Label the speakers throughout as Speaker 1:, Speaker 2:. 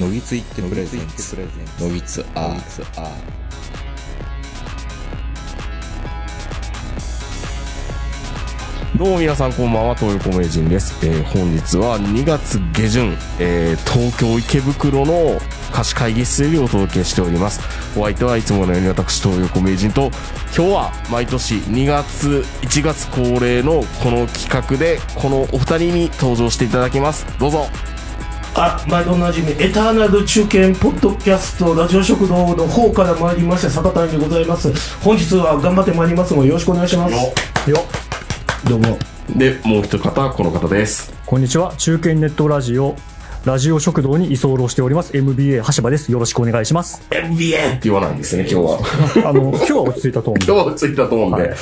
Speaker 1: のぎついってプレゼンツのぎつアーツアー
Speaker 2: どうも皆さんこんばんは、東横名人です。えー本日は2月下旬、えー東京池袋の貸し会議室よりお届けしております。お相手はいつものように私、東横名人と、今日は毎年2月、1月恒例のこの企画で、このお二人に登場していただきます。どうぞ。
Speaker 3: あ毎度おなじみエターナル中堅ポッドキャストラジオ食堂の方から参りました坂谷でございます本日は頑張って参りますのでよろしくお願いしますよどうも
Speaker 2: で、もう一方、この方です。
Speaker 4: こんにちは。中堅ネットラジオ、ラジオ食堂に居候しております。MBA 橋場です。よろしくお願いします。
Speaker 2: って言わないんですね、今日は。
Speaker 4: あの、今日は落ち着いたと思う。
Speaker 2: 今日はついたと思うんで。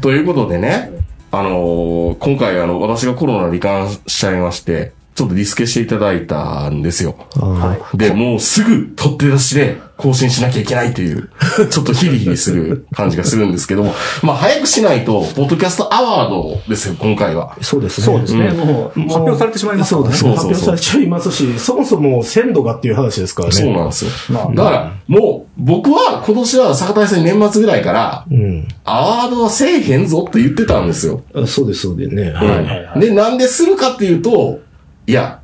Speaker 2: ということでね、あのー今回あの、私がコロナに罹患しちゃいまして、ちょっとリスケしていただいたんですよ。で、もうすぐ取って出しで更新しなきゃいけないという、ちょっとヒリヒリする感じがするんですけども、まあ早くしないと、ポッドキャストアワードですよ、今回は。
Speaker 3: そうですね
Speaker 4: そうですね。
Speaker 2: うん
Speaker 4: もう、発表されてしまいます
Speaker 3: そう
Speaker 4: ね。
Speaker 3: です
Speaker 2: そう
Speaker 3: ね
Speaker 2: そ
Speaker 3: 発
Speaker 2: うそう
Speaker 3: 表されちゃいますしそもそも鮮度がっていう話ですからね
Speaker 2: そうなんですよ。
Speaker 4: まあ
Speaker 2: だから、もう、僕は今年は坂谷さんに年末ぐらいから、
Speaker 3: うん
Speaker 2: アワードはせえへんぞって言ってたんですよ。
Speaker 3: あそうですそうでね、はいはいはい
Speaker 2: で、なんでするかっていうと、いや、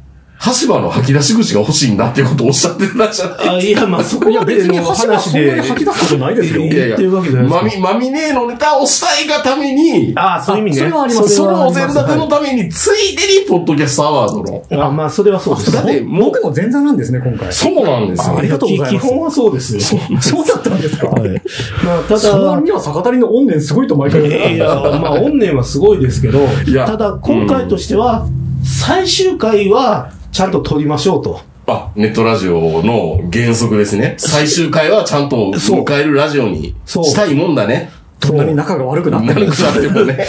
Speaker 2: 橋場の吐き出し口が欲しいんだっていうことをおっしゃってらっしゃって。
Speaker 3: あいやまあそこまでの話
Speaker 4: そんな
Speaker 3: で
Speaker 4: に吐き出すことないですよ。
Speaker 3: いやっていうわけじゃないです
Speaker 2: マミ、マミネーのネタをしたいがために、
Speaker 3: あそういう意味ね
Speaker 4: あそれはあります
Speaker 2: そ
Speaker 4: れ
Speaker 2: のお
Speaker 4: あり
Speaker 2: 膳
Speaker 4: ます
Speaker 2: 立てのために、ついでに、ポッドキャストアワードの。
Speaker 3: あまあそれはそうです
Speaker 2: だって、もう、
Speaker 4: 僕の前座なんですね、今回。そ
Speaker 2: そうなんですよ
Speaker 4: あ。りがとうございます
Speaker 3: 基本はそうですよ
Speaker 4: うだったんですか。
Speaker 3: はいまあただ
Speaker 4: その割には酒谷の怨念すごいと毎回言
Speaker 3: いや、
Speaker 4: う。
Speaker 3: まあ、怨念はすごいですけど、
Speaker 2: いや
Speaker 3: ただ、今回としては、最終回は、ちゃんと撮りましょうと。
Speaker 2: あ、ネットラジオの原則ですね。最終回はちゃんと
Speaker 3: そう
Speaker 2: 迎えるラジオに
Speaker 3: そう
Speaker 2: したいもんだね。
Speaker 4: そんなに仲が悪くなって
Speaker 2: 何
Speaker 4: る
Speaker 2: く。さってもね、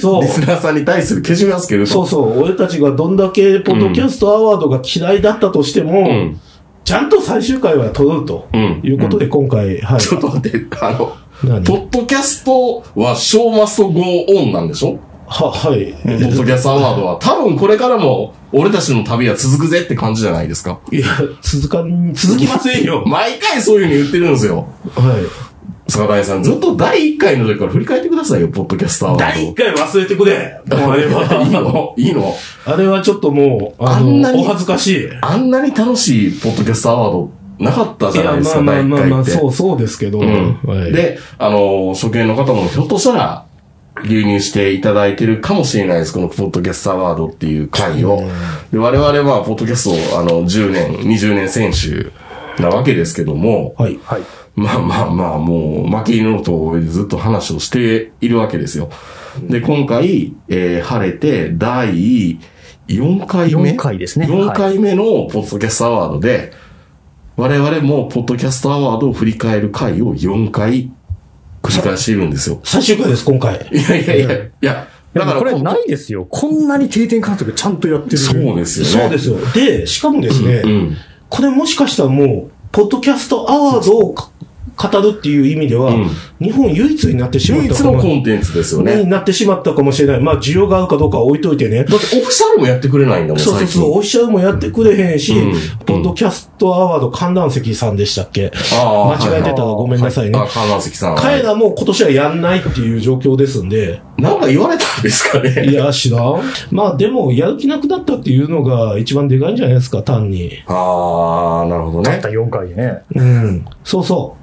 Speaker 3: そう
Speaker 2: リ。スナーさんに対するけじめはつけると。
Speaker 3: そうそう。俺たちがどんだけ、ポッドキャストアワードが嫌いだったとしても、
Speaker 2: うん。
Speaker 3: ちゃんと最終回は撮ると。
Speaker 2: うん。
Speaker 3: いうことで、今回、はい。
Speaker 2: ちょっと待って、あの、
Speaker 3: 何
Speaker 2: ポッドキャストはショーマストゴーオンなんでしょ
Speaker 3: は、はい。
Speaker 2: ポッドキャストアワードは。 多分これからも俺たちの旅は続くぜって感じじゃないですか。
Speaker 3: いや、続かん、続きませんよ。
Speaker 2: 毎回そういう風に言ってるんですよ。
Speaker 3: はい。
Speaker 2: 坂谷さん、ずっと第1回の時から振り返ってくださいよ、ポッドキャストアワード。
Speaker 3: 第1回忘れてくれ。もうあれ
Speaker 2: いい
Speaker 3: は、
Speaker 2: の いいの
Speaker 3: あれはちょっともう、あ
Speaker 2: あん
Speaker 3: の
Speaker 2: な、に
Speaker 3: お恥ずかしい。
Speaker 2: あんなに楽しいポッドキャストアワードなかったじゃないですか、
Speaker 3: いや
Speaker 2: 第
Speaker 3: まあまあま
Speaker 2: 1回
Speaker 3: あまあ、
Speaker 2: って。
Speaker 3: そうそうですけど。
Speaker 2: うん
Speaker 3: はい、
Speaker 2: で、あの、初見の方もひょっとしたら、流入していただいてるかもしれないです。このポッドキャストアワードっていう回を。で、我々は、ポッドキャストを、あの、10年、20年選手なわけですけども、
Speaker 3: はい。
Speaker 4: はい。
Speaker 2: まあまあまあ、もう、巻き犬のとずっと話をしているわけですよ。で、今回、えー晴れて、第4回目。
Speaker 4: 4回ですね
Speaker 2: 4回目のポッドキャストアワードで、我々もポッドキャストアワードを振り返る回を4回繰り返しているんですよ。
Speaker 3: 最終回です、今回。
Speaker 2: いやいやいや、いや、
Speaker 4: で
Speaker 2: だか
Speaker 4: も
Speaker 2: ら
Speaker 4: これ
Speaker 2: ポッド
Speaker 4: ないですよ。こんなに定点観測ちゃんとやってる。
Speaker 2: そうですよね。
Speaker 3: そうですよ。で、しかもですね、
Speaker 2: うん。
Speaker 3: これもしかしたらもう、ポッドキャストアワードをか語るっていう意味では、
Speaker 2: うん
Speaker 3: 日本唯一になってしま
Speaker 2: 唯
Speaker 3: った
Speaker 2: 一
Speaker 3: か
Speaker 2: の
Speaker 3: も
Speaker 2: コンテンツですよね。
Speaker 3: になってしまったかもしれない。まあ、需要があるかどうかは置いといて
Speaker 2: だ
Speaker 3: ね。
Speaker 2: ってオフィシャルもやってくれないんだもん、
Speaker 3: そうそう
Speaker 2: 最
Speaker 3: そう、オ
Speaker 2: 近。
Speaker 3: フィシャルもやってくれへんし、
Speaker 2: うん
Speaker 3: ポッドキャストアワード観覧席さんでしたっけ
Speaker 2: あ
Speaker 3: 間
Speaker 2: あ
Speaker 3: 違えてたらごめんなさいね。
Speaker 2: あ、観覧席さん。
Speaker 3: 彼らも今年はやんないっていう状況ですんで、
Speaker 2: なんか言われたんですかね。
Speaker 3: いや、知らん。まあでも、やる気なくなったっていうのが一番でかいんじゃないですか、単に。
Speaker 2: あー、なるほど
Speaker 4: だっ
Speaker 2: ね
Speaker 4: た。4回でね。
Speaker 3: うん。そうそう。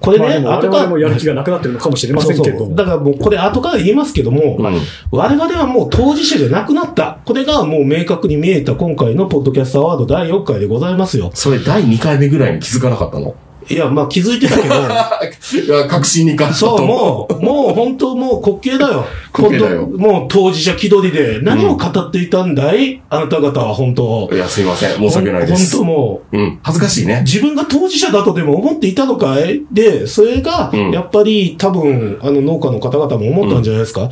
Speaker 3: これ
Speaker 4: まあ
Speaker 3: ね、
Speaker 4: でも
Speaker 3: 後
Speaker 4: 我
Speaker 3: か
Speaker 4: 々もやる気がなくなってるのかもしれませんけ
Speaker 3: そうそ
Speaker 4: ど
Speaker 3: う。だからもうこれ後から言いますけども、
Speaker 2: うん
Speaker 3: 我々はもう当事者じゃなくなった。これがもう明確に見えた今回のポッドキャストアワード第4回でございますよ。
Speaker 2: それ第2回目ぐらいに気づかなかったの
Speaker 3: いや、まあ気づいてたけど、
Speaker 2: いや、確信に関して
Speaker 3: そう、もう、もう本当もう滑稽だよ。
Speaker 2: 滑稽だよ
Speaker 3: ポッドもう当事者気取りで何を語っていたんだい、あなた方は本当。
Speaker 2: いや、すいません。申し訳ないです。
Speaker 3: 本当もう、
Speaker 2: うん。恥ずかしいね。
Speaker 3: 自分が当事者だとでも思っていたのかいで、それが、
Speaker 2: うん
Speaker 3: やっぱり多分、あの農家の方々も思ったんじゃないですか、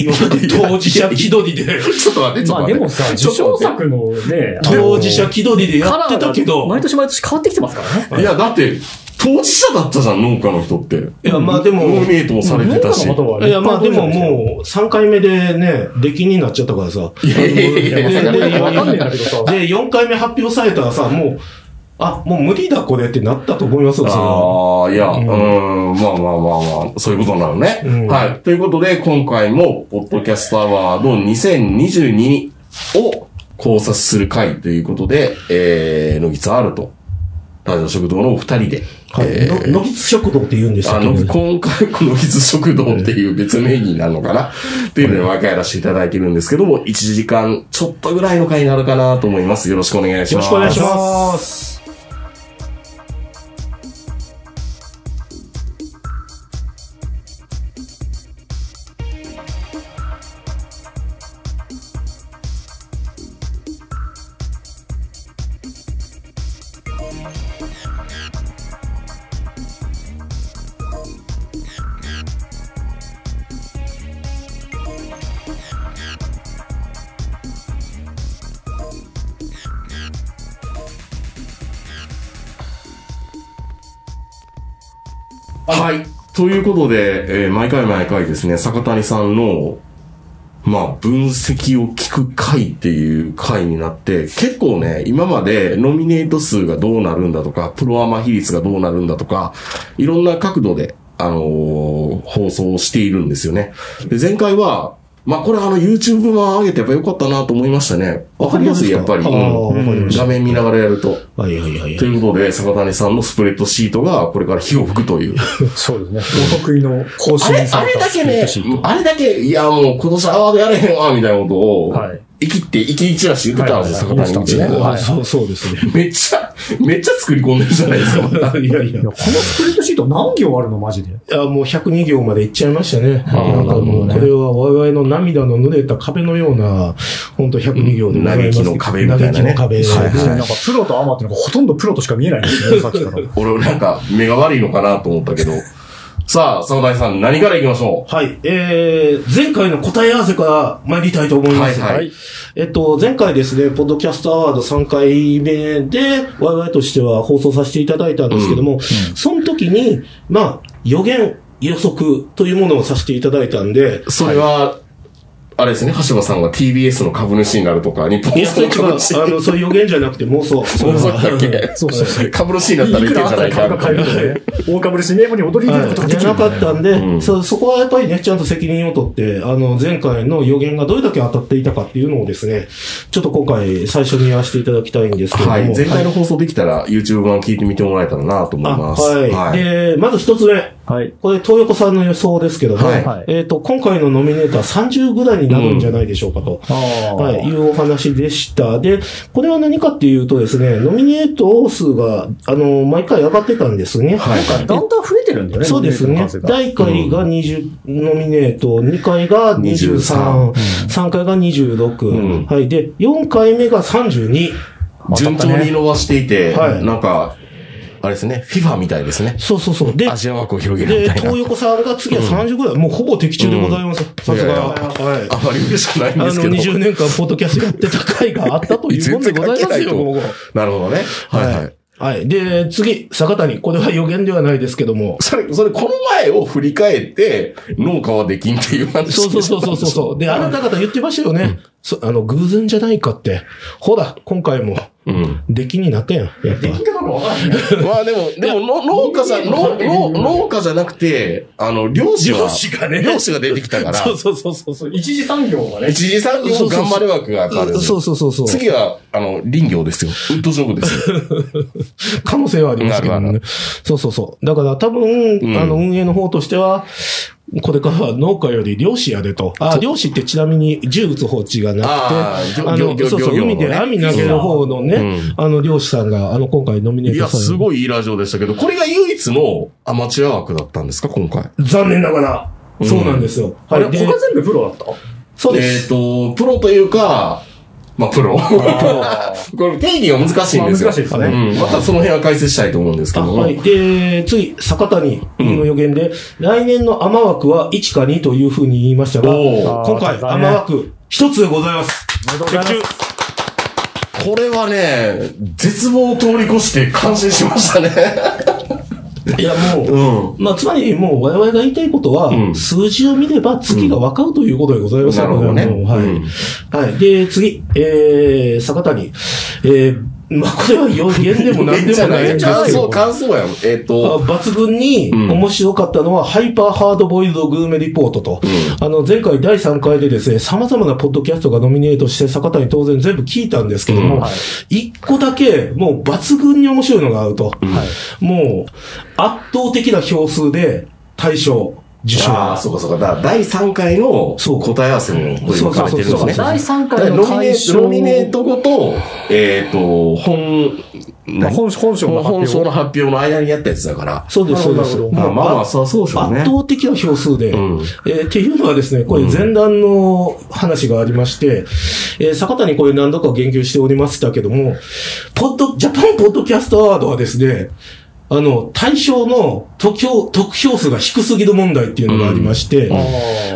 Speaker 3: 今まで当事者気取りで、
Speaker 2: ちょっと待って、ちょっと待
Speaker 4: まあで
Speaker 2: って。
Speaker 4: もさ、
Speaker 2: ちょっと
Speaker 4: 受賞
Speaker 2: 待っ
Speaker 4: 作のね、
Speaker 3: 当事者気取りで
Speaker 4: カ
Speaker 3: や
Speaker 4: ラ
Speaker 3: ってたけ
Speaker 4: ーが
Speaker 3: ど、
Speaker 4: 毎年毎年変わってきてますからね。
Speaker 2: ていや、だって、当当事者だったじゃん、農家の人って。い
Speaker 3: やまあでも
Speaker 2: ノミネートもされてたし。
Speaker 5: 農家の方はい
Speaker 3: や、まあでも
Speaker 5: う。
Speaker 3: もう、3回目でね、出禁になっちゃったからさ。
Speaker 2: いやいやいやいや
Speaker 5: わ
Speaker 3: で、
Speaker 5: かんないわか
Speaker 3: で
Speaker 5: んないんだけどさ。
Speaker 3: で4回目発表されたらさ、もう、あ、もう無理だこれってなったと思いますよ、それは
Speaker 2: ああ、いや、うん、まあまあまあまあ、そういうことなのね。
Speaker 3: うん
Speaker 2: はい。ということで、今回も、ポッドキャストアワード2022を考察する会ということで、えー、野木津あると、ラジオ食堂のお二人で、
Speaker 3: はい。
Speaker 2: えー
Speaker 3: の野木食堂って言うんです
Speaker 2: あ
Speaker 3: けど
Speaker 2: の、
Speaker 3: ね、
Speaker 2: 今回この伊豆食堂っていう別名義になるのかなっていうので分け合らせていただいてるんですけども、1時間ちょっとぐらいの回になるかなと思います。よろしくお願いし
Speaker 3: よろ
Speaker 2: ます。
Speaker 3: しくお願いします。
Speaker 2: はい。ということで、えー毎回毎回ですね、坂谷さんの、まあ、分析を聞く回っていう回になって、結構ね、今までノミネート数がどうなるんだとか、プロアマ比率がどうなるんだとか、いろんな角度で、あのー放送をしているんですよね。で、前回は、まあ、これあの、YouTube も上げてやっぱ良かったなと思いましたね。わかりやすい、やっぱり。
Speaker 3: あ
Speaker 2: う
Speaker 3: ーわかり
Speaker 2: ん
Speaker 3: ました
Speaker 2: 画面見ながらやると。
Speaker 3: はいはいはい
Speaker 2: と。いうことで、坂谷さんのスプレッドシートがこれから火を吹くという。
Speaker 5: そうですね。
Speaker 4: お得意の更
Speaker 2: あ
Speaker 4: 新
Speaker 2: れ、
Speaker 4: さ
Speaker 2: あ
Speaker 4: れ
Speaker 2: れ
Speaker 4: た
Speaker 2: だ
Speaker 4: ス
Speaker 2: け
Speaker 4: プレッ
Speaker 2: ね
Speaker 4: ドシー、ト。
Speaker 2: あれだけ、いやもう今年アワードやれへんわ、みたいなことを、
Speaker 4: はい
Speaker 2: 生きて、生き一らし言ってたんですよ、
Speaker 4: はいはい
Speaker 2: 坂
Speaker 4: はい
Speaker 2: 谷道
Speaker 4: 言って
Speaker 2: ね。
Speaker 4: たね
Speaker 3: あそう、そうで すね。
Speaker 2: めっちゃ、めっちゃ作り込んでるじゃないですか。
Speaker 3: いやいや
Speaker 4: いや、こ。のスプレッドシート何行あるのマジで。
Speaker 3: いや、もう102行まで行っちゃいましたね。
Speaker 2: あー
Speaker 3: なんかもう、
Speaker 2: なるほどね
Speaker 3: これは我々の涙の濡れた壁のような、本当102行でございます
Speaker 2: 嘆きの壁みたいなね
Speaker 3: 嘆きの壁。
Speaker 2: はいはい
Speaker 4: なんかプロとアマってのがほとんどプロとしか見えないんですね、さっきから。
Speaker 2: 俺なんか、目が悪いのかなと思ったけど。さあ、坂谷さん、何から行きましょ
Speaker 3: はい。えー、前回の答え合わせから参りたいと思
Speaker 2: う
Speaker 3: いま
Speaker 2: はい
Speaker 3: す。
Speaker 2: はい。
Speaker 3: えっと、前回ですね、ポッドキャストアワード3回目で、我々としては放送させていただいたんですけども、その時に、まあ、予言、予測というものをさせていただいたんで、
Speaker 2: それは、あれですね、橋場さんが TBS の株主になるとか、日本
Speaker 3: い
Speaker 2: の
Speaker 3: や、それ違う、
Speaker 2: 株主。
Speaker 3: あの、そういう予言じゃなくて妄想。
Speaker 2: そうそうだっけ
Speaker 4: そうそうそ
Speaker 2: 株主になったらいけ
Speaker 4: いく
Speaker 2: る
Speaker 4: ら
Speaker 2: じ
Speaker 4: あ
Speaker 2: ゃ
Speaker 4: った
Speaker 2: ないか
Speaker 4: ら株が。買えるとかね、大株主名簿に踊り入れることが
Speaker 3: はい
Speaker 4: で
Speaker 3: じ
Speaker 4: き
Speaker 3: ゃ
Speaker 4: る。
Speaker 3: なかったんで、
Speaker 2: うん
Speaker 3: そ、そこはやっぱりね、ちゃんと責任を取って、あの、前回の予言がどれだけ当たっていたかっていうのをですね、ちょっと今回最初にやらせていただきたいんですけれども。
Speaker 2: はい。前回の放送できたら、YouTube 版聞いてみてもらえたらなと思い
Speaker 3: あ
Speaker 2: ます。
Speaker 3: はい、で、まず一つ目。
Speaker 4: はい。
Speaker 3: これ、東横さんの予想ですけども、
Speaker 2: はい
Speaker 4: はい
Speaker 3: えっ、と、今回のノミネートは30ぐらいになるんじゃないでしょうかと。
Speaker 4: あ
Speaker 3: は
Speaker 4: はい
Speaker 3: い、いうお話でした。で、これは何かっていうとですね、ノミネート数が、あの、毎回上がってたんですね。
Speaker 2: はい。
Speaker 4: だんだん増えてるんだよね、
Speaker 3: そうです
Speaker 4: ノミネ
Speaker 3: ね
Speaker 4: ート。の数が
Speaker 3: 第1回が20ノミネート、2回が23、3回が
Speaker 2: うん
Speaker 3: 26、はい。で、4回目が32。
Speaker 2: 順調に伸ばしていて、
Speaker 3: はい
Speaker 2: なんか、あれですね、FIFA みたいですね。
Speaker 3: そうそうそう。で
Speaker 2: ア、ジア枠を広げるみ
Speaker 3: で、
Speaker 2: たいな
Speaker 3: 東。横さんが次は30ぐらい、もうほぼ的中でございます。さす
Speaker 2: いやいや
Speaker 3: が。はい。
Speaker 2: あまり嬉しくないん
Speaker 3: あの、
Speaker 2: ですけど。
Speaker 3: 20年間、ポッドキャストやってた回があったというもんでございます
Speaker 2: 全然関
Speaker 3: よ、
Speaker 2: 係ないと
Speaker 3: ここ
Speaker 2: なるほどね。はいはい。
Speaker 3: はい。で、次、坂谷。これは予言ではないですけども。
Speaker 2: それ、それ、この前を振り返って、農家はできんっていう話。
Speaker 3: そうそうそうそうそうそう。で、あなた方言ってましたよね。そあの、偶然じゃないかって。ほら、今回も、
Speaker 2: う。う ん。
Speaker 3: 出禁になったやん。やっぱ。
Speaker 2: まあでも、でも、の農家さん、のの農家じゃなくて、あの、漁師が、
Speaker 3: 漁師がね
Speaker 2: 漁師が出てきたから、
Speaker 3: そうそうそうそう。
Speaker 4: 一次産業がね、
Speaker 2: 一次産業の頑張れ枠があったんですよ
Speaker 3: そうそうそうそう。
Speaker 2: 次は、あの、林業ですよ。ウッドジョブですよ。
Speaker 3: 可能性はありますけど
Speaker 2: な
Speaker 3: ね。そうそうそう。だから多分、
Speaker 2: うん
Speaker 3: あの、運営の方としては、これからは農家より漁師やでと。あ、漁師ってちなみに銃撃つ方違がなくて、
Speaker 2: あ
Speaker 3: あ
Speaker 2: ー漁漁
Speaker 3: の、
Speaker 2: 漁
Speaker 3: そうそう、
Speaker 2: 漁業のね
Speaker 3: 海で網投げる方のね、
Speaker 2: うん
Speaker 3: あの、漁師さんが、あの、今回ノミネ
Speaker 2: い
Speaker 3: ー
Speaker 2: や、
Speaker 3: トさ
Speaker 2: す
Speaker 3: れ
Speaker 2: ごいいいラジオでしたけど、これが唯一のアマチュア枠だったんですか、今回。
Speaker 3: 残念ながら、
Speaker 2: うん
Speaker 3: そうなんですよ。
Speaker 4: あれ、
Speaker 3: で
Speaker 4: 他全部プロだった
Speaker 3: そうで
Speaker 2: えっ
Speaker 3: す。
Speaker 2: と、プロというか、まあ、プロ。 これ定義が難しいんですよ。
Speaker 4: まあ難しいですね
Speaker 2: うん。またその辺は解説したいと思うんですけ
Speaker 3: あ
Speaker 2: ども。
Speaker 3: はい。で、次、坂谷の予言で、来年の雨枠は1か2というふうに言いましたが、
Speaker 2: お
Speaker 4: ー
Speaker 3: 今回、
Speaker 4: あー
Speaker 3: 雨枠一つでございます。的中
Speaker 2: これはね、絶望を通り越して感心しましたね。
Speaker 3: いや、もう、
Speaker 2: うん。
Speaker 3: まあ、つまり、もう、我々が言いたいことは、
Speaker 2: うん
Speaker 3: 数字を見れば月が分かるということでございます
Speaker 2: なるほどね
Speaker 3: これはもうはい、
Speaker 2: うん
Speaker 3: はい。で、次、えー、坂谷。えー、まあ、これは予言でも何でもないんですけ
Speaker 2: 感想、
Speaker 3: ど。
Speaker 2: 感想やもん。えっ
Speaker 3: あ
Speaker 2: と、
Speaker 3: 抜群に
Speaker 2: うん
Speaker 3: 面白かったのは、ハイパーハードボイルドグルメリポートと、
Speaker 2: う
Speaker 3: あの、前回第3回でですね、様々なポッドキャストがノミネートして、坂谷当然全部聞いたんですけど
Speaker 2: うん
Speaker 3: も
Speaker 4: はい、
Speaker 3: 一、個だけ、もう抜群に面白いのがあると、もう、圧倒的な票数で大賞、受賞。
Speaker 2: ああ、そうかそうか。だから第3回の
Speaker 3: そう
Speaker 2: 答え合わせもこれ
Speaker 3: そう
Speaker 2: 分
Speaker 3: そ
Speaker 2: か
Speaker 3: う
Speaker 2: れ
Speaker 3: そ
Speaker 2: て
Speaker 3: う
Speaker 2: るんですね。
Speaker 3: そう
Speaker 5: 第3
Speaker 2: だか
Speaker 5: 回
Speaker 2: ら
Speaker 5: の
Speaker 2: ノミ
Speaker 5: 解
Speaker 2: ネー
Speaker 5: 消
Speaker 2: ト、ノミネートごと、えっと、本、
Speaker 4: まあ本本省の発
Speaker 2: 本
Speaker 4: 表
Speaker 2: 賞の発表の間にやったやつだから。
Speaker 3: そうです、そうです。
Speaker 4: なるほど
Speaker 2: まあまあまあ、そうそうでしょう
Speaker 3: 圧
Speaker 2: ね。
Speaker 3: 倒的な票数で、
Speaker 2: うん
Speaker 3: えーっていうのはですね、これ前段の話がありまして、えー坂谷これ何度か言及しておりましたけども、ポッド、ジャパンポッドキャストアワードはですね、あの、対象の得票、得票数が低すぎる問題っていうのがありまして、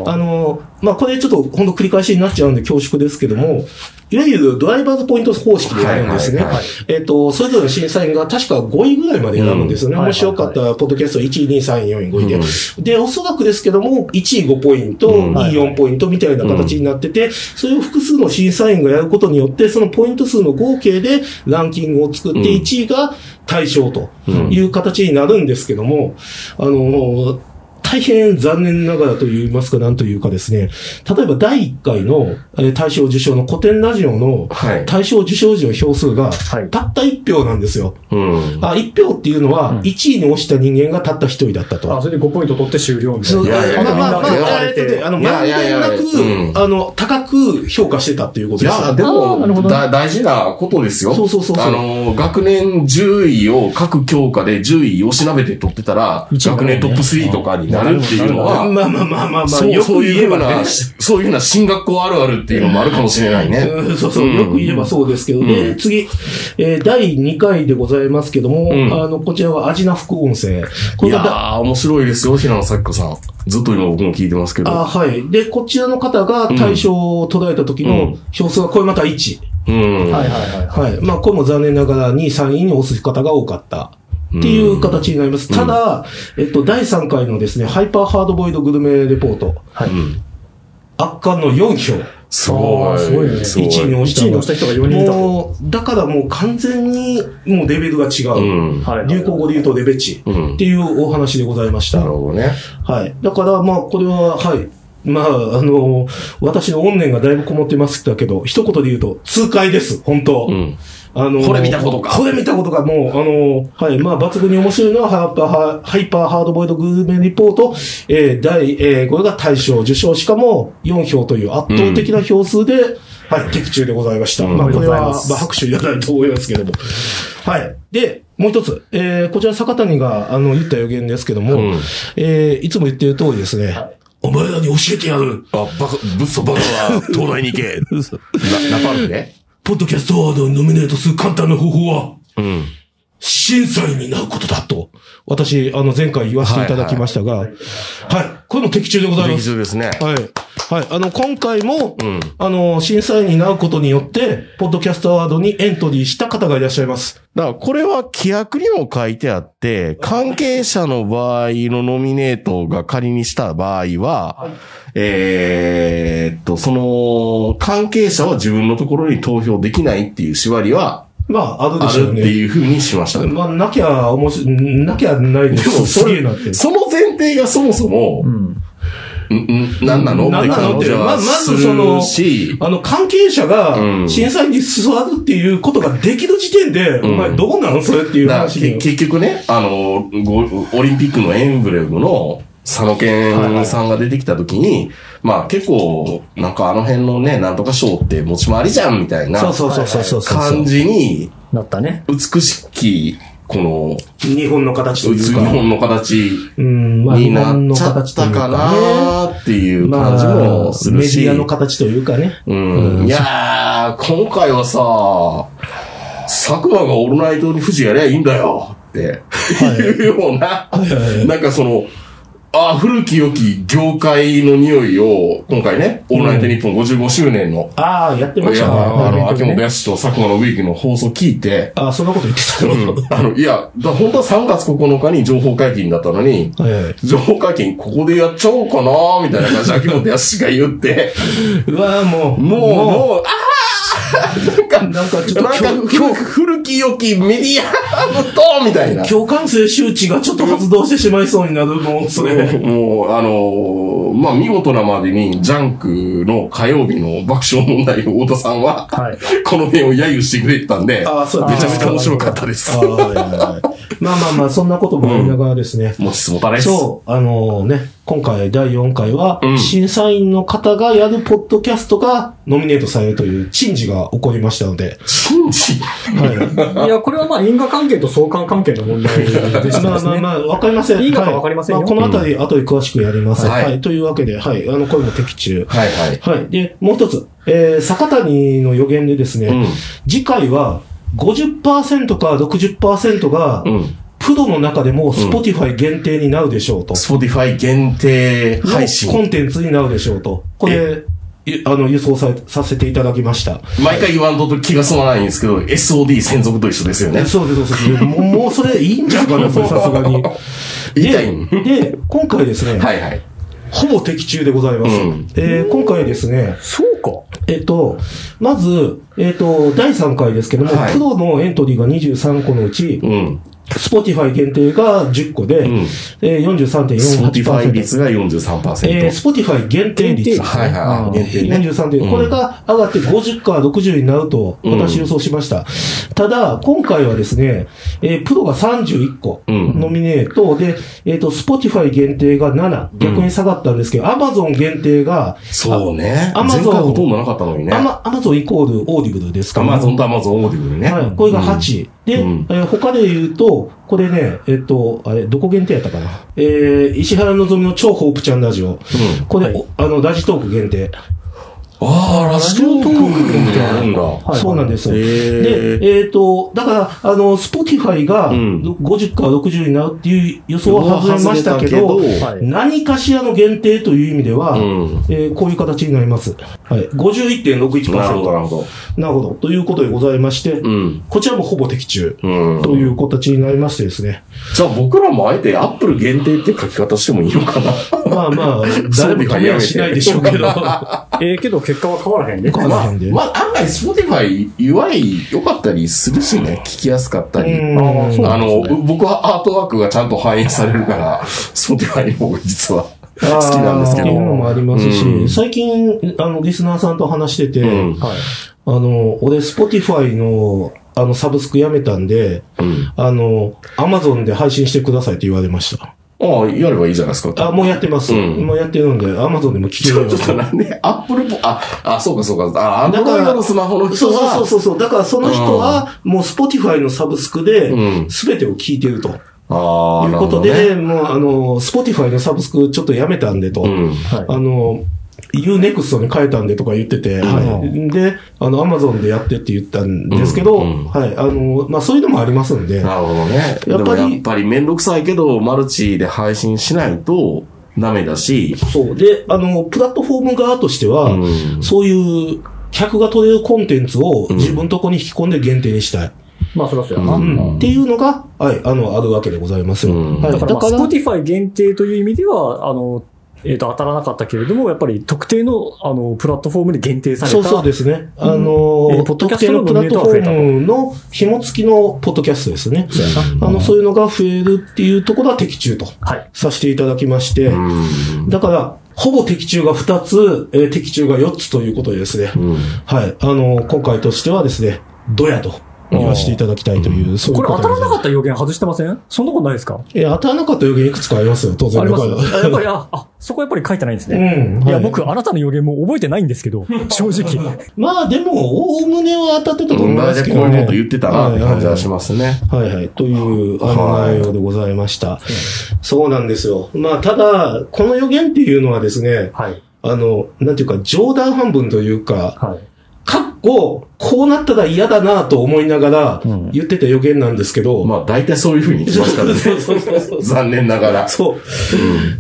Speaker 3: あの、まあ、これちょっとほんと繰り返しになっちゃうんで恐縮ですけども、いわゆるドライバーズポイント方式でやるんです
Speaker 2: は
Speaker 3: ね
Speaker 2: いはいはい。
Speaker 3: えっと、それぞれの審査員が確か5位ぐらいまで選ぶんですよね。
Speaker 4: うん
Speaker 3: もしよかったら、ポッドキャスト1位、2位、3位、4位、5位で。
Speaker 2: うん
Speaker 3: で、おそらくですけども、1位5ポイント、
Speaker 2: うん
Speaker 3: 2位4ポイントみたいな形になってて、それを複数の審査員がやることによって、そのポイント数の合計でランキングを作って、
Speaker 2: うん
Speaker 3: 1位が対象という形になるんですけども、あの、大変残念ながらと言いますか、なんというかですね、例えば第1回のえー大賞受賞の古典ラジオの
Speaker 2: はい。
Speaker 3: 大賞受賞時の票数が
Speaker 4: はい、
Speaker 3: たった1票なんですよ。
Speaker 2: うん。
Speaker 3: あ1票っていうの
Speaker 4: うん
Speaker 3: は、1位に落ちた人間がたった1人だったと。
Speaker 4: あ、それで5ポイント取って終了みたい
Speaker 3: そう、
Speaker 2: いやいや
Speaker 3: まあまあま
Speaker 2: いや
Speaker 3: あ
Speaker 2: いや
Speaker 3: まあ、えっとねあの、
Speaker 2: いや
Speaker 3: まん
Speaker 2: いやい
Speaker 3: べん
Speaker 2: や
Speaker 3: なく
Speaker 2: う、ん
Speaker 3: あの、高く評価してたっていうこと
Speaker 2: い
Speaker 3: ですよ。
Speaker 2: や、で
Speaker 5: あーなるほど
Speaker 2: も、だ大事なことですよ。
Speaker 3: そうそうそうそう
Speaker 2: あの、学年10位を各教科で10位を調べて取ってたら、
Speaker 4: 一位にな
Speaker 2: 学
Speaker 4: るね
Speaker 2: 年トップ3とかになるっていうの
Speaker 3: まあ
Speaker 2: は、
Speaker 3: まあまあまあまあ、
Speaker 2: そう
Speaker 3: よく
Speaker 2: そうい
Speaker 3: 言
Speaker 2: うふ
Speaker 3: え
Speaker 2: う
Speaker 3: ばね
Speaker 2: な、。そういうふうな進学校あるあるっていうのもあるかもしれないね。
Speaker 3: うんそうそう、よく言えばそうですけど、
Speaker 2: う
Speaker 3: で、
Speaker 2: ん
Speaker 3: 次、えー第2回でございますけども、
Speaker 2: ん
Speaker 3: あの、こちらはアジナ副音声。こ
Speaker 2: い
Speaker 3: れ
Speaker 2: や
Speaker 3: がだ
Speaker 2: ー、面白いですよ、平野咲子さん。ずっと今僕も聞いてますけ
Speaker 3: あ
Speaker 2: ど。
Speaker 3: はい。で、こちらの方が対象を捉えた時
Speaker 2: う
Speaker 3: の
Speaker 2: ん
Speaker 3: 票数は、これまた1。
Speaker 2: うん。
Speaker 4: な。はいはいはい。
Speaker 3: はい。まあ、これも残念ながら2位、3位に押す方が多かった。っていう形になります。ただ、えっと、第3回のですね、ハイパーハードボイルドグルメレポート。
Speaker 2: うん
Speaker 3: 圧巻の4票。
Speaker 2: すご
Speaker 4: あ
Speaker 2: い。
Speaker 4: ーすごいね
Speaker 2: す
Speaker 3: 1位に落ちた
Speaker 4: 1位に落ちた人が4人いたと
Speaker 3: もう、だからもう完全に、もうレベルが違
Speaker 2: う
Speaker 3: う。
Speaker 2: ん。
Speaker 4: はいはい
Speaker 3: 流行語で言うとレベチ。
Speaker 2: うん
Speaker 3: っていうお話でございました
Speaker 2: なる。ほどね。
Speaker 3: はい。だから、まあ、これは、はい。まあ、あの私の怨念がだいぶこもってましたけど、一言で言うと、痛快です、本当、
Speaker 2: うん。
Speaker 3: あの
Speaker 2: これ見たことか
Speaker 3: これ見たことか、もう、あのはい、まあ、抜群に面白いのは、ハイパーハハイパーハードボイルドグルメリポート、えー、第、えー、これが大賞受賞、しかも4票という圧倒的な票数で、はい、的中でございました。
Speaker 2: うん
Speaker 3: まあ、これは、
Speaker 4: ありがとう
Speaker 3: ま
Speaker 4: ご
Speaker 3: あ
Speaker 4: ざいます、
Speaker 3: 拍手いらないと思いますけども。はい。で、もう一つ、えー、こちら坂谷が、あの、言った予言ですけども、
Speaker 2: うん
Speaker 3: えー、いつも言ってる通りですね、お前らに教えてやる
Speaker 2: あ、バカ、ぶっそバカは、東大に行 け。ララパルね。
Speaker 3: ポッドキャストアワードにノミネートする簡単な方法は、
Speaker 2: うん。
Speaker 3: 審査員になることだと、私、あの、前回言わせていただきましたが、はい、これも的中でございま
Speaker 2: 劇
Speaker 3: す。
Speaker 2: 中ですね。
Speaker 3: はい。はい。あの、今回も、
Speaker 2: うん。
Speaker 3: あの、審査員になることによって、ポッドキャストアワードにエントリーした方がいらっしゃいます。
Speaker 2: だからこれは規約にも書いてあって、関係者の場合のノミネートが仮にした場合は、えーっと、その、関係者は自分のところに投票できないっていう縛りは
Speaker 3: まあ、あるで
Speaker 2: あ
Speaker 3: しょう
Speaker 2: るって
Speaker 3: ね。
Speaker 2: いうふうにしました。
Speaker 3: まあ、なきゃ、おもし、なきゃないで。
Speaker 2: ですも
Speaker 3: す
Speaker 2: そ
Speaker 3: げえ
Speaker 2: れ
Speaker 3: なって。、
Speaker 2: その前提がそもそも
Speaker 4: う、ん。
Speaker 2: んん何なのって
Speaker 3: 何なの
Speaker 2: 感
Speaker 3: って
Speaker 2: じ
Speaker 3: まあ
Speaker 2: は
Speaker 3: ますずその
Speaker 2: るし、
Speaker 3: あの、関係者
Speaker 2: う
Speaker 3: が、
Speaker 2: ん
Speaker 3: 審査員に座るっていうことができる時点で、
Speaker 2: ん
Speaker 3: お前どうなのそれっていう
Speaker 2: だから
Speaker 3: 話
Speaker 2: け
Speaker 3: に。
Speaker 2: 結局ね、あの、ごオリンピックのエンブレムの佐野健さんが出てきた時に、まあ結構、なんかあの辺のね、なんとか賞って持ち回りじゃんみたいな
Speaker 3: そうそうそうそうそうそう。
Speaker 2: 感じに、
Speaker 4: なったね。
Speaker 2: 美しき、この、
Speaker 3: 日本の形という
Speaker 2: 日
Speaker 3: か。
Speaker 2: 本の形
Speaker 3: うん、まあ、
Speaker 2: に
Speaker 3: 日
Speaker 2: な
Speaker 3: 本
Speaker 2: っ
Speaker 3: の
Speaker 2: ちゃっ
Speaker 3: 形とい
Speaker 2: た
Speaker 3: う
Speaker 2: か
Speaker 3: かね。
Speaker 2: なーっていう
Speaker 3: ま
Speaker 2: 感じ
Speaker 3: あ
Speaker 2: もす、
Speaker 3: メ
Speaker 2: る
Speaker 3: デ
Speaker 2: し
Speaker 3: ィア。の形というかね。
Speaker 2: うんいやー、今回はさ、佐久間がオールナイトに富士やりゃいいんだよって、いうような、なんかその、ああ、古き良き業界の匂いを、今回ね、オールナイトニッポン55周年の、
Speaker 3: ああ、やってま
Speaker 2: い
Speaker 3: し
Speaker 2: や、
Speaker 3: たね。
Speaker 2: あの、
Speaker 4: 本
Speaker 2: 秋
Speaker 4: 当にね
Speaker 2: 元康と佐久間のウィークの放送聞いて、
Speaker 3: ああ、そんなこと言ってたの。
Speaker 2: あの、いや、だ本当は3月9日に情報解禁だったのに、
Speaker 3: え
Speaker 2: 情報解禁ここでやっちゃおうかなみたいな感じで秋元康が言って、
Speaker 3: えうわーもう。
Speaker 2: もう、もう、あ
Speaker 3: う、なんかちょっと
Speaker 2: なんか、
Speaker 3: 今
Speaker 2: 古
Speaker 3: 日、
Speaker 2: 古き良きメディアのと、みたいな。
Speaker 3: 今日感性周知がちょっと発動してしまいそうになる、もう、それ。
Speaker 2: もう、あのーまあ、見事なまでに、ジャンクの火曜日の爆笑問題の太田さんは、
Speaker 4: はい
Speaker 2: この辺を揶揄してくれてたんで、
Speaker 3: ああ、そう
Speaker 2: めちゃめちゃ面白かったです
Speaker 3: あ。あはいはいはいまあまあまあ、そんなこともありながらですね。
Speaker 2: もう質問たないです。
Speaker 3: そう、あのね、今回第4回は、
Speaker 2: うん
Speaker 3: 審査員の方がやるポッドキャストがノミネートされるという珍事が起こりましたので、
Speaker 2: 信じ
Speaker 3: はい
Speaker 4: や、これはまあ因果関係と相関関係の問題でし
Speaker 3: い。ま
Speaker 4: た
Speaker 3: あ
Speaker 4: です
Speaker 3: まあ
Speaker 4: ね。
Speaker 3: まあ、わかりません。
Speaker 4: いいかはわかりませんよ
Speaker 3: はいあこのあたり、後で詳しくやります。
Speaker 2: はい
Speaker 3: はい。というわけで、はい。あの、これも的中。
Speaker 2: はいはい。
Speaker 3: はい。で、もう一つ。えー、坂谷の予言でですね、
Speaker 2: うん。
Speaker 3: 次回は50%か60%が、
Speaker 2: うん。
Speaker 3: プロの中でも Spotify 限定になるでしょうと。
Speaker 2: スポティファイ限定配
Speaker 3: のコ
Speaker 2: 信。
Speaker 3: ンテンツになるでしょうと。これ、いあの、輸送ささせていただきました。
Speaker 2: 毎回言わんと気が済まないんですけど、SOD 専属と一緒ですよね
Speaker 3: え。そうです、そうです。もう、もうそれいいんじゃないかな、それさすがに。
Speaker 2: 言いたいん。
Speaker 3: で、今回ですね、
Speaker 2: はいはい。
Speaker 3: ほぼ的中でございます。
Speaker 2: うん
Speaker 3: えー今回ですね、
Speaker 4: そうか。
Speaker 3: えっと、まず、えっと、第3回ですけども、
Speaker 2: はい
Speaker 3: プロのエントリーが23個のうち、
Speaker 2: うん。
Speaker 3: Spotify 限定が10個で、
Speaker 2: うん。
Speaker 3: えー、43.48%。
Speaker 2: スポティファイ率が43%。
Speaker 3: えー、Spotify 限定率。
Speaker 2: はいはいはい。限定ね。
Speaker 3: 43で、
Speaker 2: うん
Speaker 3: これが上がって50から60になると、私予想しました。ただ、今回はですね、えープロが31個、
Speaker 2: うん
Speaker 3: ノミネートで、えっ、と、Spotify 限定が7、逆に下がったんですけど、Amazon 限定が、
Speaker 2: そうね。
Speaker 3: あ Amazon
Speaker 2: 前回ほとんどなかったのにね。
Speaker 3: アマ Amazon イコールオーディブルです
Speaker 2: ア
Speaker 3: か
Speaker 2: マゾンとアマゾンオーディブルね。
Speaker 3: はい、これが8。で、
Speaker 2: うん
Speaker 3: えー他で言うと、これね、えっ、と、あれ、どこ限定やったかな。えー、石原のぞみの超ホープちゃんラジ
Speaker 2: う
Speaker 3: オ。
Speaker 2: ん
Speaker 3: これ、
Speaker 4: はい
Speaker 3: おあの、ラジトーク限定。
Speaker 2: ああ、ラジオトークみたいなのあるんだ。
Speaker 4: はい
Speaker 3: そうなんです。
Speaker 2: へえ。
Speaker 3: で、えっ、と、だから、あの、スポティファイが
Speaker 2: うん
Speaker 3: 50から60になるっていう予想は外れましたけど、
Speaker 2: 外れた
Speaker 4: けどはい
Speaker 3: 何かしらの限定という意味では、
Speaker 2: うん
Speaker 3: えーこういう形になります。はい。51.61%。
Speaker 2: なるほど、なるほど。
Speaker 3: なるほど。ということでございまして、
Speaker 2: うん。
Speaker 3: こちらもほぼ的中。
Speaker 2: うん。
Speaker 3: という形になりましてですね。
Speaker 2: じゃあ僕らもあえてアップル限定って書き方してもいいのかな
Speaker 3: まあま あ、誰も止めはしないでしょうけど。わ
Speaker 4: ええけど結果は変わらへんね。
Speaker 3: か
Speaker 2: ま
Speaker 3: らへ
Speaker 2: あ、
Speaker 3: んで。
Speaker 2: まあ、案外、スポティファイ、弱い、良かったりするしね、聞きやすかったり。
Speaker 3: うんあーそう
Speaker 2: あの、う僕はアートワークがちゃんと反映されるから、 スポティファイの方が実は好きなんですけ
Speaker 3: あーっていう
Speaker 2: ど。
Speaker 3: のもありますし、
Speaker 2: うん
Speaker 3: 最近、あの、リスナーさんと話してて、
Speaker 2: うん。
Speaker 4: はい。
Speaker 3: あの、俺、Spotify の、あの、サブスクやめたんで、
Speaker 2: うん。
Speaker 3: あの、Amazon で配信してくださいって言われました。
Speaker 2: ああ、やればいいじゃないですか。
Speaker 3: あ、もうやってます。
Speaker 2: うん
Speaker 3: もうやってるんで、Amazon でも聞け
Speaker 2: ち
Speaker 3: るよ
Speaker 2: ょ
Speaker 3: う
Speaker 2: っ
Speaker 3: にな
Speaker 2: となんで、アップルポ、あ、あ、そうかそうか。あ、アンドロイドのスマホの人
Speaker 3: そう
Speaker 2: は、
Speaker 3: そうそうそう。だからその人は、もう Spotify のサブスクで
Speaker 2: うん、
Speaker 3: すべてを聞いてると。い
Speaker 2: ああ、
Speaker 3: う
Speaker 2: なる
Speaker 3: こ
Speaker 2: ほ
Speaker 3: と
Speaker 2: ど
Speaker 3: で、
Speaker 2: ね。
Speaker 3: もうあの、Spotify のサブスクちょっとやめたんでと。
Speaker 2: うん。
Speaker 4: は
Speaker 3: あの、UNEXT に変えたんでとか言ってて、はい、で、あの、Amazon でやってって言ったんですけど、
Speaker 2: うんうん
Speaker 3: はい、あの、まあ、そういうのもありますんで、
Speaker 2: なるほどね。や
Speaker 3: やっ
Speaker 2: っぱ
Speaker 3: ぱり
Speaker 2: り、やっぱりめんどくさいけど、マルチで配信しないとダメだし、
Speaker 3: そう。で、あの、プラットフォーム側としては、
Speaker 2: うん
Speaker 3: そういう、客が取れるコンテンツを
Speaker 2: ん
Speaker 3: 自分とこに引き込んで限定にしたい。
Speaker 4: い。まあそりゃそうや
Speaker 2: う
Speaker 4: な。
Speaker 2: ん
Speaker 3: っていうのが、はい、あの、あるわけでございますよ。
Speaker 2: うん
Speaker 3: はい、だ
Speaker 4: だか、
Speaker 3: から
Speaker 4: ま
Speaker 3: ら、
Speaker 4: あ、Spotify 限定という意味では、あの、えっ、と、当たらなかったけれども、やっぱり特定の、あの、プラットフォームに限定された。
Speaker 3: そうそうですね。あの
Speaker 4: うんえーポッドキャ
Speaker 3: 特
Speaker 4: ス
Speaker 3: 定
Speaker 4: ト
Speaker 3: の
Speaker 4: の
Speaker 3: プラット
Speaker 4: ノ
Speaker 3: フォ
Speaker 4: ミネートが増えたと
Speaker 3: ームの紐付きのポッドキャストですね。
Speaker 2: そうやな
Speaker 3: あの、そういうのが増えるっていうところは的中と
Speaker 4: はい。
Speaker 3: させていただきまして、
Speaker 2: うん
Speaker 3: だから、ほぼ的中が2つ、えー的中が4つということでですね、
Speaker 2: うん
Speaker 3: はい、あの、今回としてはですね、どやと言わせていただきたいという、そうい
Speaker 4: こ
Speaker 3: う
Speaker 4: れ
Speaker 3: こと
Speaker 4: 当た
Speaker 3: で
Speaker 4: ら
Speaker 3: ござま
Speaker 4: ないか
Speaker 3: す。
Speaker 4: った予言外してませんそんなことないですか
Speaker 3: えー当たらなかった予言いくつかありますよ、当然。
Speaker 4: あります
Speaker 3: 僕は
Speaker 4: あやっぱり、あ、あ、そこはやっぱり書いてないんです
Speaker 3: う
Speaker 4: ね。
Speaker 3: ん。
Speaker 4: い
Speaker 3: は
Speaker 4: や、僕、あなたの予言も覚えてないんですけど、正 直。
Speaker 3: まあでも、おおむねは当たってたと思いま
Speaker 2: 大
Speaker 3: す
Speaker 2: 体
Speaker 3: け
Speaker 2: こう
Speaker 3: ど
Speaker 2: いう
Speaker 3: ね
Speaker 2: こと。言ってたなって感じはしますね。
Speaker 3: はいはい。という、あの、
Speaker 2: はい
Speaker 3: 内容でございました。そうなんですよ。まあ、ただ、この予言っていうのはですね、
Speaker 4: はい。
Speaker 3: あの、なんていうか、冗談半分というか、
Speaker 4: はい。
Speaker 3: かっを、こうなったら嫌だなと思いながら
Speaker 4: うん、
Speaker 3: 言ってた予言なんですけど、
Speaker 2: まあ、大体そういうふうに来ますからね。
Speaker 3: そうそうそうそう
Speaker 2: 残念ながら。
Speaker 3: そう。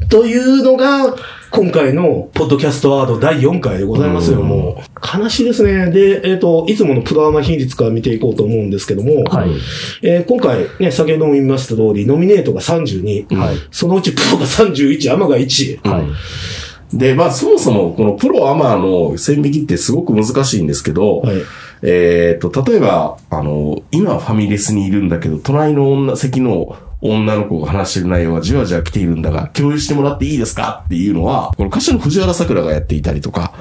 Speaker 3: というのが、今回のポッドキャストワード第4回でございますよ、
Speaker 2: うん
Speaker 3: もう。悲しいですね。で、えっ、と、いつものプラマ比率から見ていこうと思うんですけども、
Speaker 4: はい
Speaker 3: えー今回、ね、先ほども言いました通り、ノミネートが32、
Speaker 4: はい
Speaker 3: そのうちプロが31、アマが1。
Speaker 4: はい
Speaker 2: で、まあ、そもそも、このプロアマの線引きってすごく難しいんですけど、
Speaker 3: はい。
Speaker 2: えーっと、例えば、あの、今ファミレスにいるんだけど、隣の女、席の女の子が話してる内容はじわじわ来ているんだが、共有してもらっていいですかっていうのは、この歌手の藤原さくらがやっていたりとか、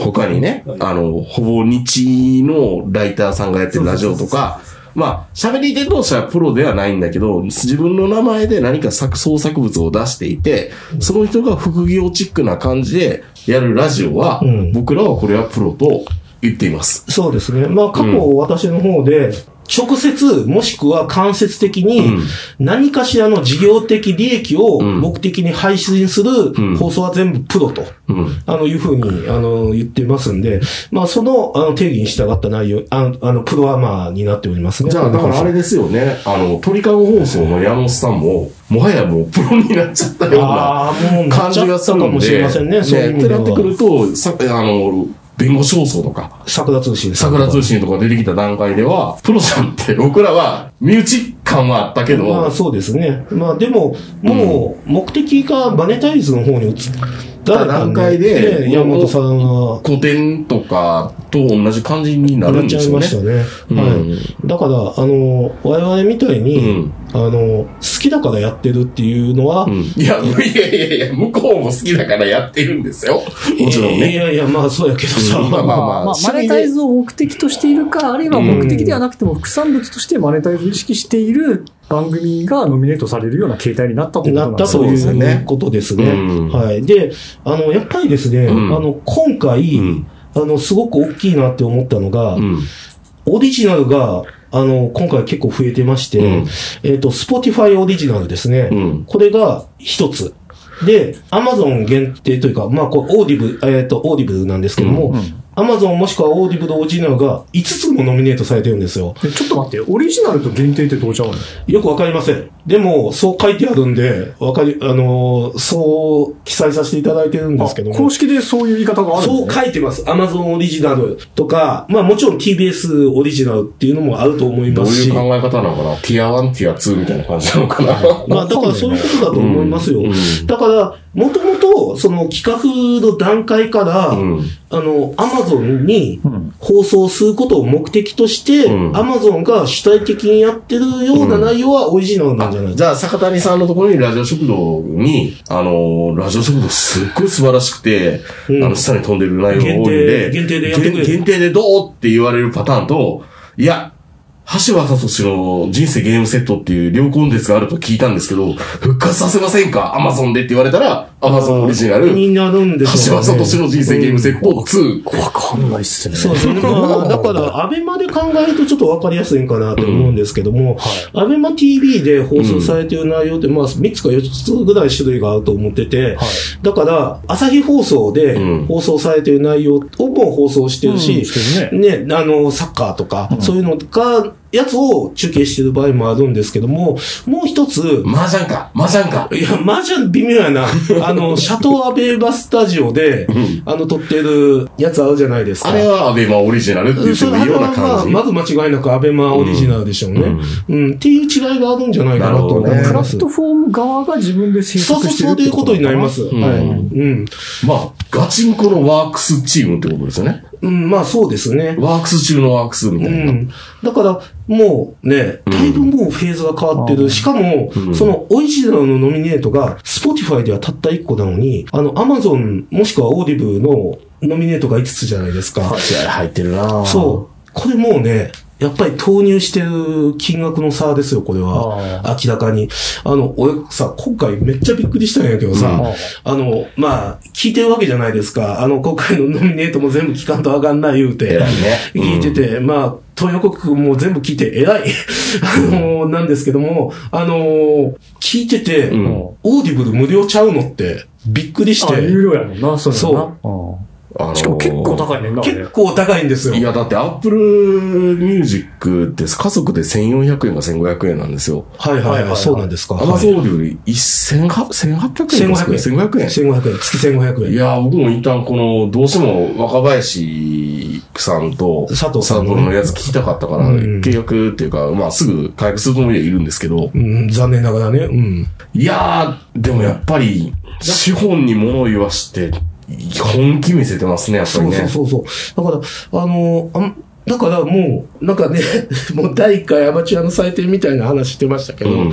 Speaker 2: 他にね、あの、ほぼ日のライターさんがやってるラジオとか、まあ、喋り手としてはプロではないんだけど、自分の名前で何か作創作物を出していて、その人が副業チックな感じでやるラジオは、
Speaker 3: うん
Speaker 2: 僕らはこれはプロと言っています。
Speaker 3: そうですね。まあ、過去、私の方で、直接、もしくは間接的に
Speaker 2: うん、
Speaker 3: 何かしらの事業的利益を
Speaker 2: うん
Speaker 3: 目的に配信す
Speaker 2: ん
Speaker 3: る放送は全部プロと。
Speaker 2: うん。
Speaker 3: あの、いうふうに、あの、言ってますんで、まあ、その、あの、定義に従った内容、あの、あのプロアマーになっておりますね。
Speaker 2: じゃあ、だからあれですよね。あの、鳥かご放送の山本さんも、もはやもうプロになっちゃったような
Speaker 3: ああ、もう、
Speaker 2: 感じ
Speaker 3: な
Speaker 2: が
Speaker 3: っ
Speaker 2: す
Speaker 3: ちゃ
Speaker 2: る
Speaker 3: った
Speaker 2: んで。
Speaker 3: かもしれませんね。そういう意
Speaker 2: っ
Speaker 3: 味
Speaker 2: て
Speaker 3: で
Speaker 2: なってくる
Speaker 3: は。
Speaker 2: と、さ、あの、弁護士放送とか、
Speaker 3: 桜通信です
Speaker 2: 桜通信とか出てきた段階では、プロさんって僕らは身内感はあったけど、
Speaker 3: まあ、そうですね。まあ、でも、もう、目的がマネタイズの方に移った
Speaker 2: 段階で
Speaker 3: ね山本さんは、
Speaker 2: 古典とかと同じ感じになる
Speaker 3: なんっち
Speaker 2: で
Speaker 3: ゃ
Speaker 2: す
Speaker 3: い
Speaker 2: よ
Speaker 3: ま
Speaker 2: ね。
Speaker 3: したね。
Speaker 2: うん
Speaker 3: はい。だから、あの、我々みたいに、あの、好きだからやってるっていうのは
Speaker 2: う、んいや、いやいやいや、向こうも好きだからやってるんですよ。もちろん
Speaker 3: い
Speaker 2: ね。
Speaker 3: やいや、まあ、そうやけどさ。
Speaker 2: うんまあまあまあ
Speaker 4: まあ、
Speaker 2: 趣
Speaker 4: マ
Speaker 2: 味
Speaker 4: ネ
Speaker 2: で
Speaker 4: タイズを目的としているか、あるいは目的ではなくても、副産物としてマネタイズを意識している番組がノミネートされるような形態になったということな
Speaker 3: なんっ
Speaker 4: で
Speaker 3: た
Speaker 4: す
Speaker 3: と
Speaker 2: う
Speaker 4: ね。
Speaker 2: ですよね
Speaker 3: いうことですね。
Speaker 2: うん
Speaker 3: はい。で、あの、やっぱりですね、
Speaker 2: うん
Speaker 3: あの、今回、
Speaker 2: うん
Speaker 3: あの、すごく大きいなって思ったのが、
Speaker 2: うん。
Speaker 3: オリジナルが、あの、今回結構増えてまして、
Speaker 2: うん
Speaker 3: えっ、と、Spotify オリジナルですね。
Speaker 2: うん
Speaker 3: これが一つ。で、Amazon 限定というか、まあ、これ、オーディブ、えっ、と、オーディブなんですけども、Amazon もしくはオーディブのオリジナルが5つもノミネートされてるんですよ。
Speaker 4: でちょっと待って、オリジナルと限定ってどうちゃうの
Speaker 3: よくわかりません。でも、そう書いてあるんで、わかり、あのーそう記載させていただいてるんですけど
Speaker 4: あ
Speaker 3: も
Speaker 4: 公。式でそういう言い方がある
Speaker 3: そ
Speaker 4: ん
Speaker 3: う
Speaker 4: ですね。
Speaker 3: 書いてます。Amazon オリジナルとか、まあもちろん TBS オリジナルっていうのもあると思い
Speaker 2: ど
Speaker 3: ま
Speaker 2: う
Speaker 3: す
Speaker 2: い
Speaker 3: し。
Speaker 2: う考え方なのかなティア1、ティア2みたいな感じなのか な
Speaker 3: まあだからそういうことだと思いますよ。
Speaker 2: うんうん
Speaker 3: だから、もともとその企画の段階から、
Speaker 2: うん。
Speaker 3: あの、Amazon に
Speaker 4: うん
Speaker 3: 放送することを目的として、
Speaker 2: うん
Speaker 3: Amazon が主体的にやってるような内容はオリジナルなんじゃないですか
Speaker 2: じゃあ、坂谷さんのところにラジオ食堂に、あのーラジオ食堂すっごい素晴らしくて、
Speaker 3: うん
Speaker 2: あの、下に飛んでる内容が多いんで、
Speaker 3: 限定限定でやってくれ
Speaker 2: 限限定でどうって言われるパターンと、いや、橋場聡の人生ゲームセットっていう両コンテンツがあると聞いたんですけど、復活させませんかアマゾンでって言われたら、アマゾンオリジナル、
Speaker 3: になるんでし
Speaker 2: 橋
Speaker 3: ょう
Speaker 2: 場
Speaker 3: ね
Speaker 2: 聡の人生ゲームセット2。
Speaker 4: わかんないっすね。
Speaker 3: そうですね。まあ、だから、アベマで考えるとちょっとわかりやすいんかなと思うんですけども、アベマ TV で放送されてる内容って、まあ、3つか4つぐらい種類があると思ってて、だから、朝日放送で
Speaker 2: うん
Speaker 3: 放送されてる内容をも放送してる
Speaker 4: うん
Speaker 3: し
Speaker 4: して、
Speaker 3: ね、あの、サッカーとか、そういうのが、やつを中継してる場合もあるんですけども、もう一つ、
Speaker 2: 麻雀か麻雀か
Speaker 3: いや、マージャン微妙やな。あの、シャトーアベーバスタジオで、あの、撮ってるやつあるじゃないですか。
Speaker 2: あれはアベマオリジナルって言って
Speaker 3: そ
Speaker 2: も
Speaker 3: れ
Speaker 2: いいよう
Speaker 3: は
Speaker 2: な感じ。
Speaker 3: まあ、まず間違いなくアベマオリジナルでしょうね。うん、うんっていう違いがあるんじゃないかなと思い
Speaker 2: なる
Speaker 4: プ
Speaker 2: ほど
Speaker 4: ラ
Speaker 3: ま
Speaker 4: ッ
Speaker 3: す。
Speaker 4: トフォーム側が自分で制
Speaker 3: そうそ
Speaker 4: 作
Speaker 3: う
Speaker 4: して
Speaker 3: そ
Speaker 4: る
Speaker 3: うということになります。
Speaker 2: ん
Speaker 3: はい。うん。
Speaker 2: まあ、ガチンコのワークスチームってことですよね。
Speaker 3: うん、まあそうですね。
Speaker 2: ワークス中のワークスみ
Speaker 3: う
Speaker 2: たいな。
Speaker 3: ん。だから、もうね、だいぶもうフェーズが変わってる。しかも、そのオリジナルのノミネートが、Spotify ではたった1個なのに、あの、Amazon もしくは Audible のノミネートが5つじゃないですか。
Speaker 2: 気合入ってるなぁ
Speaker 3: そう。これもうね、やっぱり投入してる金額の差ですよ、これは。明らかに。あの、俺さ、今回めっちゃびっくりしたんやけどさ、あの、まあ、聞いてるわけじゃないですか。あの、今回のノミネートも全部聞かんとあかんない言うて。
Speaker 2: 偉いね
Speaker 3: 聞いてて、まあ、東横国も全部聞いて偉い。あの、なんですけども、あの、聞いてて、
Speaker 2: うん
Speaker 3: オーディブル無料ちゃうのって、びっくりし
Speaker 4: あ、有
Speaker 3: て、
Speaker 4: 料やもんな、そうやな。
Speaker 3: そ
Speaker 2: あのー
Speaker 4: しかも結構高いねんな。あれ
Speaker 3: 結構高いんですよ
Speaker 2: い。や、だって Apple Music って家族で1400円が1500円なんですよ。
Speaker 3: はいはい
Speaker 4: はい
Speaker 3: は
Speaker 4: はい
Speaker 3: い。そうなんですか。
Speaker 2: アマゾンオーディオより1800円ですかね1500円。
Speaker 3: 1500円。月1500円
Speaker 2: い。やー、僕も一旦この、どうしても若林さんと
Speaker 3: 佐藤さんのね
Speaker 2: のやつ聞きたかったから、
Speaker 3: うん
Speaker 2: 契約っていうか、まあすぐ回復するつもりはいるんですけど、
Speaker 3: うん、残念ながらね。うん。
Speaker 2: いやー、でもやっぱり、資本に物を言わして、本気見せてますね、やっぱり
Speaker 3: そう
Speaker 2: ね。
Speaker 3: そうそうそう。だから、あのあんだからもう、なんかね、 もう第1回アマチュアの祭典みたいな話してましたけど、
Speaker 2: うん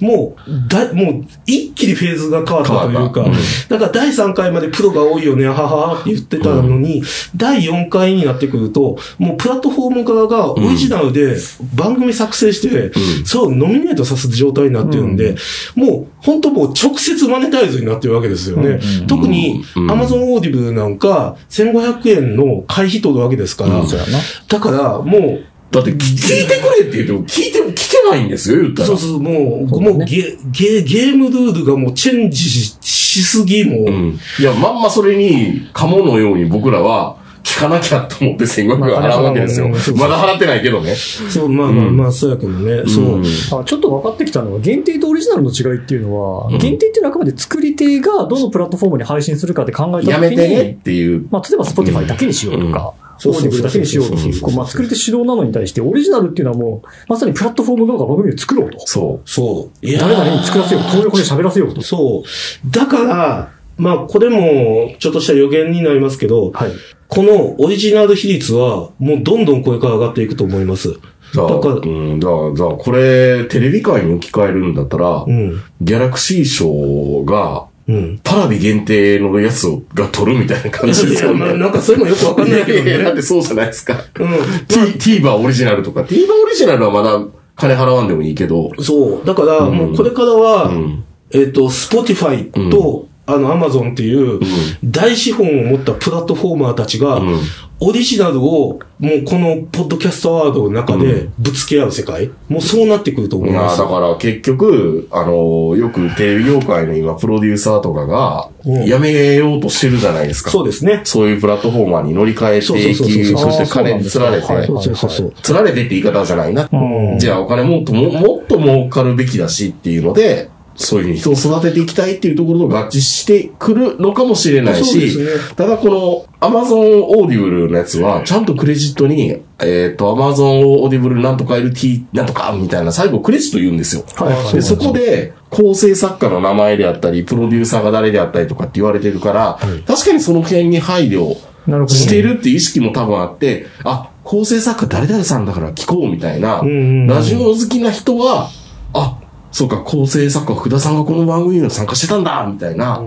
Speaker 3: もう、だ、もう、一気にフェーズが変わったという
Speaker 2: 変
Speaker 3: か、
Speaker 2: わっ
Speaker 3: だから第3回までプロが多いよね、はははって言ってたのに、第4回になってくると、もうプラットフォーム側がオリジナルで番組作成して、それをノミネートさせる状態になってるんで、もう、本当もう直接マネタイズになってるわけですよね。
Speaker 4: うん
Speaker 3: 特に、
Speaker 2: う
Speaker 3: ア
Speaker 2: ん
Speaker 3: マゾンオーディブルなんか、1500円の会費取るわけですから、
Speaker 4: そうやな。
Speaker 3: だから、もう、
Speaker 2: だって、聞いてくれって言っても、聞いても、聞けないんですよ、言ったら。
Speaker 3: そうそう、もう、
Speaker 4: そうだ
Speaker 3: も
Speaker 4: ね
Speaker 3: うゲ、ゲ、ゲームルールがもうチェンジししすぎも、
Speaker 2: うんいや、まんまそれに、カモのように僕らは、聞かなきゃと思って1500円払うわけですよ。
Speaker 3: まあ
Speaker 2: まだ払ってないけどね。
Speaker 3: そう、まあまあまあ、そうやけどね、そう。
Speaker 4: あちょっと分かってきたのは、限定とオリジナルの違いっていうのは、
Speaker 2: うん
Speaker 4: 限定っていうのはあくまで作り手がどのプラットフォームに配信するかって考えた
Speaker 2: や
Speaker 4: と
Speaker 2: め
Speaker 4: き
Speaker 2: てねっ
Speaker 4: に、
Speaker 2: ていう。
Speaker 4: まあ、例えば Spotify だけにしようとか、
Speaker 3: うん
Speaker 4: オーディブルだけにしようって
Speaker 2: そうそう
Speaker 4: い
Speaker 2: そう
Speaker 4: う、
Speaker 2: そう
Speaker 4: こうまあ、作り手主導なのに対して、オリジナルっていうのはもう、まさにプラットフォーム側が番組を作ろうと。
Speaker 2: そ
Speaker 3: そう。い
Speaker 4: 誰々に作らせよう、登録で喋らせようと。
Speaker 3: そう。だから、まあ、これも、ちょっとした予言になりますけど、
Speaker 4: はい。
Speaker 3: このオリジナル比率は、もうどんどんこれから上がっていくと思います。
Speaker 2: う。だから、
Speaker 3: だから
Speaker 2: うん、だから、だからこれ、テレビ界に置き換えるんだったら
Speaker 3: う、ん。
Speaker 2: ギャラクシー賞が、
Speaker 3: うん。
Speaker 2: パラビ限定のやつをが取るみたいな感じですよ
Speaker 3: いやまあ
Speaker 2: ね。
Speaker 3: なんかそれもよくわかんないけど
Speaker 2: いやいやだっ
Speaker 3: ね。
Speaker 2: てそうじゃないですか。
Speaker 3: うん。
Speaker 2: T- TVer オリジナルとか、TVer オリジナルはまだ金払わんでもいいけど、
Speaker 3: そう。だから、
Speaker 2: ん
Speaker 3: もうこれからは、
Speaker 2: うん
Speaker 3: えっ、と、Spotify と、あの、Amazon っていう、大資本を持ったプラットフォーマーたちが、
Speaker 2: うん
Speaker 3: オリジナルを、もうこのポッドキャストアワードの中でぶつけ合う世界、もうそうなってくると思
Speaker 2: い
Speaker 3: いま
Speaker 2: や
Speaker 3: す。
Speaker 2: だから結局、あの、よくテレビ業界の今、プロデューサーとかが、
Speaker 3: うん
Speaker 2: やめようとしてるじゃないですか。
Speaker 3: そうですね。
Speaker 2: そういうプラットフォーマーに乗り換え
Speaker 3: そう
Speaker 2: ていき、
Speaker 3: そうそうそう
Speaker 2: そして金
Speaker 4: あー
Speaker 2: に
Speaker 4: そ
Speaker 2: 釣
Speaker 4: うな
Speaker 2: られ
Speaker 4: んですねは
Speaker 2: て、
Speaker 4: い
Speaker 3: そうそうそう。
Speaker 2: 釣られてって言い方じゃないな。
Speaker 4: うん
Speaker 2: じゃあお金もっとも、もっと儲かるべきだしっていうので、そういう人を育てていきたいっていうところと合致してくるのかもしれない
Speaker 3: そう
Speaker 2: し、
Speaker 3: ですね
Speaker 2: ただこの Amazon Audible のやつは、ちゃんとクレジットに、えっ、と Amazon Audible なんとか LT なんとかみたいな最後クレジット言うんですよ。
Speaker 4: はいはい
Speaker 2: で、そこで、構成作家の名前であったり、プロデューサーが誰であったりとかって言われてるから、確かにその辺に配慮
Speaker 4: なるほどね
Speaker 2: してるっていう意識も多分あって、あ、構成作家誰々さんだから聞こうみたいな、
Speaker 3: んうんうん
Speaker 2: ラジオ好きな人は、あ、そうか、構成作家福田さんがこの番組に参加してたんだみたいな、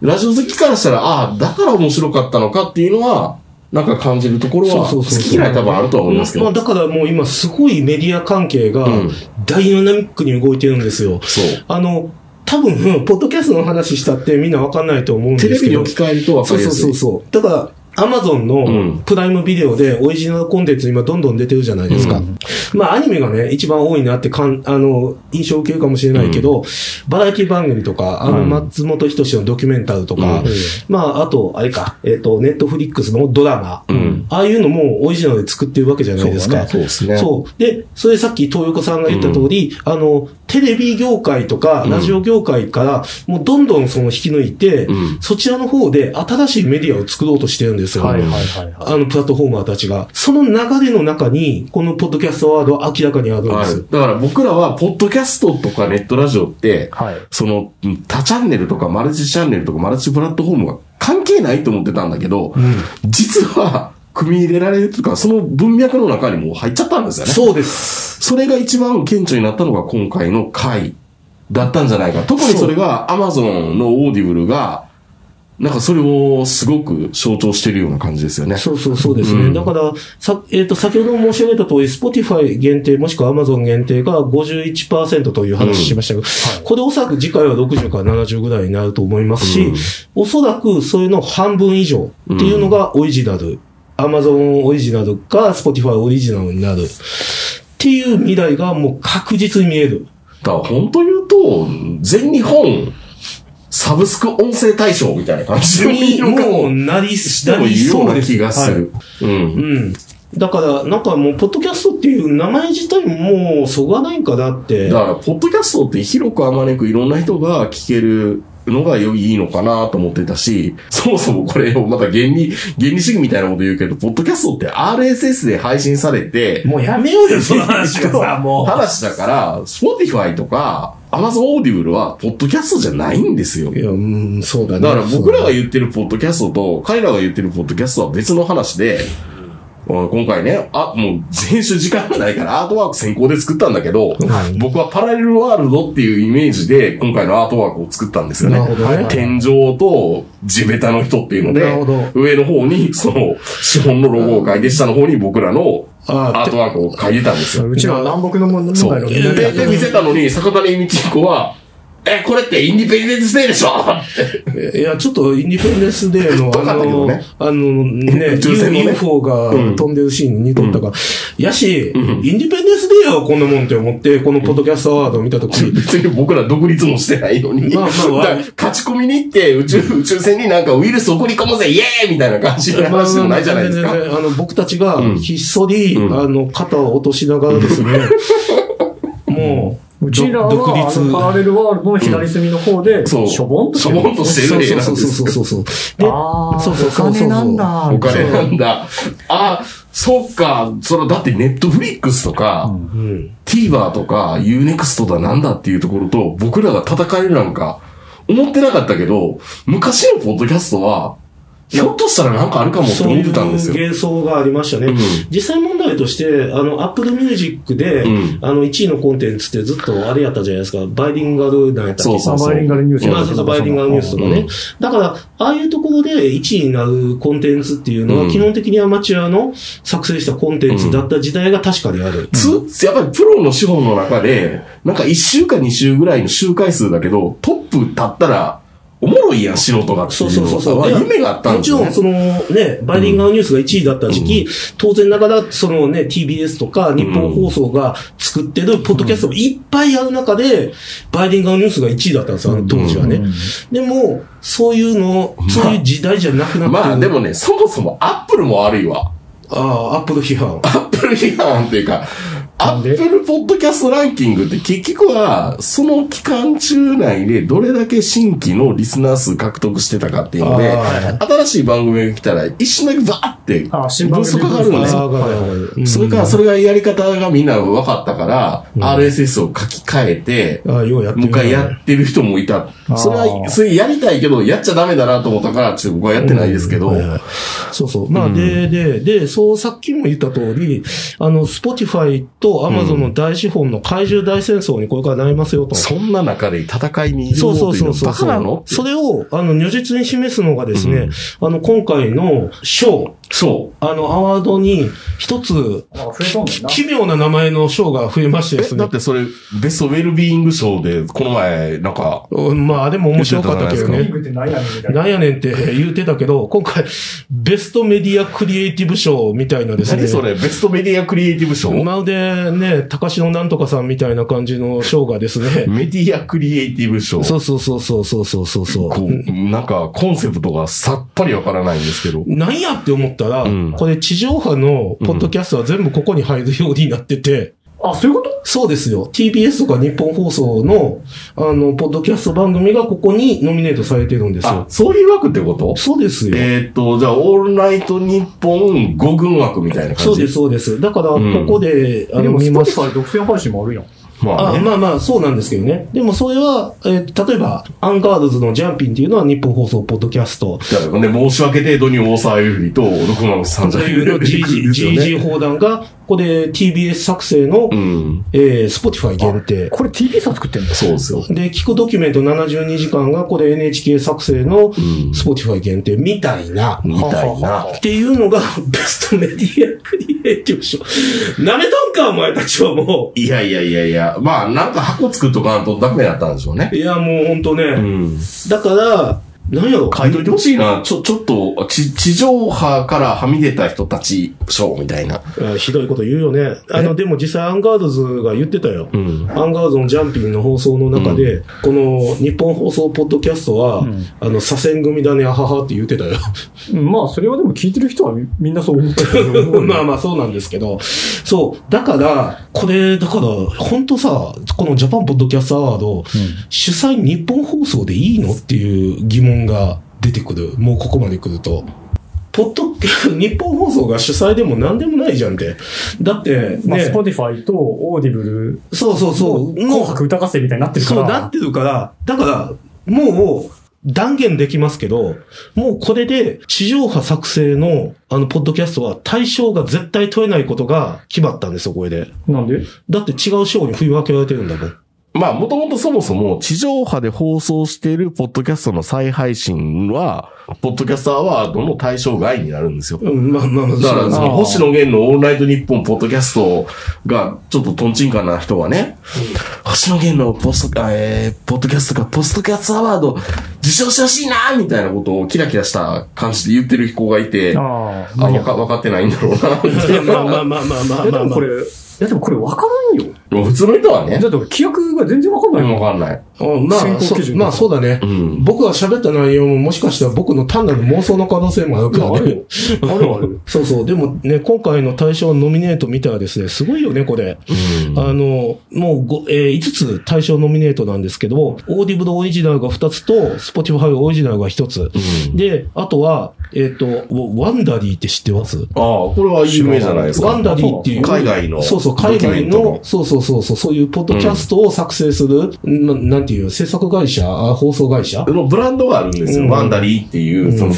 Speaker 2: ラジオ好きからしたら、あ、だから面白かったのかっていうのは、なんか感じるところは、
Speaker 3: そう
Speaker 2: 好
Speaker 3: そうそうそう
Speaker 2: き嫌い多分あるとは思いますけど
Speaker 3: まあ、、だからもう今すごいメディア関係が
Speaker 2: うん
Speaker 3: ダイナミックに動いてるんですよ。
Speaker 2: そう。
Speaker 3: あの、多分、ポッドキャストの話したってみんなわかんないと思うんで
Speaker 2: テ
Speaker 3: すけど。
Speaker 2: レビに置き換えると分か
Speaker 3: そう
Speaker 2: り
Speaker 3: そ
Speaker 2: や
Speaker 3: う
Speaker 2: す
Speaker 3: そう
Speaker 2: い。
Speaker 3: そう。だから、アマゾン
Speaker 2: うん
Speaker 3: のプライムビデオでオリジナルコンテンツ今どんどん出てるじゃないですか。
Speaker 2: う
Speaker 3: まあアニメがね、一番多いなってかん、あの、印象を受けるかもしれないけど、バラエティ番組とか、あの、
Speaker 4: うん
Speaker 3: 松本人志のドキュメンタルとか、
Speaker 2: うん
Speaker 3: まああと、あれか、えっ、と、ネットフリックスのドラマ、
Speaker 2: うん
Speaker 3: ああいうのもオリジナルで作ってるわけじゃないですか。
Speaker 2: そうですね。
Speaker 3: そう。で、それさっき東横さんが言った通り、あの、テレビ業界とか、
Speaker 2: ん
Speaker 3: ラジオ業界から、もうどんどんその引き抜いて、
Speaker 2: うん
Speaker 3: そちらの方で新しいメディアを作ろうとしてるんですよ。
Speaker 4: はいはいはいはい。
Speaker 3: あの、プラットフォーマーたちが。その流れの中に、このポッドキャストワードは明らかにあるんで
Speaker 2: あ
Speaker 3: す
Speaker 2: る。。だから僕らは、ポッドキャストとかネットラジオって、
Speaker 4: はい。
Speaker 2: その、うん多チャンネルとかマルチチャンネルとかマルチプラットフォームが関係ないと思ってたんだけど、実は、組み入れられるとか、その文脈の中にもう入っちゃったんですよね。
Speaker 3: そうです。
Speaker 2: それが一番顕著になったのが今回の回だったんじゃないか。特にそれが Amazon のオーディブルが、なんかそれをすごく象徴してるような感じですよね。
Speaker 3: そうそうそうですね。
Speaker 2: うん
Speaker 3: だから、さ、えっ、と、先ほど申し上げた通り、Spotify 限定もしくは Amazon 限定が51%という話しましたけど、これおそらく次回は60から70ぐらいになると思いますし、
Speaker 2: うん
Speaker 3: おそらくそれの半分以上っていうのがオリジナル。Amazon オリジナルか Spotify オリジナルになる。っていう未 来がもう確実に見える。
Speaker 2: だから本当言うと、全日本サブスク音声大賞みたいな感じ
Speaker 3: に、もう、
Speaker 2: う、
Speaker 3: なり、
Speaker 2: して
Speaker 3: な
Speaker 2: もい
Speaker 3: り
Speaker 2: いよ
Speaker 3: そうう
Speaker 2: な
Speaker 3: です。
Speaker 2: 気がす
Speaker 3: はい
Speaker 2: る。うん。
Speaker 3: うん。だから、なんかもう、ポッドキャストっていう名前自体ももう、そがないかなって
Speaker 2: だ。から、ポッドキャストって広くあまねくいろんな人が聞けるのが良いいいのかなと思ってたし、 そもそもこれをまた原理、原理主義みたいなこと言うけど、ポッドキャストって RSS で配信されて、
Speaker 3: もうやめようよ、その話が さ、も
Speaker 2: 話だから、Spotify とか Amazon Audible は、ポッドキャストじゃないんですよ
Speaker 3: う。い。や、うん、そうだね。
Speaker 2: だから僕らが言ってるポッドキャストと、彼らが言ってるポッドキャストは別の話で、うん今回ね、あ、もう編集時間がないからアートワーク先行で作ったんだけど、
Speaker 3: はい
Speaker 2: 僕はパラレルワールドっていうイメージで今回のアートワークを作ったんですよね。
Speaker 3: なるほどね
Speaker 2: 天井と地べたの人っていうの
Speaker 3: なるほ
Speaker 2: で、
Speaker 3: ど
Speaker 2: 上の方にその資本のロゴを書いて、下の方に僕らの
Speaker 3: あー
Speaker 2: アートワークを書いてたんですよ。
Speaker 4: うちらは南北の問
Speaker 2: そ
Speaker 4: 題
Speaker 2: う。
Speaker 4: の
Speaker 2: で、で見せたのに、坂谷美智子は、え、これってインディペンデンスデーでしょって。
Speaker 3: いや、ちょっとインディペンデンスデーの、
Speaker 2: 遠か
Speaker 3: あ
Speaker 2: ったけど
Speaker 3: の、
Speaker 2: ね
Speaker 3: あのね、
Speaker 2: 宇宙船のね
Speaker 3: UFO が
Speaker 2: うん
Speaker 3: 飛んでるシーンに撮ったから、やし、イ
Speaker 2: ん
Speaker 3: ンディペンデンスデーはこんなもんって思って、このポッドキャストアワードを見たとき、
Speaker 2: 別に 僕ら独立もしてないのに。
Speaker 3: まあまあ
Speaker 2: だから勝ち込みに行って、宇宙、宇宙船になんかウイルス送り込もうぜ、イエーイみたいな感じの 話でもないじゃないです
Speaker 3: まあまあ
Speaker 2: か。
Speaker 3: 全然あの、僕たちが
Speaker 2: うん、
Speaker 3: ひっそり、
Speaker 2: うん
Speaker 3: あの、肩を落としながらです ね、もう、
Speaker 4: うちらは、
Speaker 3: ど独
Speaker 4: あの、パラ
Speaker 3: 立。
Speaker 4: レルワールドの左隅の方で、
Speaker 2: そう。
Speaker 4: しょぼんと
Speaker 2: しょぼんとしてる絵なん
Speaker 3: そう
Speaker 2: です
Speaker 3: そう
Speaker 2: よ。
Speaker 3: そうそうそう。で
Speaker 4: ああ、
Speaker 3: そうそうそうそう
Speaker 4: お金なんだ。
Speaker 2: お金なんだ。あ、そっか。それだってネットフリックスとか、
Speaker 3: うん。
Speaker 2: TVer とか Unext だなんだっていうところと、僕らが戦えるなんか、思ってなかったけど、昔のポッドキャストは、ひょっとしたらなんかあるかもって
Speaker 3: そう
Speaker 2: 思っ
Speaker 3: いう
Speaker 2: てたんですよ。
Speaker 3: 幻想がありましたね。
Speaker 2: うん
Speaker 3: 実際問題として、あの、Apple Music で、
Speaker 2: うん
Speaker 3: あの、1位のコンテンツってずっとあれやったじゃないですか。バイリンガルなんやったっけ
Speaker 2: そうそう
Speaker 4: バイリンガルニュースや
Speaker 3: まあ、そうそう、バイリンガルニュースとかね。
Speaker 2: うん
Speaker 3: だから、ああいうところで1位になるコンテンツっていうのは、
Speaker 2: うん
Speaker 3: 基本的にアマチュアの作成したコンテンツだった時代が確かにある。
Speaker 2: つ、やっぱりプロの資本の中で、なんか1週か2週ぐらいの周回数だけど、トップ立ったら、おもろいやん、素人がってい
Speaker 3: そうそうそう
Speaker 2: う
Speaker 3: そ
Speaker 2: の
Speaker 3: う。
Speaker 2: は。
Speaker 3: で
Speaker 2: 夢があったん
Speaker 3: も
Speaker 2: です
Speaker 3: ち
Speaker 2: よ、ね。
Speaker 3: ろん、そのね、バイリンガルニュースが1位だった時期、当然ながら、そのね、TBS とか日本放送が作ってるポッドキャストもいっぱいある中で、バイリンガルニュースが1位だったんですよ、あの当時はね。でも、そういうの、そういう時代じゃなくなってる。
Speaker 2: まあでもね、そもそもアップルも悪いわ。
Speaker 3: ああ、アップル批判。
Speaker 2: アップル批判っていうか、ア
Speaker 4: ん
Speaker 2: ッ
Speaker 4: で
Speaker 2: プルポッドキャストランキングって結局は、その期間中内でどれだけ新規のリスナー数獲得してたかっていうので、
Speaker 3: あ
Speaker 2: 新しい番組が来たら一瞬だけバーって、
Speaker 4: あ新番組
Speaker 2: 分速かかるんですよ。
Speaker 3: あがる
Speaker 2: それから、それがやり方がみんな分かったから、RSS を書き換えて、
Speaker 3: ああ、ようやって
Speaker 2: もう一回やってる人もいた。
Speaker 4: ー
Speaker 2: それは、それやりたいけど、やっちゃダメだなと思ったから、ちょっと僕はやってないですけど
Speaker 3: は、いはいそうそう。まあ、で、で、で、そう、さっきも言った通り、あの、スポティファイとアマゾンの大資本の怪獣大戦争にこれからなりますよと。
Speaker 2: そんな中で戦いに
Speaker 3: そうそうそう
Speaker 2: 挑もといの
Speaker 3: そう
Speaker 2: バカなの
Speaker 3: それを、あの、如実に示すのがですね、あの、今回の賞、
Speaker 2: そう。
Speaker 3: あの、アワードに、一つ、
Speaker 4: なんか増えそうもんな。
Speaker 3: 奇妙な名前の賞が増えましてで
Speaker 2: え、
Speaker 3: す
Speaker 2: だ
Speaker 3: ね
Speaker 2: っ。てそれ、ベストウェルビーイング賞で、この前、なんか、
Speaker 3: うんまあ、あれも面白かったけど
Speaker 2: 言
Speaker 4: リン
Speaker 3: ね。
Speaker 4: グって何やねんみたいな。
Speaker 3: なんやねんって言うてたけど、今回、ベストメディアクリエイティブ賞みたいなですね。
Speaker 2: 何それ、ベストメディアクリエイティブ賞メ
Speaker 3: まるでね、高志のなんとかさんみたいな感じの賞がですね。
Speaker 2: ディアクリエイティブ賞。
Speaker 3: そうそうそうそうそうそうそうそう。
Speaker 2: こう、なんか、コンセプトがさっぱりわからないんですけど。
Speaker 3: なんやって思ったら、
Speaker 2: うん
Speaker 3: これ地上波のポッドキャストは全部ここに入るようになってて、
Speaker 4: あ、そういうこと
Speaker 3: そうですよ。TBS とか日本放送の、あの、ポッドキャスト番組がここにノミネートされてるんです
Speaker 2: あ
Speaker 3: よ、。
Speaker 2: そういう枠ってこと
Speaker 3: そうですよ。
Speaker 2: えーっと、じゃあ、オールナイト日本5軍枠みたいな感じ
Speaker 3: そうです、。そうです。だから、こ
Speaker 2: うん
Speaker 3: こで、あ
Speaker 4: で
Speaker 3: の、
Speaker 4: も、
Speaker 3: 見
Speaker 4: スポ
Speaker 3: ま
Speaker 4: ティ
Speaker 3: す
Speaker 4: フ。ァイ独占配信もあるやん。
Speaker 2: まあ、
Speaker 3: あ
Speaker 2: ね、
Speaker 3: まあまあ、そうなんですけどね。でも、それは、えー例えば、アンガールズのジャンピンっていうのは日本放送ポッドキャスト。
Speaker 2: だからね、申し訳程度に大沢ゆりと六万さんじゃ
Speaker 3: というの GG 砲弾が、ここで TBS 作成の、
Speaker 2: うん。
Speaker 3: えー、Spotify 限定。
Speaker 4: これ TBS が作ってんだ。
Speaker 2: そうですよ。
Speaker 3: で、聞くドキュメント72時間が、これ NHK 作成の
Speaker 2: ん
Speaker 3: Spotify 限定みたいな。
Speaker 2: みたい
Speaker 4: はは
Speaker 2: な。
Speaker 3: っていうのが、 ベストメディアクリエイティブ賞。舐めたんか、お前たちはも
Speaker 2: いやいやいやいや、まあ、なんか箱作っとかんとダメだったんでしょうね
Speaker 3: う。。いや、もうほんとね。
Speaker 2: うん。
Speaker 3: だから、なんやろ
Speaker 2: 書いといてほしいな。ちょ、ちょっと、ち、地上波からはみ出た人たち、ショーみたいな。
Speaker 3: あひどいこと言うよね。あの、でも実際アンガールズが言ってたよ。
Speaker 2: ん。
Speaker 3: アンガールズのジャンピンの放送の中で、この日本放送ポッドキャストは、
Speaker 4: うん
Speaker 3: あの、左遷組だね、あははって言ってたよ。
Speaker 4: うんまあ、それはでも聞いてる人はみみんなそう思ってると思う。
Speaker 3: まあまあ そうなんですけど。そう。だから、これ、だから、本当さ、このジャパンポッドキャストアワード、主催日本放送でいいのっていう疑問が出てくる。もうここまで来ると。ポッド、 日本放送が主催でも何でもないじゃんって。だって、
Speaker 4: まあ、
Speaker 3: ね、
Speaker 4: スポティファイとオーディブル、
Speaker 3: そうそうそう。
Speaker 4: 紅白歌合戦みたいになってるか
Speaker 3: そう
Speaker 4: ら。
Speaker 3: なってるから、だから、もう、断言できますけど、もうこれで地上波作成のあの、ポッドキャストは対象が絶対問えないことが決まったんですよ、これで。
Speaker 4: なんで
Speaker 3: だって違う賞に振り分けられてるんだもん。
Speaker 2: まあ、もともとそもそも地上波で放送しているポッドキャストの再配信は、ポッドキャストアワードの対象外になるんですよ。
Speaker 3: うん、まあまあまあ、
Speaker 2: だから、
Speaker 3: そう
Speaker 2: そ
Speaker 3: だ
Speaker 2: の
Speaker 3: ね
Speaker 4: あー
Speaker 2: 星野源のオールナイトニッポンポッドキャストが、ちょっとトンチンカンな人はね、星野源のポスト、あえー、ポッドキャストがポストキャストアワード受賞してほしいなーみたいなことをキラキラした感じで言ってる子がいて、あ、
Speaker 4: ああ、まあいい
Speaker 2: わ
Speaker 4: や。
Speaker 2: か、わかってない んだろうな、みたい
Speaker 3: いやまあまあまあまあまあ
Speaker 4: いや、
Speaker 3: ま
Speaker 4: で
Speaker 3: あ、
Speaker 4: も
Speaker 3: まあ
Speaker 4: これ、いや、でもこれわからんよ。
Speaker 2: な。普通の人はね
Speaker 4: だ、って記憶が全然わかんないもん。
Speaker 2: わかんない。
Speaker 3: うんま
Speaker 4: 選
Speaker 3: あ、
Speaker 4: 考
Speaker 3: そ
Speaker 4: 基準
Speaker 3: まあそうだね
Speaker 2: う。ん。
Speaker 3: 僕が喋った内容ももしかしたら僕の単なる妄想の可能性もあるから
Speaker 4: いやある
Speaker 3: ね
Speaker 4: よ。あるある
Speaker 3: そうそう。でもね、今回の対象ノミネート見たらですね、すごいよね、これ。あの、もうご、えー5つ対象ノミネートなんですけど、オーディブルオリジナルが2つと、Spotify オリジナルが1つ。で、あとは、えっ、と、ワワンダリーって知ってます
Speaker 2: ああ、これは有名じゃないですか。
Speaker 3: ワンダリーっていう。
Speaker 2: 海外の
Speaker 3: そうそう、
Speaker 2: ド
Speaker 3: 海外
Speaker 2: キュメン
Speaker 3: の、そうそうそうそう、そういうポッドキャストを作成する、ななんていう、制作会社、あ放送会社
Speaker 2: のブランドがあるんですよ。
Speaker 3: うん
Speaker 2: ワンダリーっていうう、
Speaker 3: ん
Speaker 2: その、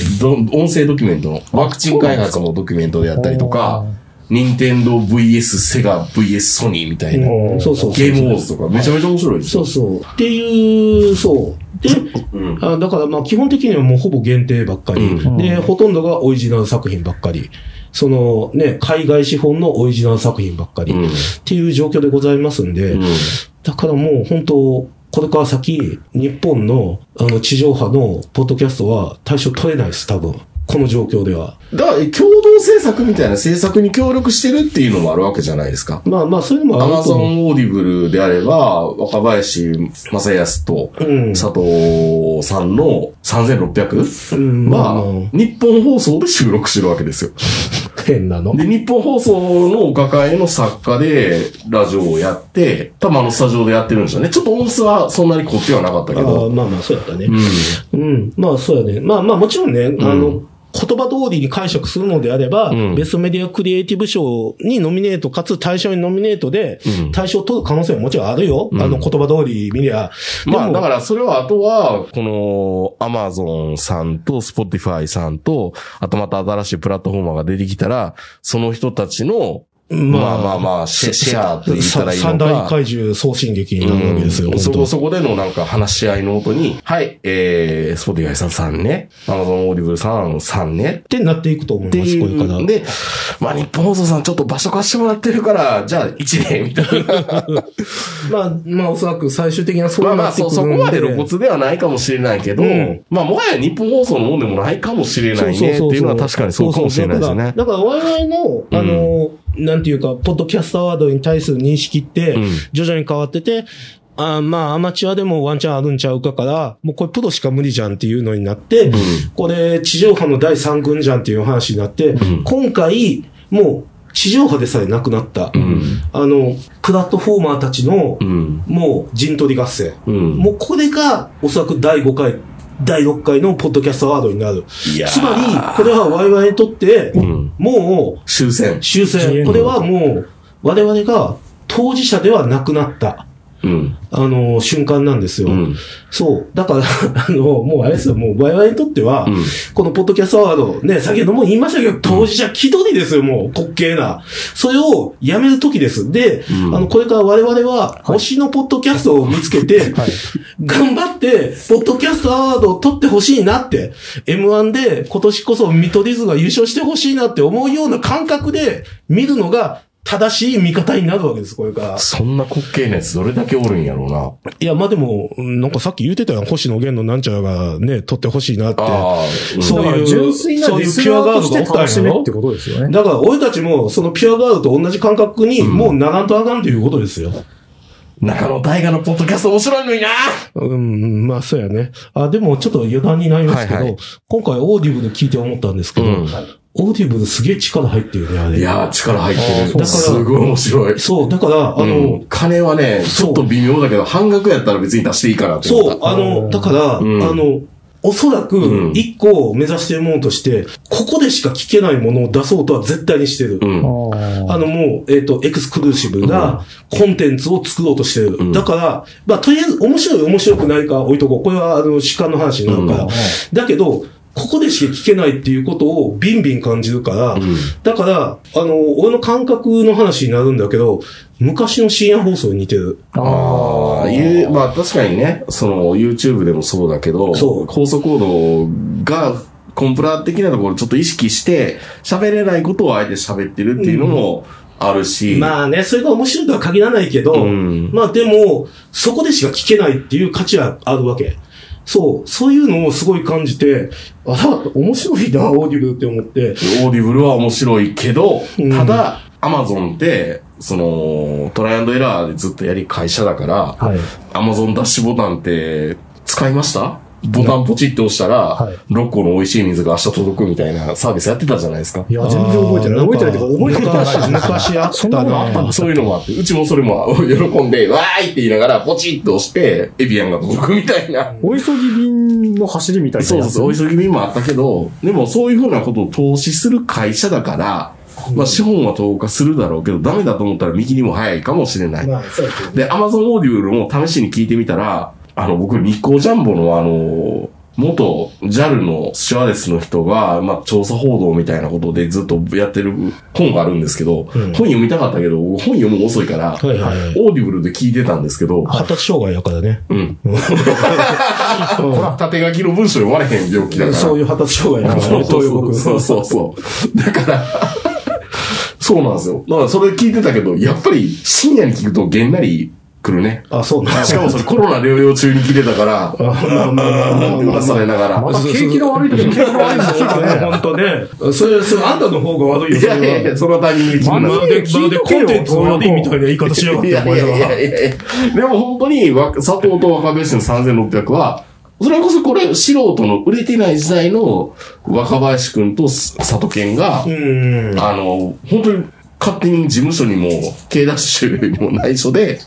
Speaker 2: ど音声ドキュメントの、ワクチン開発のドキュメントであったりとか、任天堂 VS セガ VS ソニーみたいな、ゲ
Speaker 3: うんそうそうそう。
Speaker 2: ームウォーズとかめちゃめちゃ面白いです
Speaker 3: そ
Speaker 2: よ
Speaker 3: う。そう。っていう、そう。で、
Speaker 2: うん
Speaker 3: あだからまあ基本的にはもうほぼ限定ばっかり、
Speaker 2: うん
Speaker 3: で、ほとんどがオリジナル作品ばっかり。そのね、海外資本のオリジナル作品ばっかり、
Speaker 2: うん
Speaker 3: っていう状況でございますんで、
Speaker 2: うん
Speaker 3: だからもう本当、これから先、日本のあの地上波のポッドキャストは対象取れないです、多分。この状況では。
Speaker 2: だから、共同制作みたいな制作に協力してるっていうのもあるわけじゃないですか。
Speaker 3: まあまあ、そういうのも
Speaker 2: ア
Speaker 3: あ
Speaker 2: マ
Speaker 3: ると
Speaker 2: ゾ
Speaker 3: 思う。
Speaker 2: ンオーディブルであれば、若林正康と
Speaker 3: うん。
Speaker 2: 佐藤さんの 3600?
Speaker 3: うん、まあ、
Speaker 2: まあ、日本放送で収録してるわけですよ。
Speaker 3: 変なの。
Speaker 2: で、日本放送のお抱えの作家で、ラジオをやって、多分あのスタジオでやってるんですよね。ちょっと音質はそんなに凝ってはなかったけ
Speaker 3: ああ
Speaker 2: ど。
Speaker 3: まあまあ、そうやったね。
Speaker 2: うん。
Speaker 3: うん。まあ、そうやね。まあまあ、もちろんね、あ
Speaker 2: う
Speaker 3: の、言葉通りに解釈するのであれば、
Speaker 2: うん
Speaker 3: ベストメディアクリエイティブ賞にノミネート、かつ対象にノミネートで
Speaker 2: うん、
Speaker 3: 対象を取る可能性ももちろんあるよ。
Speaker 2: うん
Speaker 3: あの、言葉通り見りゃ。
Speaker 2: ま
Speaker 3: で
Speaker 2: あ、
Speaker 3: も
Speaker 2: だからそれはあとは、この、アマゾンさんと、スポティファイさんと、あとまた新しいプラットフォーマーが出てきたら、その人たちの、まあまあまあ、シェシェアと言ったらいいのか。
Speaker 3: 三大怪獣送信劇になるわけですよ。
Speaker 2: うんそ
Speaker 3: 本当
Speaker 2: こそこでのなんか話し合いの音に、はい、えー、スポティファイさんさんね、アマゾンオーディブルさんさんね、
Speaker 3: ってなっていくと思
Speaker 2: って
Speaker 3: います、
Speaker 2: い
Speaker 3: これから
Speaker 2: う。。で、まあ日本放送さんちょっと場所貸してもらってるから、じゃあ一年 みたいな。
Speaker 3: まあ、まあ、おそらく最終的にはそう
Speaker 2: まあま
Speaker 3: な
Speaker 2: あ
Speaker 3: ってい
Speaker 2: そ
Speaker 3: く
Speaker 2: う、そこ
Speaker 3: ん
Speaker 2: まで露骨ではないかもしれないけど、
Speaker 3: うん
Speaker 2: まあもはや日本放送のもんでもないかもしれないねっていうのは確かにそうかもしれないですよね。
Speaker 3: だから、だから我々の、あの、なんていうか、ポッドキャストアワードに対する認識って
Speaker 2: うん、
Speaker 3: 徐々に変わってて、あーまあ、アマチュアでもワンチャンあるんちゃうかから、もうこれプロしか無理じゃんっていうのになって、これ地上波の第3軍じゃんっていう話になって、
Speaker 2: ん
Speaker 3: 今回、もう地上波でさえなくなった、
Speaker 2: うん。
Speaker 3: あの、プラットフォーマーたちの
Speaker 2: う、ん。
Speaker 3: もう陣取り合戦。
Speaker 2: うん。
Speaker 3: もうこれが、おそらく第5回、第6回のポッドキャストアワードになる。
Speaker 2: いやー
Speaker 3: つまり、これは我々にとって、
Speaker 2: うん。
Speaker 3: もう、
Speaker 2: 終戦。
Speaker 3: 終戦。
Speaker 4: うん
Speaker 3: これはもう、我々が当事者ではなくなった、
Speaker 2: うん。
Speaker 3: あの、瞬間なんですよ。
Speaker 2: うん。
Speaker 3: そう。だから、 あの、もうあれですよ、もう我々にとっては、
Speaker 2: うん
Speaker 3: このポッドキャストアワード、ね、先ほども言いましたけど、当事者気取りですよ、もう、滑稽な。それをやめる時です。で、
Speaker 2: うん
Speaker 3: あの、これから我々は、推しのポッドキャストを見つけ て、
Speaker 4: はい。
Speaker 3: 頑張って、ポッドキャストアワードを取ってほしいなって、M1 で今年こそ見取り図が優勝してほしいなって思うような感覚で見るのが、正しい味方になるわけです、これから。
Speaker 2: そんな滑稽なやつどれだけおるんやろうな。
Speaker 3: いや、まあでも、うんなんかさっき言ってたやん、星野源のなんちゃらがね、撮ってほしいなって。
Speaker 2: ああ、うん
Speaker 3: そういう
Speaker 4: 純粋なディスラーとして楽しめってことですよね。
Speaker 3: だから、俺たちも、そのピュアガールと同じ感覚に、もうならんとあかんということですよ。
Speaker 2: 中野大河のポッドキャスト面白いのにな
Speaker 3: うん、まあ、そうやね。あ、でも、ちょっと余談になりますけど、
Speaker 2: はいはい
Speaker 3: 今回、オーディブル聞いて思ったんですけど、
Speaker 2: うん
Speaker 3: オーディブルすげえ力入ってるね、あれ。
Speaker 2: いやー、力入
Speaker 3: あー
Speaker 2: って
Speaker 3: そう
Speaker 2: る。すごい面白い。
Speaker 3: そう、だから、あの、
Speaker 2: うん金はね、ち
Speaker 3: そ
Speaker 2: ょ
Speaker 3: う
Speaker 2: っと微妙だけど、半額やったら別に出していいかなって思
Speaker 3: そ
Speaker 2: っ
Speaker 3: う、あの、だから、
Speaker 2: うん
Speaker 3: あの、おそら
Speaker 2: う
Speaker 3: く
Speaker 2: ん、
Speaker 3: 一個を目指してるものとして、ここでしか聞けないものを出そうとは絶対にしてる。
Speaker 2: た。うん。
Speaker 4: あ
Speaker 3: あのもう、えっ、と、エクスクルーシブなコンテンツを作ろうとしてる。
Speaker 2: ん
Speaker 3: だから、まあ、とりあえず面白い面白くないかは置いとこう。これは、あの、主観の話になるから。
Speaker 2: うん
Speaker 3: だけど、ここでしか聞けないっていうことをビンビン感じるから、
Speaker 2: うん
Speaker 3: だから、あの、俺の感覚の話になるんだけど、昔の深夜放送に似てる。
Speaker 2: ああ、いう、まあ確かにね、その YouTube でもそうだけど、
Speaker 3: そう
Speaker 2: 高速行動がコンプラ的なところをちょっと意識して、喋れないことをあえて喋ってるっていうのもあるし、
Speaker 3: まあね、それが面白いとは限らないけど、
Speaker 2: うん
Speaker 3: まあでも、そこでしか聞けないっていう価値はあるわけ。そう、そういうのをすごい感じて、あら、面白いな、オーディブルって思って、
Speaker 2: オーディブルは面白いけど、
Speaker 3: うん
Speaker 2: ただ、アマゾンって、その、トライアンドエラーでずっとやり会社だから、
Speaker 4: はい。
Speaker 2: アマゾンダッシュボタンって使いましたボタンポチって押したら、
Speaker 4: はい
Speaker 2: 6個の美味しい水が明日届くみたいなサービスやってたじゃないですか
Speaker 4: い。や、全然覚えてない。覚えてないというか、覚えたことがないです。
Speaker 3: 昔あっ
Speaker 4: そんな
Speaker 3: た
Speaker 4: ことあ
Speaker 3: な
Speaker 4: ったん。です
Speaker 2: そういうのもあって、うちもそれも 喜んで、わーいって言いながら、ポチッと押して、エビアンが届くみたいな。
Speaker 4: お急ぎ便の走りみたいなやつ。
Speaker 2: そうそうそう、お急ぎ便もあったけど、でもそういうふうなことを投資する会社だから、まあ資本は投下するだろうけど、ダメだと思ったら右にも早いかもしれない。
Speaker 3: まあ、そうやけど
Speaker 2: で、アマゾンオーディブルも試しに聞いてみたら、あの、僕、日光ジャンボのあの、元 JAL のスチュワーデスの人が、まあ、調査報道みたいなことでずっとやってる本があるんですけど、
Speaker 3: ん
Speaker 2: 本読みたかったけど、僕本読むの遅いから、
Speaker 3: はいはいはい
Speaker 2: オーディブルで聞いてたんですけど、
Speaker 3: 発達障害やからね。
Speaker 2: うん。
Speaker 3: う ん
Speaker 2: ほら、縦書きの文章読まれへん病気だから。
Speaker 3: そういう発達障害やから
Speaker 2: そう
Speaker 3: ね、
Speaker 2: そ
Speaker 3: 東
Speaker 2: う
Speaker 3: 洋国。
Speaker 2: そうそうそう。だから、そうなんですよ。だからそれ聞いてたけど、やっぱり深夜に聞くとげんなり来るね。
Speaker 3: あ、そうなん
Speaker 2: しかもそ れコロナ療養中に聞いてたから、うなされながら。
Speaker 4: また景気が悪い時に景気が悪いですよね。
Speaker 3: 本当ね。それ、それ、あんたの方が悪いよ、
Speaker 2: い
Speaker 3: そ
Speaker 2: やい
Speaker 3: れ
Speaker 2: や
Speaker 3: は。
Speaker 2: いや、そのタイミングに聞く
Speaker 4: ま
Speaker 2: な
Speaker 4: あ。
Speaker 3: まるで、まるでコンテンツの悪いみたいな言い方しやがっ
Speaker 2: い
Speaker 3: て、お
Speaker 2: やい
Speaker 3: 前
Speaker 2: やい
Speaker 3: は。
Speaker 2: やいやいやでも本当にわ、佐藤と若林の3600は、それこそこれ、素人の売れてない時代の若林くんと佐藤健が、
Speaker 3: うん。
Speaker 2: あの、本当に勝手に事務所にも、K ダッシュにも内緒で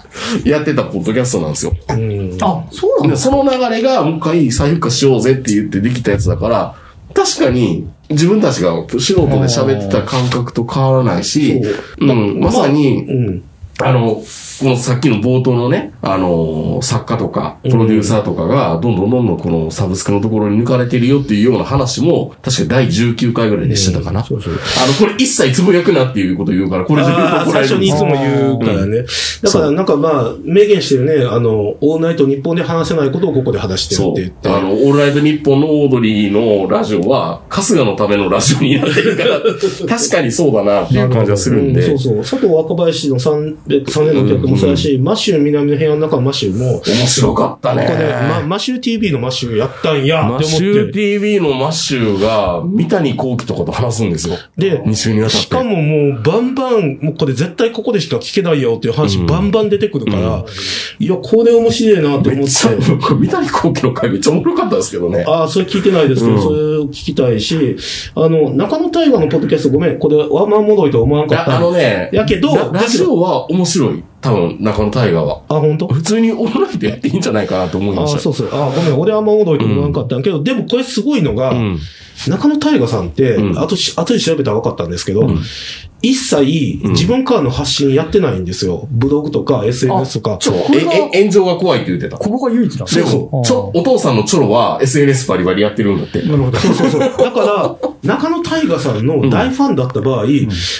Speaker 2: やってたポッドキャストなんですよ。
Speaker 3: うん
Speaker 4: あ、そうなん
Speaker 2: で
Speaker 4: です
Speaker 2: その流れがもう一回再復活しようぜって言ってできたやつだから、確かに自分たちが素人で喋ってた感覚と変わらないし、うん、まさに、
Speaker 3: うん。
Speaker 2: あの、このさっきの冒頭のね、あの、作家とか、プロデューサーとかが、どんどんどんどんこのサブスクのところに抜かれてるよっていうような話も、確か第19回ぐらいでしてたかな。
Speaker 3: そうそう。
Speaker 2: あの、これ一切つぶやくなっていうこと言うから、これで言うと
Speaker 3: ああ、
Speaker 2: 怒ら
Speaker 3: 最
Speaker 2: れる
Speaker 3: 初
Speaker 2: ん
Speaker 3: に
Speaker 2: で
Speaker 3: い
Speaker 2: す
Speaker 3: つ
Speaker 2: よ
Speaker 3: も言うからね。だからなんかまあ、明言してるね、あの、オールナイト日本で話せないことをここで話してる
Speaker 2: そ
Speaker 3: っ
Speaker 2: う
Speaker 3: て言って。。
Speaker 2: あの、オールナイト日本のオードリーのラジオは、春日のためのラジオになってるから、確かにそうだなっていう感じはするん
Speaker 3: う
Speaker 2: で。
Speaker 3: んそうそう。佐藤若林の3 3年の客もそうだし、マッシュ南の部屋の中のマッシュも、
Speaker 2: 面白かったね
Speaker 3: こ。れま、マッシュ TV のマッシュやったんや、って思
Speaker 2: マ
Speaker 3: っ
Speaker 2: ッシュ
Speaker 3: て。
Speaker 2: TV のマッシュが、三谷幸喜とかと話すんですよ。
Speaker 3: で
Speaker 2: 2週にわたって。
Speaker 3: しかももうバンバン、もうこれ絶対ここでしか聞けないよっていう話
Speaker 2: うん
Speaker 3: バンバン出てくるから、いや、これ面白いなって
Speaker 2: め
Speaker 3: 思
Speaker 2: っ
Speaker 3: っ
Speaker 2: ちゃ、
Speaker 3: て。
Speaker 2: これ三谷幸喜の回めっちゃ面白かったですけどね。
Speaker 3: ああ、それ聞いてないですけど、
Speaker 2: うん
Speaker 3: それを聞きたいし、あの、中野大河のポッドキャストごめん、これワンマンもどいとは思わんかっ
Speaker 2: あ
Speaker 3: た。
Speaker 2: あのね、
Speaker 3: やけど
Speaker 2: ララジオは面白い。多分、中野大河は。
Speaker 3: あ、本当？
Speaker 2: 普通にオンラインでやっていいんじゃないかなと思い
Speaker 3: あ
Speaker 2: ま
Speaker 3: あ、
Speaker 2: した。
Speaker 3: そうそう。ああ、ごめん、俺あんま驚いてもらわんかったんやけど、でもこれすごいのが、
Speaker 2: うん。
Speaker 3: 中野大河さんって、
Speaker 2: うん
Speaker 3: あとし、後で調べたら分かったんですけど、
Speaker 2: ん
Speaker 3: 一切
Speaker 2: ん
Speaker 3: 自分からの発信やってないんですよ。ブログとか SNS とか。
Speaker 2: ちょ、
Speaker 4: これが
Speaker 2: え、え、炎上が怖いって言ってた。
Speaker 4: ここが唯一なんです
Speaker 2: で
Speaker 4: よ
Speaker 2: も、ちょ、お父さんのチョロは SNS バリバリやってるんだって。
Speaker 4: なるほど。
Speaker 3: そうそうそう。だから、中野大河さんの大ファンだった場合、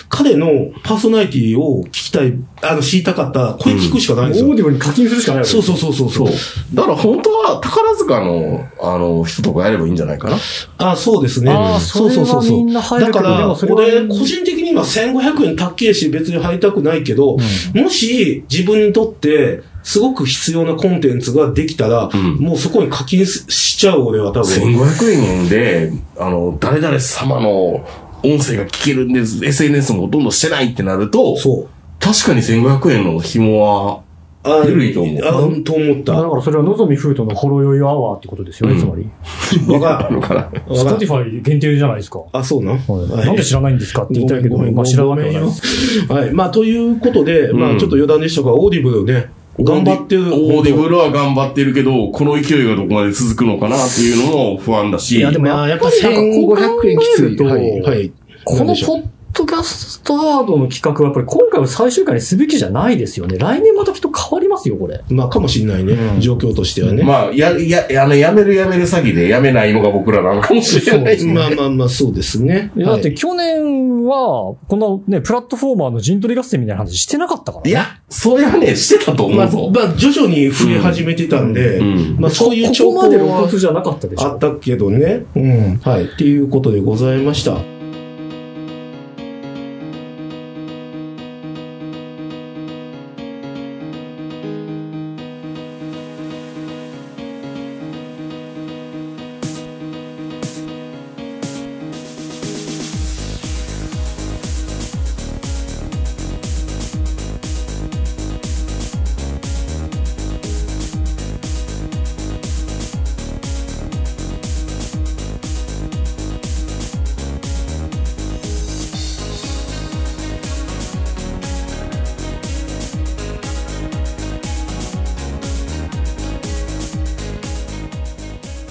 Speaker 3: 彼のパーソナリティを聞きたい、あの、知りたかったら、これ聞くしかないん
Speaker 4: オ
Speaker 3: ですよ。
Speaker 4: ーディオに課金するしかないわけ
Speaker 3: そう
Speaker 4: です
Speaker 3: そうそうそう。
Speaker 2: そう。だから本当は宝塚の、あの、人とかやればいいんじゃないかな。
Speaker 3: あ、そうですね。
Speaker 4: あーそれはみんな入るけ
Speaker 3: だ
Speaker 4: ど
Speaker 3: から、
Speaker 4: でもそれは
Speaker 3: 俺、個人的に今1500円高っけえし別に入りたくないけど、もし自分にとってすごく必要なコンテンツができたら、
Speaker 2: ん
Speaker 3: もうそこに課金ししちゃう俺は多分。
Speaker 2: 1500円で、あの、誰々様の音声が聞けるんです、SNS もほとんどしてないってなると、
Speaker 3: そう。
Speaker 2: 確かに1500円の紐は、
Speaker 3: あ
Speaker 2: 緩いと思う
Speaker 3: あと思っ
Speaker 5: だ
Speaker 3: た。
Speaker 5: からそれはのぞみふうとのほろ酔いアワーってことですよね、
Speaker 2: うん
Speaker 5: つまり。
Speaker 3: わか
Speaker 2: あるから。
Speaker 3: らん。
Speaker 5: ス
Speaker 3: わ
Speaker 5: ポ
Speaker 3: か
Speaker 5: ティ
Speaker 3: ら
Speaker 5: ファイ限定じゃないですか。
Speaker 3: ん。あ、そうな。はい
Speaker 5: なんで知らないんですかって言いたいけど、
Speaker 3: ごめん
Speaker 5: まあ知らないではないです。
Speaker 3: はい。まあ、ということで、ま
Speaker 2: うん
Speaker 3: あ、ちょっと余談でしたが、オーディブルね、頑張ってる。
Speaker 2: オーディブルは頑張ってるけど、この勢いがどこまで続くくのかなっていうのも不安だし、
Speaker 3: いや、でも
Speaker 4: まあ
Speaker 3: やっぱ
Speaker 4: やっぱり
Speaker 3: 1500円きつい。
Speaker 4: こう考
Speaker 3: は
Speaker 4: え
Speaker 3: い。
Speaker 4: ると
Speaker 3: はい。
Speaker 4: こ
Speaker 3: なん
Speaker 4: の
Speaker 3: でしょう
Speaker 4: ポッドキャストワードの企画はやっぱり今回は最終回にすべきじゃないですよね。来年またきっと変わりますよ、これ。
Speaker 3: まあ、かもしれないね。状況としてはね。ま
Speaker 2: まあ、や、や、あの、やめるやめる詐欺でやめないのが僕らなのかもしれない。
Speaker 3: あまあまあ、そうですね。
Speaker 4: いやだっ
Speaker 3: は
Speaker 4: て
Speaker 3: い
Speaker 4: 去年は、このね、プラットフォーマーの陣取り合戦みたいな話してなかったからね。
Speaker 2: いや、それはね、してたと
Speaker 3: ま
Speaker 2: 思
Speaker 3: あ、
Speaker 2: うぞ。
Speaker 3: まあ徐々に増え始めてたんで、
Speaker 2: うん。
Speaker 3: まあ、そういう
Speaker 4: こ
Speaker 3: 兆
Speaker 4: こまで露
Speaker 3: 候は
Speaker 4: 骨じゃなかったでし
Speaker 3: あっ
Speaker 4: ょ。
Speaker 3: たけどね。うん。はい。っていうことでございました。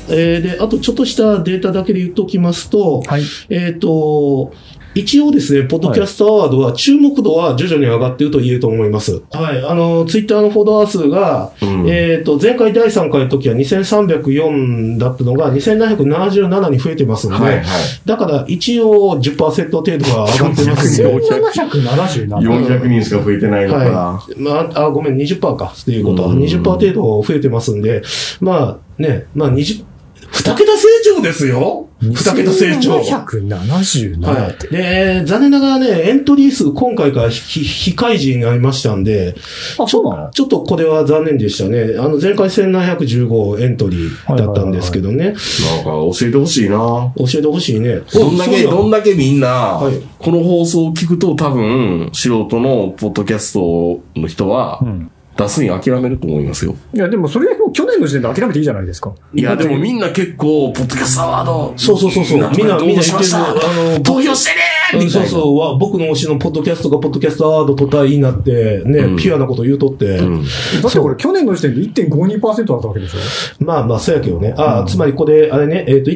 Speaker 3: えーで、あとちょっとしたデータだけで言っておきますと、
Speaker 4: はい。
Speaker 3: えっ、と、一応ですね、ポッドキャストアワードは、注目度は徐々に上がっていると言えると思います。はい。あの、ツイッターのフォロワー数が、
Speaker 2: うん
Speaker 3: えっ、と、前回第3回の時は2304だったのが、2777に増えてますので、
Speaker 2: はいはい。
Speaker 3: だから一応10%程度は上がってますんで、
Speaker 5: 1777。
Speaker 2: 400人しか増えてないのか。
Speaker 3: はまあ、あ、ごめん、20%か、ということは、
Speaker 2: うん
Speaker 3: 20%程度増えてますんで、まあね、まあ20、二桁成長ですよ二桁成長。
Speaker 4: 2777
Speaker 3: は
Speaker 4: って。
Speaker 3: い。で、残念ながらね、エントリー数今回から非非開示になりましたんで、
Speaker 4: あ、そうなの
Speaker 3: ちょっとこれは残念でしたね。あの、前回1715エントリーだったんですけどね。
Speaker 2: なんか教えてほしいな。
Speaker 3: 教えてほしいね。
Speaker 2: どんだけ、
Speaker 3: おそう
Speaker 2: どんだけみんな
Speaker 3: はい、
Speaker 2: この放送を聞くと多分、素人のポッドキャストの人は、出すに諦めると思いますよ。
Speaker 5: いや、でもそれもう去年の時点で諦めていいじゃないですか。
Speaker 2: いや、でもみんな結構、ポッドキャストアワード、
Speaker 3: そうそうそうそう。みんな、みんな言ってる。あの、
Speaker 2: 投票してねーみたいな。
Speaker 3: そうそうわ、僕の推しのポッドキャストがポッドキャストアワードとったらいいなって、ね、
Speaker 2: うん
Speaker 3: ピュアなこと言うとって。
Speaker 2: うん
Speaker 5: だってこれ去年の時点で1.52%だったわけでしょ。
Speaker 3: まあまあ、そうやけどね。ああ、つまりこれ、あれね、えっ、と、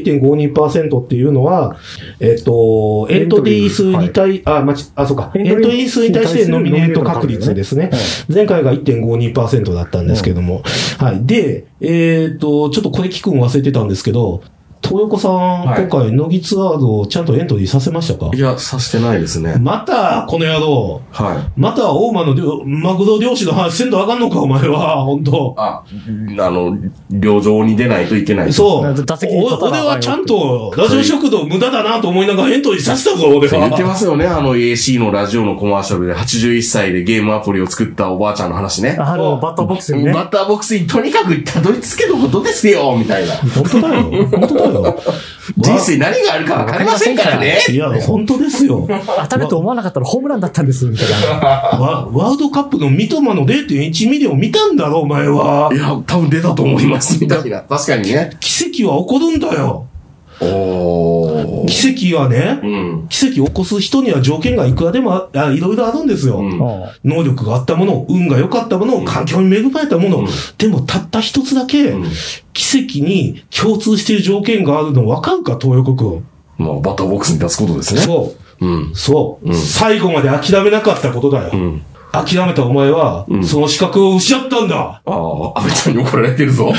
Speaker 3: 1.52%っていうのは、えっ、と、エントリー数に対、あ、まち、あ、そうか。エ
Speaker 5: エ
Speaker 3: ン
Speaker 5: ントリー
Speaker 3: トリー数に対してノミネート確率ですね。
Speaker 5: はい
Speaker 3: 前回が1.52%だったんですけども。はい。で、えっ、と、ちょっとこれ聞くの忘れてたんですけど、東横さん、
Speaker 2: はい
Speaker 3: 今回、乃木ツアードをちゃんとエントリーさせましたか
Speaker 2: いや、さしてないですね。
Speaker 3: また、この野郎。
Speaker 2: はい。
Speaker 3: また、大間の漁、マグロ漁師の話せんとあかんのか、お前は。本当
Speaker 2: あ、あの、旅情に出ないといけない。
Speaker 3: そう。
Speaker 4: なんか打席に立たなあかんよ
Speaker 3: お俺はちゃんと、ラジオ食堂無駄だなと思いながらエントリーさせたぞ、
Speaker 2: 言
Speaker 3: 俺
Speaker 2: って
Speaker 3: は。
Speaker 2: ますよね、あの AC のラジオのコマーシャルで81歳でゲームアプリを作ったおばあちゃんの話ね。
Speaker 5: あの、バッターボックスにね。
Speaker 2: バッターボックスにとにかくたどり着けることですよ、みたいな。
Speaker 3: 本当だよ。本当だよ。
Speaker 2: 人生何があるかわかりませんからね。。
Speaker 3: いや、本当ですよ。
Speaker 4: 当たると思わなかったらホームランだったんです、みたいな。
Speaker 3: ワワールドカップの三笘の0.1ミリを見たんだろ、お前はい
Speaker 2: や、多分出たと思い ます、みたいな。確かにね。
Speaker 3: 奇跡は起こるんだよ。
Speaker 2: おー。
Speaker 3: 奇跡はね
Speaker 2: う、ん。
Speaker 3: 奇跡を起こす人には条件がいくらでもあ、あいろいろあるんですよ。
Speaker 2: うん。
Speaker 3: 能力があったもの、運が良かったもの、環境に恵まれたもの、
Speaker 2: うん
Speaker 3: でもたった一つだけ、
Speaker 2: うん
Speaker 3: 奇跡に共通している条件があるの分かるか、東横君。
Speaker 2: まあ、バッターボックスに出すことですね。
Speaker 3: そう。
Speaker 2: うん。
Speaker 3: そう、
Speaker 2: うん
Speaker 3: 最後まで諦めなかったことだよ。
Speaker 2: うん。
Speaker 3: 諦めたお前は、
Speaker 2: うん
Speaker 3: その資格を失ったんだ。
Speaker 2: ああ、安倍ちゃんに怒られてるぞ。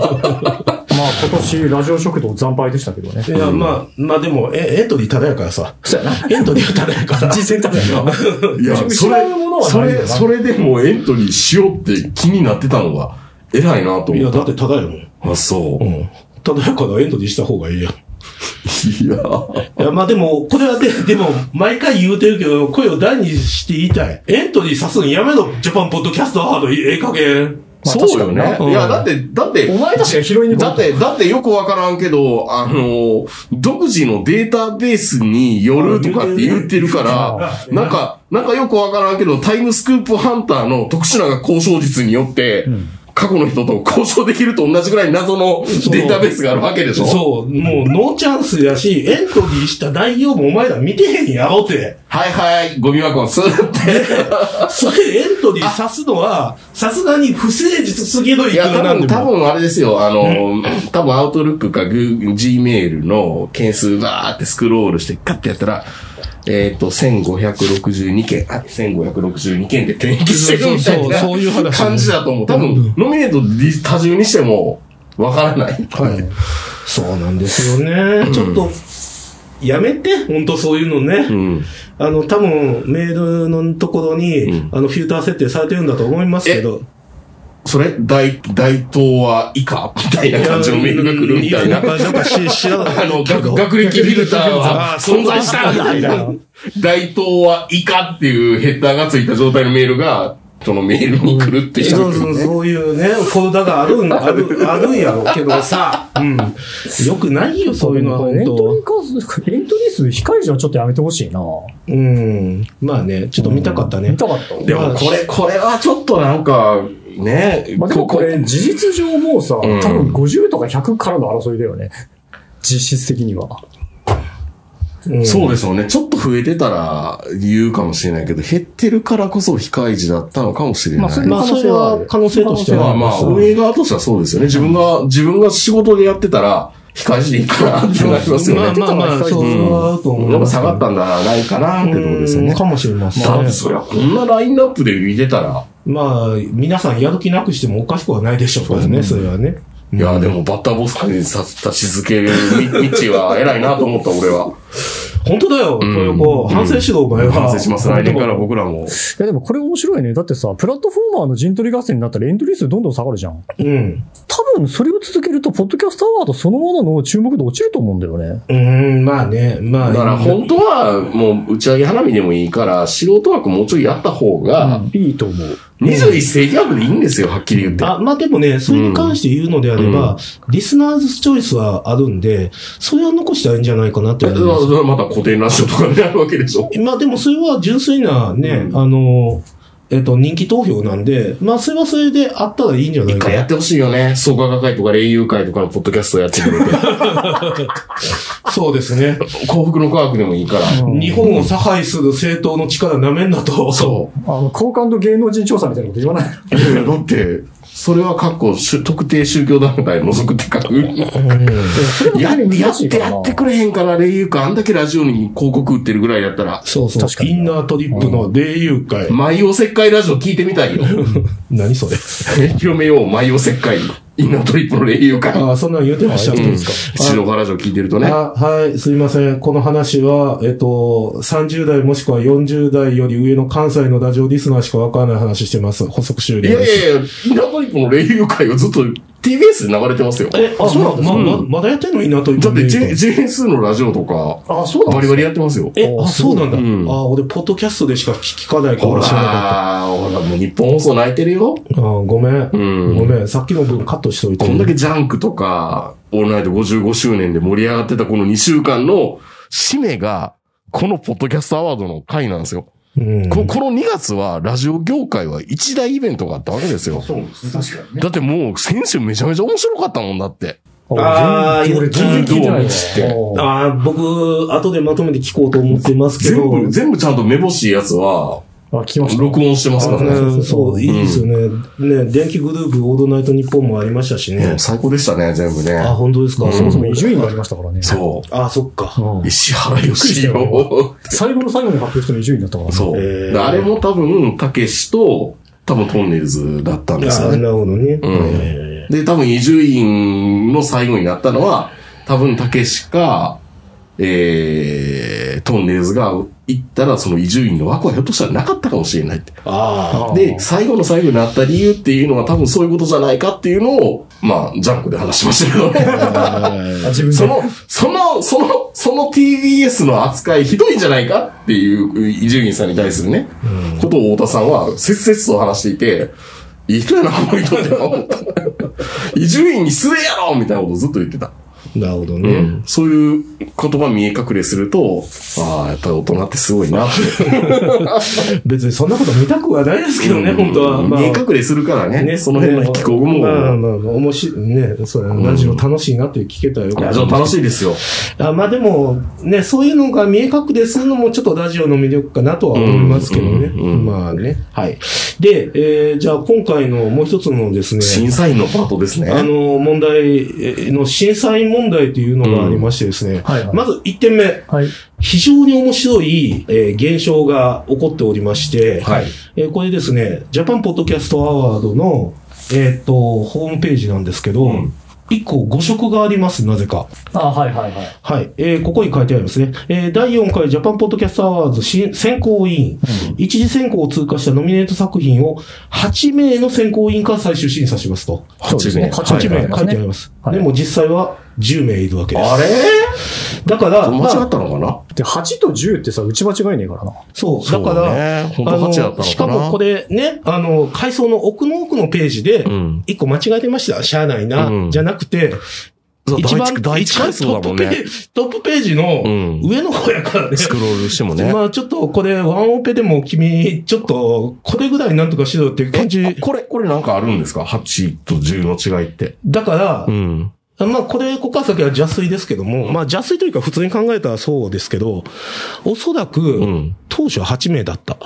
Speaker 5: まあ今年ラジオ食堂惨敗でしたけどね
Speaker 3: い。や、まあ、まあでも、えエントリーただやからさ。
Speaker 4: そうやな。
Speaker 3: エントリーはただ やから。
Speaker 4: 実践だったよ。
Speaker 2: いや、それ
Speaker 5: 失うもの、は
Speaker 2: そ
Speaker 5: ないんだな
Speaker 2: れ、それでもエントリーしようって気になってたのが、偉いなと
Speaker 3: い
Speaker 2: 思
Speaker 3: や、
Speaker 2: っ
Speaker 3: だってただやもん。
Speaker 2: た。あ、そう
Speaker 3: う。ん。ただやからエントリーした方がいいやん。
Speaker 2: いやー
Speaker 3: いや、まあでも、これはで、でも、毎回言うてるけど、声を大にして言いたい。エントリーさすのやめろ、ジャパンポッドキャストハード、ええ加減。
Speaker 2: そうよね。いや、だって、だって、
Speaker 6: お前たちが拾いに来
Speaker 2: だって、だってよくわからんけど、あの、独自のデータベースによるとかって言ってるから、なんか、なんかよくわからんけど、タイムスクープハンターの特殊な交渉術によって、過去の人と交渉できると同じぐらい謎のデータベースがあるわけでしょ
Speaker 3: そう、もうノーチャンスやし、エントリーした内容もお前ら見てへんやろって。
Speaker 2: はいはい、ゴミ箱をスーって。
Speaker 3: それエントリーさすのは、さすがに不誠実すぎる
Speaker 2: い
Speaker 3: いく
Speaker 2: や、
Speaker 3: ら
Speaker 2: 多
Speaker 3: なんで
Speaker 2: 分、多
Speaker 3: も。
Speaker 2: 分あれですよ、あの、多分アウトルックか Gmail の件数バーってスクロールして、ガッてやったら、えっ、と、1562件、あ、1562件で転記してるみたいな
Speaker 1: そうそうそういう話
Speaker 2: 感じだと思う。多分、ノミネート多重にしても、わからない。
Speaker 3: はい。そうなんですよね。ちょっと、やめて、ほんとそういうのね。
Speaker 2: うん。
Speaker 3: あの、多分、メールのところに、
Speaker 2: うん
Speaker 3: あの、フィルター設定されてるんだと思いますけど。
Speaker 2: それ大、大東は以下みたいな感じのメールが来るみたいな。
Speaker 3: やなんかし知らな
Speaker 2: あの、
Speaker 3: けど
Speaker 2: 学学歴フィルターは存在したみたいな。大東は以下っていうヘッダーがついた状態のメールが、そのメールに来るっていう。
Speaker 3: そうそう、そういうね、フォルダがあるん、ある、あるんやろうけどさ、うん。よくないよ、そういうのは、
Speaker 6: そう
Speaker 3: 本
Speaker 6: ね
Speaker 3: 当
Speaker 4: 数、エントリー数控えじゃちょっとやめてほしいな
Speaker 3: うん。まあね、ちょっと見たかったね。
Speaker 4: 見たかった。
Speaker 2: でもこれ、これはちょっとなんか、ね、
Speaker 4: まあ、でもこれ、事実上もうさ、多
Speaker 2: ん
Speaker 4: 分50とか100からの争いだよね。実質的には。
Speaker 3: うん
Speaker 2: そうでしょうね。ちょっと増えてたら言うかもしれないけど、減ってるからこそ非開示だったのかもしれない。
Speaker 4: まあそれ
Speaker 3: まあ、それは可能性として
Speaker 2: ま
Speaker 3: は
Speaker 2: あ
Speaker 3: り
Speaker 2: ま
Speaker 3: ます
Speaker 2: あ、運営側としてはそうですよね。自分が、自分が仕事でやってたら、非開示でいいかなってなりますよね。
Speaker 3: まあまあまあ、そう、それはあると思う。
Speaker 2: やっぱ下がったんだらないかなってとこですよ
Speaker 3: う
Speaker 2: ね
Speaker 3: ん。かもしれませ
Speaker 2: だって
Speaker 3: ん。
Speaker 2: そりゃこんなラインナップで見てたら、
Speaker 3: まあ、皆さんやる気なくしてもおかしくはないでしょうからね、それはね。
Speaker 2: いやでもバッターボックスにさ立ち続ける道は偉いなと思った俺は。
Speaker 3: 本当だよ、
Speaker 2: ん
Speaker 3: 豊子。反省しろ、お前は。
Speaker 2: 反省します。来年から僕らも。
Speaker 4: いやでもこれ面白いね。だってさ、プラットフォーマーの陣取り合戦になったらエントリー数どんどん下がるじゃん。
Speaker 3: うん。
Speaker 4: 多分それを続けると、ポッドキャストアワードそのものの注目度落ちると思うんだよね。
Speaker 3: うん、まあね、まあ。
Speaker 2: だから本当はもう打ち上げ花火でもいいから、素人枠もうちょいやった方が、
Speaker 4: いいと思う。
Speaker 2: 21世紀枠でいいんですよ、はっきり言って。
Speaker 3: あ、まあでもね、それに関して言うのであれば、リスナーズチョイスはあるんで、それは残したらいいんじゃないかなって
Speaker 2: だ
Speaker 3: 思
Speaker 2: か
Speaker 3: います。
Speaker 2: らまた固定ラジオとかになるわけでしょ。
Speaker 3: まあでもそれは純粋なね、あの、えっと、人気投票なんで、まあそれはそれであったらいいんじゃない
Speaker 2: 一
Speaker 3: か
Speaker 2: 回や
Speaker 3: な
Speaker 2: っ。てほしいよね。創価学会とか霊友会とかのポッドキャストやってくれて。
Speaker 3: そうですね。
Speaker 2: 幸福の科学でもいいから。
Speaker 3: 日本を差配する政党の力舐めんなと。
Speaker 2: そう。
Speaker 4: あの、好感度芸能人調査みたいなこと言わない。
Speaker 2: いやいや、だって、それは過去、し特定宗教団体除くって書く。 やって、やって、やってくれへんから、霊友会。あんだけラジオに広告売ってるぐらいだったら、
Speaker 3: そうそう。インナートリップの霊友会。
Speaker 2: 舞おせっかいラジオ聞いてみたいよ。
Speaker 3: 何 それ。
Speaker 2: え広めよう、舞おせっかい。インナートリップの霊友会。
Speaker 3: ああ、そんなん言ってらっしゃるんですか。
Speaker 2: 白川ラジオ聞いてるとね。
Speaker 3: あはい、すいません。この話は、えっと、30代もしくは40代より上の関西のラジオリスナーしかわからない話してます。補足終
Speaker 2: い
Speaker 3: 了
Speaker 2: やい
Speaker 3: で
Speaker 2: や
Speaker 3: す。
Speaker 2: いや、インナートリップの霊友会はずっと TBS で流れてますよ。だ
Speaker 3: え、あ、そうなんま、ま、まだやってんのいいなと言
Speaker 2: って、J- JS のラジオとか、
Speaker 4: あ、そう
Speaker 2: バリバリやってますよ。
Speaker 3: え、あ、そうなんだ。
Speaker 2: うん
Speaker 3: あ、俺、ポッドキャストでしか聞かないか
Speaker 2: ほ
Speaker 3: も
Speaker 2: ら
Speaker 3: しれなかっ
Speaker 2: ー、ほら、もう日本放送泣いてるよ。
Speaker 3: た。あごめん。
Speaker 2: うん
Speaker 3: ごめん。さっきの分カットしといて。
Speaker 2: こんだけジャンクとか、オールナイト55周年で盛り上がってたこの2週間の締めが、このポッドキャストアワードの回なんですよ。
Speaker 3: うん。
Speaker 2: ここの2月は、ラジオ業界は一大イベントがあったわけですよ。
Speaker 6: そうです確かにね。
Speaker 2: だってもう、先週めちゃめちゃ面白かったもんだって。
Speaker 3: あー
Speaker 4: 俺全然聞いてないわ
Speaker 2: う
Speaker 3: あー僕、後でまとめて聞こうと思ってますけ
Speaker 2: 全
Speaker 3: ど。
Speaker 2: 部、全部ちゃんとめぼしいやつは、
Speaker 4: あ聞きました。
Speaker 2: 録音してますからね。
Speaker 3: うんそう、いいですよね。ね、電気グループ、オールナイトニッポンもありましたし
Speaker 2: う
Speaker 3: ね
Speaker 2: ん。最高でしたね、全部
Speaker 3: あ、
Speaker 2: ね。
Speaker 3: 本当ですか。
Speaker 4: そもそも伊集院がありましたからね。
Speaker 2: そ
Speaker 3: あ、そっか。
Speaker 4: うん
Speaker 2: う。石原良
Speaker 4: し
Speaker 2: し
Speaker 4: た
Speaker 2: よ。
Speaker 4: 最後の最後に発表したの伊集院だったからね。
Speaker 2: そう。
Speaker 3: えー
Speaker 2: だからあれも多分、たけしと、多分トンネルズだったんです
Speaker 3: あ
Speaker 2: よ
Speaker 3: な
Speaker 2: ね。
Speaker 3: るほどね。
Speaker 2: うん
Speaker 3: え
Speaker 2: で、多分伊集院の最後になったのは、多分たけしか、えー、トンネルズが行ったら、その伊集院の枠はひょっとしたらなかったかもしれないって。
Speaker 3: あ
Speaker 4: あー
Speaker 2: で、最後の最後になった理由っていうのは多分そういうことじゃないかっていうのを、まあ、ジャンクで話しましたけどね。
Speaker 3: あ。
Speaker 4: あ自分で
Speaker 2: その、その、その、その TBS の扱いひどいんじゃないかっていう伊集院さんに対するね、ことを太田さんは切々と話していて、いくらなこの人って思 った。伊集院に失礼やろみたいなことをずっと言ってた。
Speaker 3: なるほどね。
Speaker 2: そういう言葉見え隠れすると、ああ、やっぱり大人ってすごいなって。
Speaker 3: 別にそんなこと見たくは ないですけどね、本当は。まあ
Speaker 2: 見え隠れするからね、
Speaker 3: ね
Speaker 2: その辺の引き込む
Speaker 3: まあ
Speaker 2: も。
Speaker 3: まあまあ、面白い。ね、そうやなラジオ楽しいなって聞けたらよかった
Speaker 2: ラジオ楽しいですよ。
Speaker 3: あまあでも、ね、そういうのが見え隠れするのもちょっとラジオの魅力かなとは思いますけどね。
Speaker 2: うんうんうん
Speaker 3: まあね。はい。で、えーじゃあ今回のもう一つのですね、
Speaker 2: 審査員のパートですね。
Speaker 3: あの、問題えーの審査員問題というのがありましてですね、
Speaker 4: はいはい
Speaker 3: まず1点目、
Speaker 4: はい。
Speaker 3: 非常に面白い、えー現象が起こっておりまして、
Speaker 2: はい。
Speaker 3: えーこれですね、ジャパンポッドキャストアワードの、えーっと、ホームページなんですけど、
Speaker 2: ん
Speaker 3: 1個誤色があります、なぜか。
Speaker 4: あはいはいはい。
Speaker 3: はい。えーここに書いてありますね。えー第4回ジャパンポッドキャストアワーズ新選考委員、一次選考を通過したノミネート作品を8名の選考委員から最終審査しますと。
Speaker 4: そうですね
Speaker 2: 八
Speaker 4: 八
Speaker 3: 8名
Speaker 4: 名はい
Speaker 3: 書いてあります。
Speaker 4: はい
Speaker 3: でも実際は10名いるわけで
Speaker 2: あれ
Speaker 3: す。だから、
Speaker 2: 間違
Speaker 3: ま
Speaker 2: っ
Speaker 3: あ
Speaker 2: たのかな
Speaker 4: で、8と10ってさ、打ち間違いねえからな。
Speaker 3: そう、だから、
Speaker 2: そうね
Speaker 3: あ
Speaker 2: 本当8だったのか
Speaker 3: の、
Speaker 2: な
Speaker 3: しかもこれね、あの、階層の奥の奥のページで、
Speaker 2: ん。
Speaker 3: 一個間違えてました。しゃあないな、
Speaker 2: うん
Speaker 3: じゃなくて、一番、
Speaker 2: 第一
Speaker 3: 一番
Speaker 2: 階
Speaker 3: ト
Speaker 2: 層
Speaker 3: ッ
Speaker 2: だも
Speaker 3: プ
Speaker 2: ん
Speaker 3: ペ
Speaker 2: ね
Speaker 3: ー。ジ、トップページの
Speaker 2: うん
Speaker 3: 上の方やからね。
Speaker 2: スクロールしてもね。
Speaker 3: まあちょっとこれ、ワンオペでも君、ちょっと、これぐらいなんとかしろよっていう感じ
Speaker 2: え。これ、これなんかあるんですか ?8 と10の違いって。
Speaker 3: だから、
Speaker 2: ん。
Speaker 3: まあこれ、ここから先は邪推ですけども、まあ邪推というか普通に考えたらそうですけど、おそらく、
Speaker 2: ん
Speaker 3: 当初は8名だった。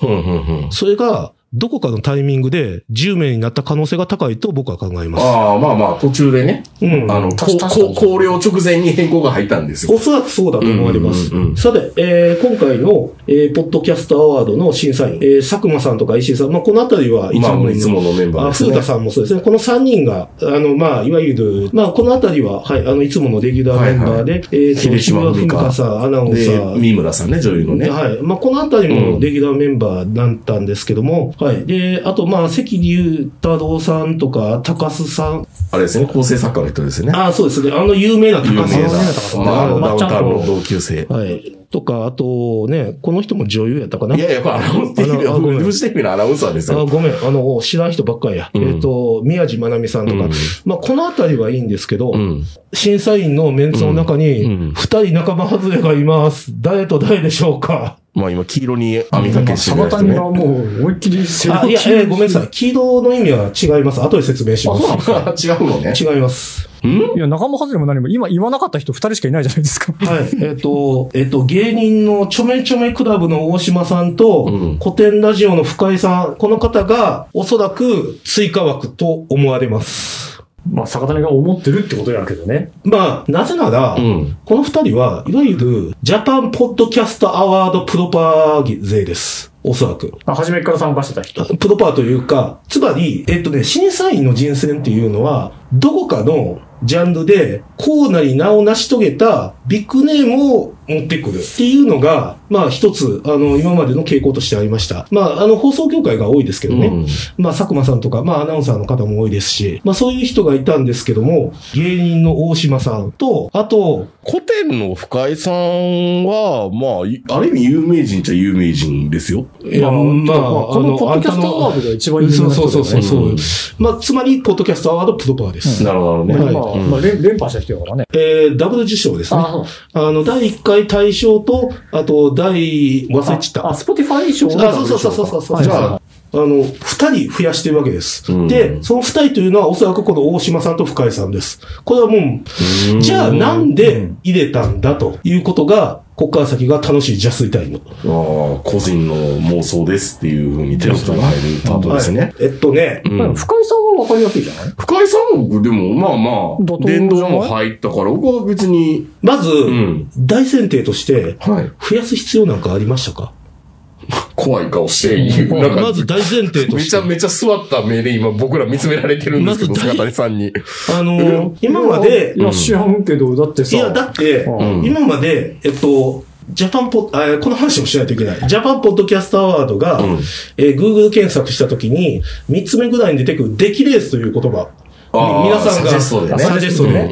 Speaker 2: ふんふんふん。
Speaker 3: それが、どこかのタイミングで10名になった可能性が高いと僕は考えます。
Speaker 2: ああ、まあまあ、途中でね。
Speaker 3: うん
Speaker 2: あの、こ
Speaker 7: 足した足した
Speaker 2: こ考慮直前に変更が入ったんですよ。
Speaker 3: おそらくそうだと思われます。
Speaker 2: うんうんうん
Speaker 3: さて、えー今回の、えーポッドキャストアワードの審査員、えー佐久間さんとか石井さん、まあ、このあたりはいつ
Speaker 2: ま
Speaker 3: も
Speaker 2: あ、いつものメンバー
Speaker 3: あ、
Speaker 2: です
Speaker 3: 古
Speaker 2: ね
Speaker 3: 田。さんもそうですね。この3人が、あの、まあ、いわゆる、まあ、このあたりは、はい、あの、いつものレギュラーメンバーで、えーと、
Speaker 2: 秀島
Speaker 3: 木村文香さん、アナウンサ
Speaker 2: で、
Speaker 3: ー。
Speaker 2: 三村さんね、女優のね。
Speaker 3: はい。まあ、このあたり
Speaker 2: う
Speaker 3: も
Speaker 2: ん
Speaker 3: レギュラーメンバーだったんですけども、はい。で、あと、まあ、関龍太郎さんとか、高須さん。
Speaker 2: あれですね、構成作家の人ですね。
Speaker 3: あ、そうですね。あの、有名な高
Speaker 2: 有名
Speaker 3: 須さん。
Speaker 2: な
Speaker 4: 高。
Speaker 2: まあ、あの、
Speaker 4: ま
Speaker 2: ダ
Speaker 4: あ
Speaker 2: ウン
Speaker 4: ちゃんと
Speaker 2: タウンの同級生。。
Speaker 3: はい。とか、あと、ね、この人も女優やったかない
Speaker 2: やいや、これアナウンサ
Speaker 3: あのあごめん
Speaker 2: ー、フジテレビのアナウンサーです
Speaker 3: あ
Speaker 2: よ。
Speaker 3: ごめん。あの、知らん人ばっかりや。
Speaker 2: うん
Speaker 3: えっ、と、宮地まなみさんとか。
Speaker 2: うん
Speaker 3: まあ、このあたりはいいんですけど、
Speaker 2: ん。
Speaker 3: 審査員のメンツの中に、
Speaker 2: う
Speaker 3: 二、
Speaker 2: んうん
Speaker 3: 人仲間外れがいます。誰と誰でしょ うか
Speaker 2: まあ今、黄色に網掛けして
Speaker 4: サ
Speaker 2: る
Speaker 4: バ
Speaker 2: やつ
Speaker 4: タン
Speaker 2: ね
Speaker 4: が。もう、思いっきり背
Speaker 3: あ、いや、
Speaker 4: 切
Speaker 3: えーごめんなさい。黄色の意味は違います。後で説明します。
Speaker 2: あ違うのね。
Speaker 3: 違います。
Speaker 4: いや、仲間外れも何も、今言わなかった人2人しかいないじゃないですか。
Speaker 3: はい。えっ、と、えっ、と、芸人のちょめちょめクラブの大島さんと、
Speaker 2: うん
Speaker 3: 古典ラジオの深井さん、この方が、おそらく追加枠と思われます。
Speaker 4: まあ、逆種が思ってるってことやけどね。
Speaker 3: まあ、なぜなら、
Speaker 2: うん。
Speaker 3: この二人は、いわゆる、ジャパンポッドキャストアワードプロパー勢です。おそらく。
Speaker 4: あ、初めから参加してた人。
Speaker 3: プロパーというか、つまり、えっとね、審査員の人選っていうのは、どこかのジャンルで、こうなり名を成し遂げたビッグネームを持ってくるっていうのが、まあ一つ、あの、今までの傾向としてありました。まあ、あの、放送業界が多いですけどね。
Speaker 2: うん
Speaker 3: まあ、佐久間さんとか、まあ、アナウンサーの方も多いですし、まあ、そういう人がいたんですけども、芸人の大島さんと、あと、
Speaker 2: 古典の深井さんは、まあい、ある意味有名人っちゃ有名人ですよ。
Speaker 3: いやまあ
Speaker 4: このポッドキャストアワードが一番有名な人だよね。
Speaker 3: そうそうそうそう。
Speaker 2: うん
Speaker 3: まあ、つまり、ポッドキャストアワードプロパーです。
Speaker 2: なるほどね。
Speaker 4: まあ
Speaker 3: はい
Speaker 4: まあ、まあ、連連覇した人やからね。
Speaker 3: えー、ダブル受賞ですね。あ
Speaker 4: あ、
Speaker 3: の、第1回大賞と、あと、第、忘れちった。
Speaker 4: あ、
Speaker 3: あ、
Speaker 4: スポティファイ賞
Speaker 3: そうそうそうそうそうそう。
Speaker 4: はい
Speaker 3: じ
Speaker 4: はい
Speaker 3: ゃ
Speaker 4: は
Speaker 3: あ、あの、二人増やしてるわけです。
Speaker 2: うん
Speaker 3: で、その二人というのは、おそらくこの大島さんと深井さんです。これはもう、じゃあなんで入れたんだということが、ここから先が楽しいジャスイタイム。
Speaker 2: ああ、個人の妄想ですっていうふうにテロップが入るパートです
Speaker 3: は
Speaker 2: ね
Speaker 3: い。。えっとね、
Speaker 2: う
Speaker 4: い。
Speaker 2: ん
Speaker 4: 深井さんはわかりやすいじゃない
Speaker 2: 深井さんも、でも、まあま
Speaker 4: 妥
Speaker 2: あ、
Speaker 4: 当じゃない
Speaker 2: 殿堂も入ったから、僕は別に、
Speaker 3: まず、
Speaker 2: ん
Speaker 3: 大前提として、
Speaker 2: はい。
Speaker 3: 増やす必要なんかありましたか
Speaker 2: 怖い顔して言う。なんか、
Speaker 3: まず大前提と
Speaker 2: め
Speaker 3: し
Speaker 2: ちゃ
Speaker 3: て。
Speaker 2: めちゃ座った目で今僕ら見つめられてるんですけど、
Speaker 3: まず
Speaker 2: 塚谷さんに。
Speaker 3: あの、今まで
Speaker 4: い、や、知らんけど、だって
Speaker 3: い
Speaker 4: さ。
Speaker 3: や、だって、
Speaker 4: うん
Speaker 2: うん
Speaker 3: 今まで、えっと、ジャパンポッ、あこの話もしないといけない。ジャパンポッドキャストアワードが、
Speaker 2: うん
Speaker 3: えー Google 検索したときに、3つ目ぐらいに出てくるデキレースという言葉。
Speaker 2: あー
Speaker 3: 皆さん
Speaker 2: サ
Speaker 3: が、
Speaker 2: ジェストでね
Speaker 3: サジェストでね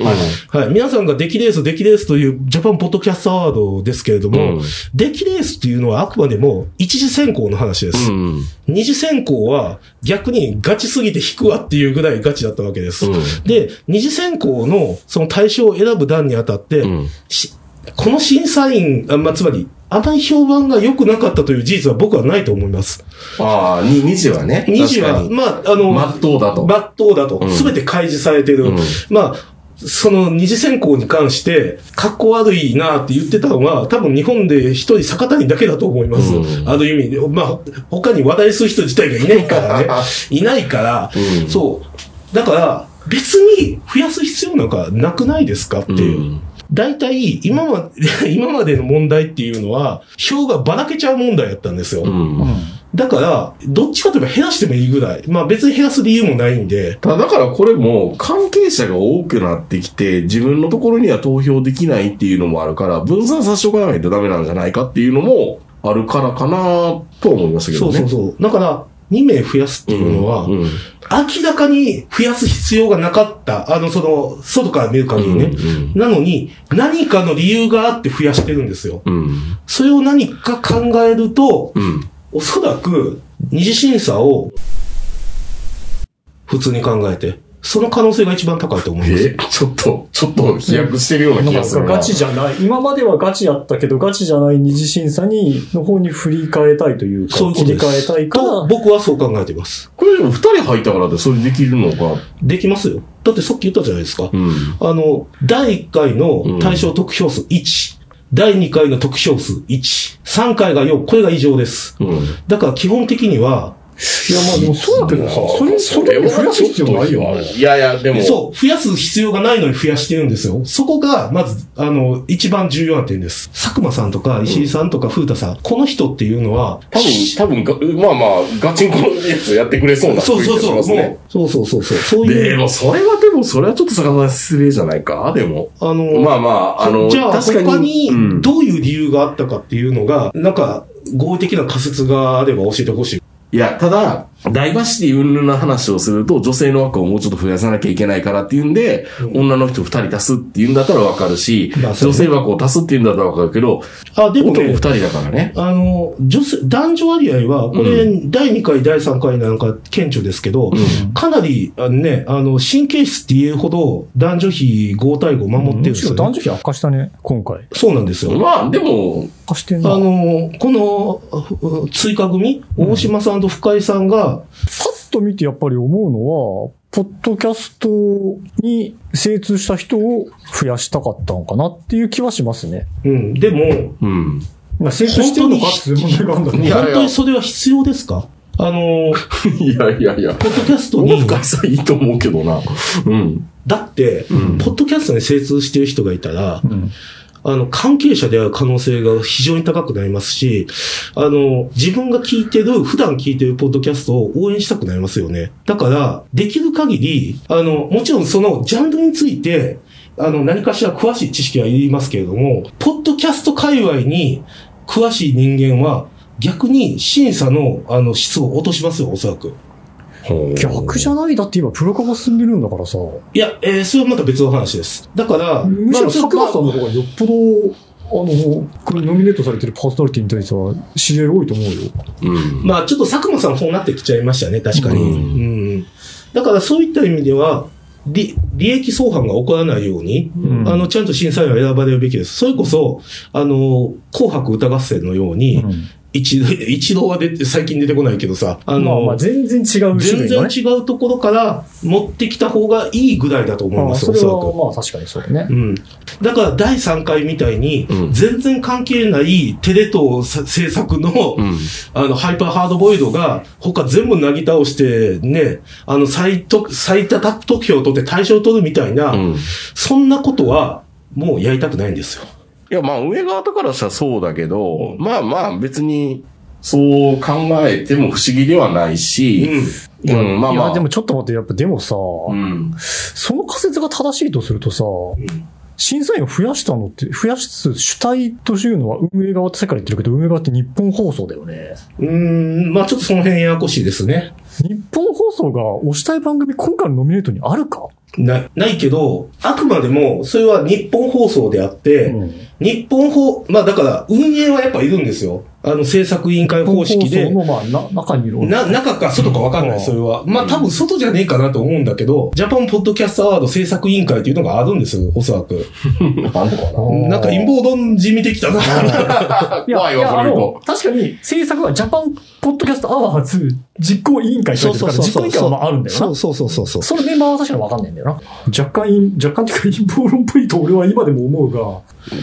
Speaker 2: うん
Speaker 3: はい。皆さんがデキレース、デキレースというジャパンポッドキャストアワードですけれども、
Speaker 2: うん
Speaker 3: デキレースっていうのはあくまでも一次選考の話です。
Speaker 2: うん。
Speaker 3: 二次選考は逆にガチすぎて引くわっていうぐらいガチだったわけです。
Speaker 2: うん
Speaker 3: で、二次選考のその対象を選ぶ段にあたって、
Speaker 2: ん
Speaker 3: しこの審査員、あまあ、つまり、あまり評判が良くなかったという事実は僕はないと思います。
Speaker 2: ああ、に2時はね。
Speaker 3: 二次は、
Speaker 2: 確かに
Speaker 3: まあ、あの、
Speaker 2: まっとうだと
Speaker 3: まっとうだと
Speaker 2: う。ん
Speaker 3: すべて開示されてる。
Speaker 2: うん
Speaker 3: まあ、その二次選考に関して、格好悪いなって言ってたのは、多分日本で一人坂谷だけだと思います。
Speaker 2: うん
Speaker 3: あの意味で。まあ、他に話題する人自体がいないか らね。いないから、
Speaker 2: うん
Speaker 3: そう。だから、別に増やす必要なんかなくないですかっていう。
Speaker 2: うん
Speaker 3: 大体、今ま で、今までの問題っていうのは、票がばらけちゃう問題やったんですよ。
Speaker 2: うん
Speaker 3: だから、どっちかといえば減らしてもいいぐらい。まあ別に減らす理由もないんで。
Speaker 2: ただだからこれも関係者が多くなってきて自分のところには投票できないっていうのもあるから分散させておかないとダメなんじゃないかっていうのもあるからかなとは思いましたけど
Speaker 3: そう
Speaker 2: ね。
Speaker 3: そうそう。だから、2名増やすっていうのは、
Speaker 2: うんうん
Speaker 3: 明らかに増やす必要がなかった。あの、その、外から見る限りね。
Speaker 2: うん
Speaker 3: なのに、何かの理由があって増やしてるんですよ。
Speaker 2: うん
Speaker 3: それを何か考えると、
Speaker 2: うん
Speaker 3: おそらく、二次審査を、普通に考えて、その可能性が一番高いと思います。
Speaker 2: えちょっと、ちょっと飛躍してるような気がするな。
Speaker 8: ガチじゃない。今まではガチやったけど、ガチじゃない二次審査に、の方に振り替えたいというか、
Speaker 3: そういうこ
Speaker 8: 切
Speaker 3: と
Speaker 8: り
Speaker 3: です
Speaker 8: 替えたいから、
Speaker 3: と、僕はそう考えています。
Speaker 2: これでも二人入ったからってそれできるのか。
Speaker 3: できますよ。だってさっき言ったじゃないですか。
Speaker 2: うん。
Speaker 3: あの、第1回の対象得票数1、第2回の得票数1、3回が4、これが異常です。
Speaker 2: うん。
Speaker 3: だから基本的には、
Speaker 8: いや、まあでもそうだけどさ、それ、それを増やす必要ないよな。
Speaker 2: いやいや、でも。
Speaker 3: そう、増やす必要がないのに増やしてるんですよ。そこが、まず、あの、一番重要な点です。佐久間さんとか、石井さんとか、風太さん、この人っていうのは、
Speaker 2: 多
Speaker 3: し
Speaker 2: 分、多分が、まあまあ、ガチンコのやつやってくれそうな雰
Speaker 3: そう
Speaker 2: 囲気
Speaker 3: そう
Speaker 2: がし
Speaker 3: そう、も
Speaker 2: ますね
Speaker 3: う。そうそうそうそう、そう
Speaker 2: で
Speaker 3: いう、
Speaker 2: も、それはでも、それはちょっと逆さ失礼じゃないかでも。
Speaker 3: あの、
Speaker 2: まあまあ、あの、
Speaker 3: じゃあ
Speaker 2: 確
Speaker 3: 他
Speaker 2: かに、
Speaker 3: に
Speaker 2: うん
Speaker 3: どういう理由があったかっていうのが、なんか合理的な仮説があれば教えてほしい。
Speaker 2: いや、ただ、ダイバーシティ云々な話をすると、女性の枠をもうちょっと増やさなきゃいけないからっていうんで、女の人二人足すっていうんだったらわかるし、
Speaker 3: まあそう
Speaker 2: 女
Speaker 3: ね
Speaker 2: 性枠を足すっていうんだったらわかるけど、
Speaker 3: あ、でも
Speaker 2: 男二
Speaker 3: ね、
Speaker 2: 人だからね。
Speaker 3: あの、女性、男女割合は、これ、第2回、第3回なんか顕著ですけど、かなり、あのね、あの、神経質って言うほど、男女比5対5守ってるん
Speaker 4: む
Speaker 3: で
Speaker 4: し
Speaker 3: す
Speaker 4: ろ
Speaker 3: よ、
Speaker 4: 男
Speaker 3: ね。
Speaker 4: 女比悪化したね、今回。
Speaker 3: そうなんですよ。
Speaker 2: まあ、でも、
Speaker 4: 悪化してん
Speaker 3: あ
Speaker 4: な。
Speaker 3: の、この、う追加組、大島さんと深井さんが、
Speaker 4: パッと見てやっぱり思うのは、ポッドキャストに精通した人を増やしたかったのかなっていう気はしますね。
Speaker 3: うん、でも、
Speaker 2: うん。
Speaker 4: まあ、精通してるのかっていう問題があるんだ
Speaker 2: いや
Speaker 4: ね。
Speaker 2: いや
Speaker 3: 本当にそれは必要ですかあの、
Speaker 2: いやいやいや。
Speaker 3: ポッドキャスト
Speaker 2: 大
Speaker 3: に、
Speaker 2: 深井さんいいと思うけどな。うん。
Speaker 3: だって、
Speaker 2: ん
Speaker 3: ポッドキャストに精通してる人がいたら、
Speaker 4: うん
Speaker 3: あの、関係者である可能性が非常に高くなりますし、あの、自分が聞いてる、普段聞いてるポッドキャストを応援したくなりますよね。だから、できる限り、あの、もちろんそのジャンルについて、あの、何かしら詳しい知識はいりますけれども、ポッドキャスト界隈に詳しい人間は、逆に審査の、あの、質を落としますよ、おそらく。
Speaker 4: 逆じゃないだって今プロ化が進んでるんだからさ。
Speaker 3: いや、えーそれはまた別の話です。だから、
Speaker 4: むしろ佐久
Speaker 3: まあ
Speaker 4: 間さんの方がよっぽど、あの、これノミネートされてるパーソナリティに対しては知り合い多いと思うよ。
Speaker 2: うん。
Speaker 3: まあちょっと佐久間さんの方になってきちゃいましたね、確かに。
Speaker 2: うん
Speaker 3: うんだからそういった意味では、利利益相反が起こらないように、
Speaker 4: ん
Speaker 3: あの、ちゃんと審査員は選ばれるべきです。それこそ、あの、紅白歌合戦のように、一度、 一度は出て、最近出てこないけどさ、あ
Speaker 4: まあ
Speaker 3: の、
Speaker 4: まあ全然違う種
Speaker 3: 全
Speaker 4: 類の
Speaker 3: 然
Speaker 4: ね。
Speaker 3: 違うところから持ってきた方がいいぐらいだと思い
Speaker 4: ま
Speaker 3: ま
Speaker 4: あ、
Speaker 3: す、
Speaker 4: そ
Speaker 3: お
Speaker 4: れ
Speaker 3: そらく。
Speaker 4: はまあ確かにそうだね。
Speaker 3: うん。だから第3回みたいに
Speaker 2: う、ん
Speaker 3: 全然関係ないテレ東さ制作の、
Speaker 2: うん。
Speaker 3: あの、ハイパーハードボイドが、他全部なぎ倒して、ね、あの、最得、最多得票を取って対象を取るみたいな、
Speaker 2: うん
Speaker 3: そんなことは、もうやりたくないんですよ。
Speaker 2: いや、まあ、上側だからしたらそうだけど、まあまあ、別に、そう考えても不思議ではないし、
Speaker 3: う
Speaker 2: うん、まあま
Speaker 4: いや、
Speaker 2: あ
Speaker 4: で、もちょっと待って、やっぱでもさ、
Speaker 2: うん。
Speaker 4: その仮説が正しいとするとさ、
Speaker 1: 審査員を増やしたのって、増やす主体というのは運営側ってさっきから言ってるけど、運営側って日本放送だよね。
Speaker 3: うーん、まあちょっとその辺ややこしいですね。
Speaker 1: 日本放送が推したい番組、今回のノミネートにあるか
Speaker 3: な、ないけど、あくまでも、それは日本放送であって、日本放、まあだから、運営はやっぱいるんですよ。あの、制作委員会方式で
Speaker 1: 日。本放送の、まあ、な中にいる。
Speaker 3: な、中か外かわかんな
Speaker 1: う
Speaker 3: い、
Speaker 1: ん
Speaker 3: それは。まあ、多分外じゃねえかなと思うんだけど、ジャパンポッドキャストアワード制作委員会というのがあるんですよ、おそらく。なんか陰謀論じみてきたな。
Speaker 4: いや
Speaker 2: 怖いわ、
Speaker 4: や
Speaker 2: それ言う
Speaker 4: あの
Speaker 2: と。
Speaker 4: 確かに、制作はジャパンポッドキャストアワーズ実行委員会って書いてるから、実行委員会はまあ あるんだよ
Speaker 1: そう
Speaker 4: な。
Speaker 1: そうそうそうそう。
Speaker 4: そのメンバーは確かにわかんないんだよな。若干陰、若干っていうか陰謀論っぽいと俺は今でも思うが、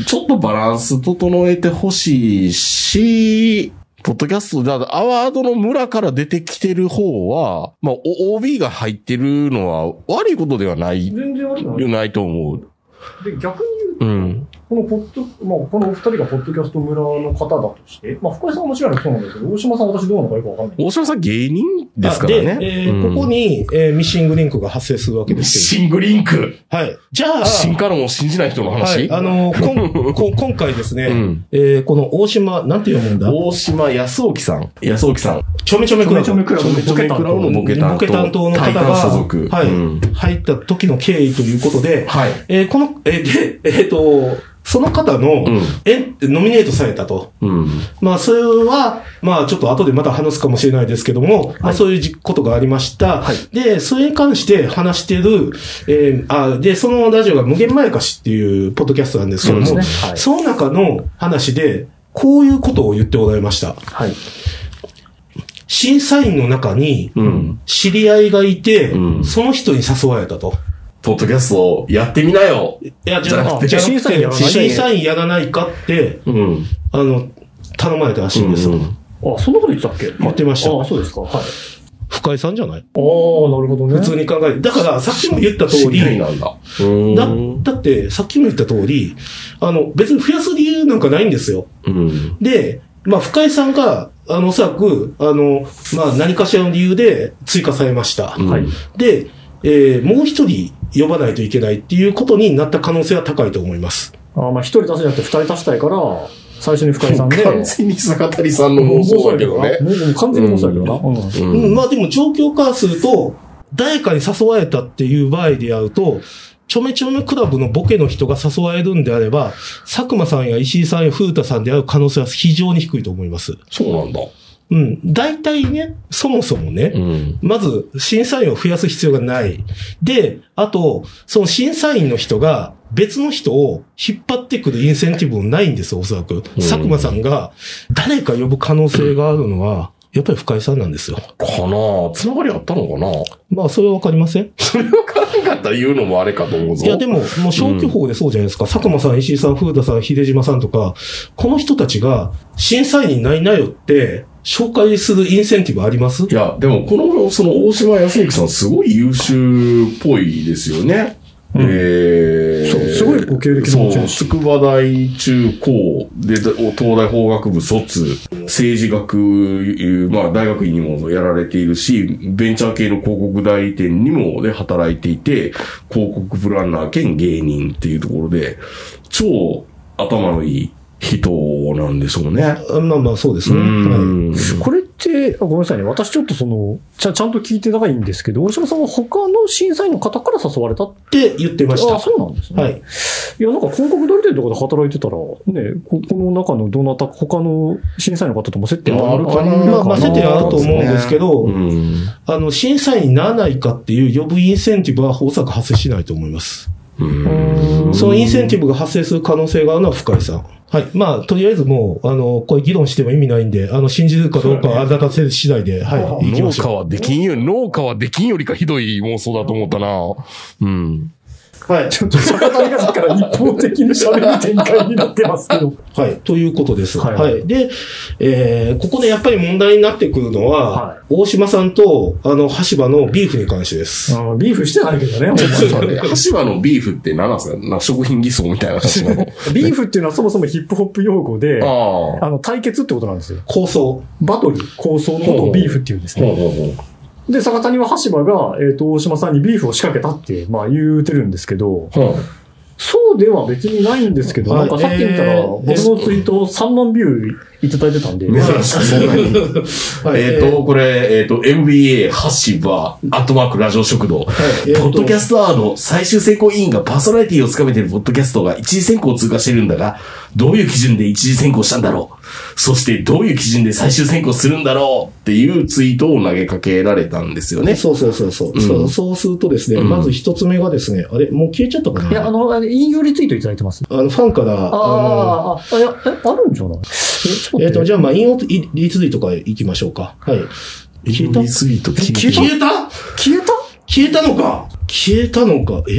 Speaker 2: ちょっとバランス整えてほしいし、ポッドキャストで、だアワードの村から出てきてる方は、まあ、お OB が入ってるのは悪いことではない、
Speaker 4: 全然悪くない。
Speaker 2: ないと思う。
Speaker 4: で、逆に言う
Speaker 2: うん。
Speaker 4: このポッド、まあ、このお二人がポッドキャスト村の方だとして、まあ、深井さんはもちろんそうなんだけど、大島さんは私どうなのかよくわかんない。
Speaker 2: 大島さん芸人ですからね。
Speaker 3: あで、えー
Speaker 2: うん
Speaker 3: ここに、えーミッシングリンクが発生するわけです
Speaker 2: シングリンク。
Speaker 3: けど。はい。じゃあ、
Speaker 2: 進化論を信じない人の
Speaker 3: は
Speaker 2: 話、
Speaker 3: い、あのーこんこん今回ですね、
Speaker 2: うん
Speaker 3: えーこの大島、なんて読むんだ
Speaker 2: 大島康沖さん。康沖さん。
Speaker 3: ちょめちょめクラブ。
Speaker 4: ちょめちょめクラブ
Speaker 3: ちょめちょめクラブ
Speaker 2: のボケ担当
Speaker 3: の方
Speaker 2: 体
Speaker 3: が、
Speaker 2: 感所属
Speaker 3: はい、
Speaker 2: うん
Speaker 3: 入った時の経緯ということで、
Speaker 2: はい。
Speaker 3: えーこの、えーで、えっ、と、その方の、
Speaker 2: うん
Speaker 3: え、ノミネートされたと。
Speaker 2: うん。
Speaker 3: まあ、それは、まあ、ちょっと後でまた話すかもしれないですけども、まあ、そういうじことがありました。で、それに関して話してる、えーあ、で、そのラジオが無限まやかしっていうポッドキャストなんですけども、そ,、
Speaker 1: そうですねはい
Speaker 3: の中の話で、こういうことを言っておられました。
Speaker 1: はい。
Speaker 3: 審査員の中に、
Speaker 2: うん。
Speaker 3: 知り合いがいて、
Speaker 2: うん
Speaker 3: その人に誘われたと。
Speaker 2: ポッドキャストをやってみなよ。
Speaker 3: いや、じ
Speaker 2: じ
Speaker 3: ゃ
Speaker 2: ゃな
Speaker 3: な
Speaker 2: く
Speaker 3: く
Speaker 2: て
Speaker 3: て、
Speaker 1: 審査員やらない
Speaker 3: 審査員やらないかって、
Speaker 2: うん。
Speaker 3: あの、頼まれたらしいんですよ。
Speaker 2: うん
Speaker 4: あ、そんなこと言ってたっけ
Speaker 3: 言ってました
Speaker 4: ああ、そうですか。はい。ああ、な
Speaker 3: 深井さんじゃない
Speaker 4: るほどね。
Speaker 3: 普通に考えて。だから、さっきも言った
Speaker 2: 知
Speaker 3: 通
Speaker 2: り
Speaker 3: り、
Speaker 2: 合いなんだ。うん
Speaker 3: だだって、さっきも言った通り、あの、別に増やす理由なんかないんですよ。
Speaker 2: うん。
Speaker 3: で、まあ、深井さんが、あの、おそらく、あの、まあ、何かしらの理由で追加されました。
Speaker 2: はい。
Speaker 3: で、えーもう一人呼ばないといけないっていうことになった可能性は高いと思います。
Speaker 1: あまあ、一人足すんじゃなくて二人足したいから、最初に深井さんで。
Speaker 2: 完全に坂谷さんの妄想だけどね。
Speaker 1: もうもう完全に妄想だけどな。うん
Speaker 2: うん
Speaker 3: うん、まあでも状況からすると、誰かに誘われたっていう場合であると、ちょめちょめクラブのボケの人が誘われるんであれば、佐久間さんや石井さんや古田さんである可能性は非常に低いと思います。
Speaker 2: そうなんだ。
Speaker 3: うん。大体ね、そもそもね、
Speaker 2: うん。
Speaker 3: まず審査員を増やす必要がない。で、あと、その審査員の人が別の人を引っ張ってくるインセンティブもないんですよ、おそらく。佐久間さんが誰か呼ぶ可能性があるのは、やっぱり深井さんなんですよ。
Speaker 2: かなあつながりあったのかな
Speaker 3: まあ、それはわかりません
Speaker 2: それわからんかったら言うのもあれかと思うぞ。
Speaker 3: いや、でも、もう消去法でそうじゃないですか。佐久間さん、石井さん、風田さん、秀島さんとか、この人たちが、審査員にないなよって、紹介するインセンティブあります
Speaker 2: いや、でも、この、その、大島康之さん、すごい優秀っぽいですよね。えー
Speaker 1: そうすごいご経歴の持ち主
Speaker 2: そう筑波大中高で、東大法学部卒、政治学、まあ、大学院にもやられているし、ベンチャー系の広告代理店にもで働いていて、広告プランナー兼芸人っていうところで、超頭のいい人なんでしょうね。
Speaker 3: あまあまあ、そうです
Speaker 2: う
Speaker 3: ね。はい
Speaker 2: ん。
Speaker 1: これって、あごめんなさいね。私ちょっとその、ちゃちゃんと聞いてないんですけど、大島さんは他の審査員の方から誘われたって。
Speaker 3: って言ってまし
Speaker 1: あ
Speaker 3: た。
Speaker 1: そうなんですね。
Speaker 3: はい
Speaker 1: い。や、なんか広告代理店とかで働いてたら、ね、ここの中のどなたか、他の審査員の方とも接点あるかな
Speaker 2: あるかな
Speaker 3: まあ、まあ、設定はあると思うんですけど、
Speaker 2: うん
Speaker 3: あの、審査員にならないかっていう呼ぶインセンティブは、おそらく発生しないと思います。
Speaker 2: うん
Speaker 3: そのインセンティブが発生する可能性があるのは深井さん。はい。まあ、とりあえずもう、あの、これ議論しても意味ないんで、あの、信じるかどうかはあなた次第で、はい。行き
Speaker 2: 農
Speaker 3: ましょう
Speaker 2: 家はできんよ、農家はできんよりかひどい妄想だと思ったな。うん。
Speaker 3: はい。
Speaker 4: ちょっと坂谷がさっきから一方的に喋る展開になってます けど。
Speaker 3: はい。ということです。
Speaker 4: は
Speaker 3: はいい。で、えー、ここでやっぱり問題になってくるのは、
Speaker 4: は
Speaker 3: 大島さんと、あの、橋場のビーフに関してです。
Speaker 4: うんビーフしてないけど ね、ほんまに
Speaker 2: 橋場のビーフって何なんすかな食品偽装みたいな話な の。
Speaker 4: ビーフっていうのはそもそもヒップホップ用語で、
Speaker 2: ああ。
Speaker 4: あの、対決ってことなんですよ。
Speaker 3: 構 想。
Speaker 4: バトル、構想のことをビーフっていうんです
Speaker 2: ほ
Speaker 4: ね。
Speaker 2: うほうほ
Speaker 4: で、坂谷は橋場が、えっ、と、大島さんにビーフを仕掛けたって、まあ言うてるんですけど、
Speaker 2: う。ほう
Speaker 4: そうでは別にないんですけど、
Speaker 3: は
Speaker 4: ないんかさっき見た
Speaker 3: え
Speaker 4: ら、
Speaker 3: ー
Speaker 4: 僕のツイート3万ビューいただいてたんで、
Speaker 2: 珍しくそんなに。
Speaker 3: は い
Speaker 2: えっと、これ、えっ、と、MBA、ハッシーバー、アットマークラジオ食堂。
Speaker 3: はいえー
Speaker 2: ポッドキャ
Speaker 3: ス
Speaker 2: ストアワーの最終選考委員がパーソナリティをつかめているポッドキャストが一次選考を通過しているんだが、どういう基準で一次選考したんだろうそしてどういう基準で最終選考するんだろうっていうツイートを投げかけられたんですよね。
Speaker 3: そうそうそうそう、
Speaker 2: うん
Speaker 3: そう。そうするとですね、
Speaker 2: うん
Speaker 3: まず一つ目がですね、あれ、もう消えちゃったかない
Speaker 4: や、あの、あの引用リツイートいただいてます。
Speaker 3: あの、ファンから、
Speaker 4: あ
Speaker 3: あの、
Speaker 4: あ、ああ、いや、え、あるんじゃないえ、ちょっと待って
Speaker 3: えっ、と、じゃあ、まあ、引用リリツイートから行きましょうか。はい。消えた
Speaker 2: リツイート消
Speaker 3: 消
Speaker 2: えた
Speaker 3: えた
Speaker 4: 消えた
Speaker 3: 消えたのか消えたのかえ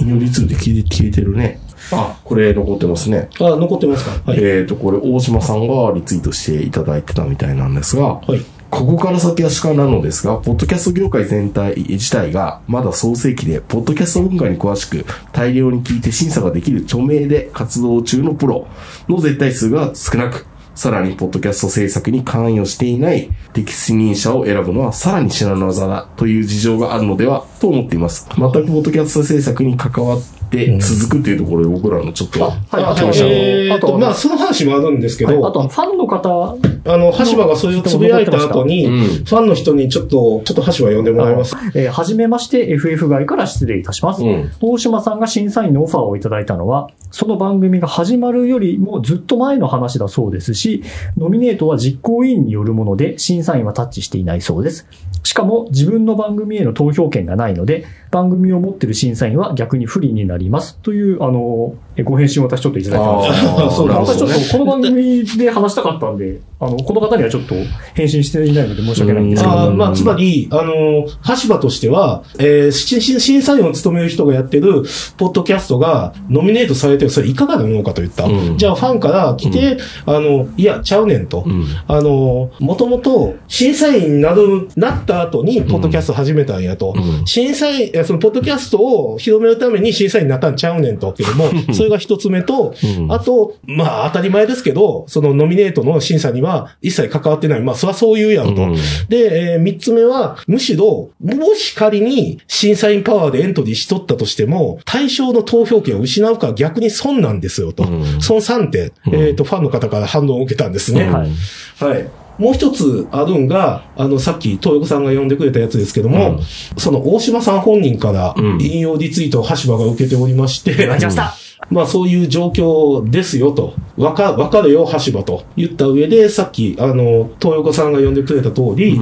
Speaker 2: 引用リツイート消えて消えてるね。あ、これ残ってますね。
Speaker 3: あ、残ってますかはい。
Speaker 2: えっ、と、これ、大島さんがリツイートしていただいてたみたいなんですが、
Speaker 3: はい。
Speaker 2: ここから先は主観なのですが、ポッドキャスト業界全体自体がまだ創世期で、ポッドキャスト文化に詳しく、大量に聞いて審査ができる著名で活動中のプロの絶対数が少なく、さらにポッドキャスト制作に関与していない適任者を選ぶのはさらに至難の業だという事情があるのではと思っています。全くポッドキャスト制作に関わって続くというところで僕らのちょっと、
Speaker 4: はい、
Speaker 3: あ
Speaker 4: あ
Speaker 3: と、
Speaker 4: と、
Speaker 3: えー
Speaker 4: あ
Speaker 3: と、
Speaker 4: と、
Speaker 3: まあ、その話もあるんですけど、
Speaker 4: あと、ファンの方、
Speaker 3: あの、橋場がそれをつぶやいた後に、
Speaker 2: うん
Speaker 3: ファンの人にちょっと、ちょっと橋場呼んでもらいます。
Speaker 4: えーはじめまして FF 外から失礼いたします。
Speaker 2: うん
Speaker 4: 大島さんが審査員のオファーをいただいたのは、その番組が始まるよりもずっと前の話だそうですし、ノミネートは実行委員によるもので、審査員はタッチしていないそうです。しかも、自分の番組への投票権がないので、番組を持ってる審査員は逆に不利になります。という、あの、えご返信を私ちょっといただいてました。
Speaker 2: あー
Speaker 3: そうなん
Speaker 4: な
Speaker 3: で
Speaker 4: ん
Speaker 3: す
Speaker 4: か
Speaker 3: よ
Speaker 4: ちょっとこの番組で話したかったんで、あの、この方にはちょっと返信していないので申し訳ないんですけど。
Speaker 3: あーまあ、つまり、あの、橋場としては、えー、しし審査員を務める人がやってる、ポッドキャストが、ノミネートされてる、それいかがなものかと言った。
Speaker 2: うん
Speaker 3: じゃあ、ファンから来て、あの、いや、ちゃうねんと。
Speaker 2: うん
Speaker 3: あの、もともと審査員になる、なった後に、ポッドキャスト始めたんやと。
Speaker 2: うん
Speaker 3: 審査員、えその、ポッドキャストを広めるために審査員になったんちゃうねんと。けども、それが一つ目と、
Speaker 2: うん
Speaker 3: あと、まあ、当たり前ですけど、そのノミネートの審査には一切関わってない。まあ、そりゃそう言うやんと。
Speaker 2: うん
Speaker 3: で、えー三つ目は、むしろ、もし仮に審査員パワーでエントリーしとったとしても、対象の投票権を失うから逆に損なんですよと。
Speaker 2: うん
Speaker 3: その3点、
Speaker 2: うん
Speaker 3: えっ、と、ファンの方から反応を受けたんですね。
Speaker 4: はい。
Speaker 3: はい。もう一つあるんが、あの、さっき、東横さんが呼んでくれたやつですけども、
Speaker 2: うん
Speaker 3: その、大島さん本人から
Speaker 2: うん、
Speaker 3: 引用リツイートを橋場が受けておりまして、
Speaker 4: た。
Speaker 3: まあ、そういう状況ですよと、わか、わかるよ、橋場と言った上で、さっき、あの、東横さんが呼んでくれた通り、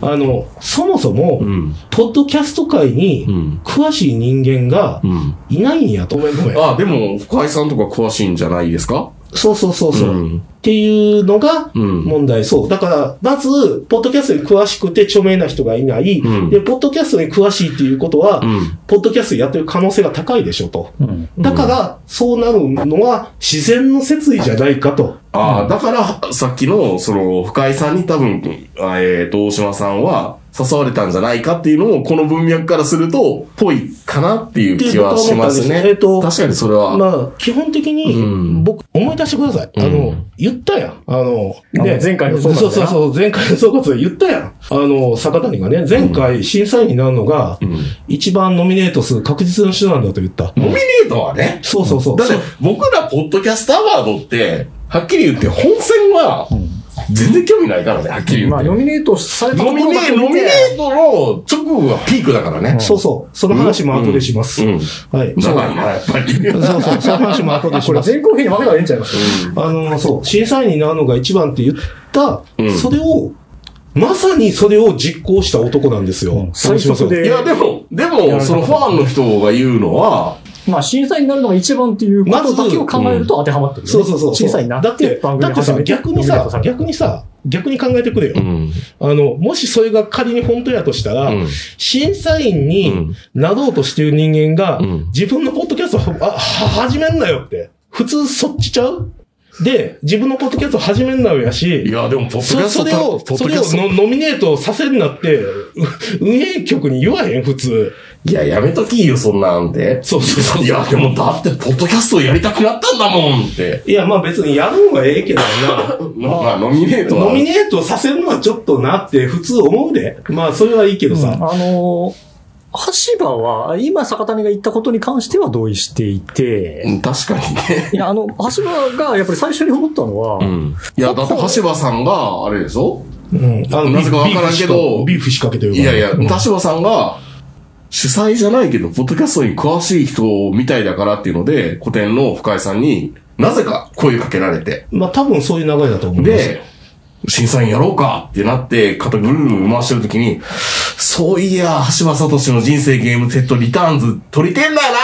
Speaker 3: あの、そもそも、
Speaker 2: うん
Speaker 3: ポッドキャスト界
Speaker 2: う
Speaker 3: に、
Speaker 2: ん
Speaker 3: 詳しい人間が
Speaker 2: うん
Speaker 3: いないんやと。ごめんごめん。
Speaker 2: あ、でも、深井さんとか詳しいんじゃないですか
Speaker 3: そうそうそうそう。
Speaker 2: うん
Speaker 3: っていうのが
Speaker 2: うん
Speaker 3: 問題。そう。だから、まず、ポッドキャストに詳しくて著名な人がいない。
Speaker 2: うん
Speaker 3: で、ポッドキャストに詳しいっていうことは、
Speaker 2: うん。
Speaker 3: ポッドキャストやってる可能性が高いでしょと。
Speaker 4: うん。
Speaker 3: だから、そうなるのは自然の説意じゃないかと。
Speaker 2: ああ、だから、さっきの、その、深井さんに多分、あえっ、と、大島さんは誘われたんじゃないかっていうのを、この文脈からすると、ぽいかなっていう気はしますね。
Speaker 3: っていうことは思ったんです
Speaker 2: 確かにそれは。
Speaker 3: まあ、基本的
Speaker 2: うん
Speaker 3: に、僕、思い出してください。あ
Speaker 2: う
Speaker 3: の
Speaker 2: ん、
Speaker 3: 言ったやん。あの、
Speaker 4: あの前回の総括で
Speaker 3: そう
Speaker 4: な
Speaker 3: そうそう、前回の総括で言ったやん。あの、坂谷がね、前回審査員になるのが
Speaker 2: う、ん、ノミ
Speaker 3: 一番ノミネートする確実な手段だと言った。
Speaker 2: ネートはね。
Speaker 3: そうそうそう。
Speaker 2: だって、僕ら、ポッドキャストアワードって、はっきり言って、本戦は、全然興味ないからね、はっきり言
Speaker 4: ま
Speaker 2: っ
Speaker 4: あ、
Speaker 2: て。
Speaker 4: ノミネートされた
Speaker 2: ノミネノミネートの直後がピークだからね。
Speaker 3: そうそう。その話も後でします。
Speaker 2: うん。
Speaker 3: はい。
Speaker 2: だ
Speaker 3: そう
Speaker 2: から、やっぱり。
Speaker 3: そうそう。その話も後でし
Speaker 4: これ
Speaker 3: ます。
Speaker 4: 全公平に分けたらええんちゃいます
Speaker 3: あの、そう。審査員になるのが一番って言った、
Speaker 2: うん
Speaker 3: それを、まさにそれを実行した男なんですよ。
Speaker 4: 最速で
Speaker 2: いや、でも、でも、そのファンの人が言うのは、
Speaker 4: まあ、審査員になるのが一番っていうことだけを考えると当てはまってるよね、
Speaker 3: そうそうそう。
Speaker 4: 審査員にな
Speaker 3: だっ
Speaker 4: ってて、番
Speaker 3: だ
Speaker 4: 組
Speaker 3: って
Speaker 4: 始
Speaker 3: さ、
Speaker 4: めて
Speaker 3: 逆に
Speaker 4: ノミネート
Speaker 3: さ、
Speaker 4: れる
Speaker 3: 逆にさ、逆に考えてくれよ。
Speaker 2: ん。
Speaker 3: あの、もしそれが仮に本当やとしたら、
Speaker 2: うん
Speaker 3: 審査
Speaker 2: う
Speaker 3: 員に
Speaker 2: ん
Speaker 3: なろうとしてる人間が、
Speaker 2: うん
Speaker 3: 自分のポッドキャストは、あ、は始めんなよって。普通そっちちゃうで、自分のポッドキャスト始めんなよや
Speaker 2: い
Speaker 3: し、
Speaker 2: や、でも、ポッドキ
Speaker 3: そ
Speaker 2: ャス
Speaker 3: そ
Speaker 2: ト
Speaker 3: れを、
Speaker 2: ポッ
Speaker 3: そ
Speaker 2: ドキャ
Speaker 3: れを
Speaker 2: スト
Speaker 3: ノノミネートさせんなって、う運営局に言わへん、普通。
Speaker 2: いや、やめときよ、そんなんで。
Speaker 3: そうそうそう。
Speaker 2: いや、でも、だって、ポッドキャストやりたくなったんだもんって。
Speaker 3: いや、まあ別にやるんはええけどな。
Speaker 2: まあ、ノミネートは。
Speaker 3: ノミネートさせるのはちょっとなって普通思うで。まあそれはいいけど
Speaker 4: うん
Speaker 3: さ。
Speaker 4: あのー橋場は、今坂谷が言ったことに関しては同意していて、
Speaker 2: うん、確かにね。
Speaker 4: いや、あの、橋場がやっぱり最初に思ったのは、
Speaker 9: うん。
Speaker 2: いや、だって橋場さんが、あれでしょ
Speaker 3: うん。あの
Speaker 2: なぜかわからんけど
Speaker 3: ビーフ仕掛けてる
Speaker 2: いやいや、
Speaker 3: うん
Speaker 2: 田代さんが、主催じゃないけど、ポッドキャストに詳しい人みたいだからっていうので、古典の深井さんになぜか声かけられて。
Speaker 3: まあ多分そういう流れだと思います。
Speaker 2: で、審査員やろうかってなって、肩ぐるぐる回してるときに、そういや、橋場聡の人生ゲームセットリターンズ取りてんだよな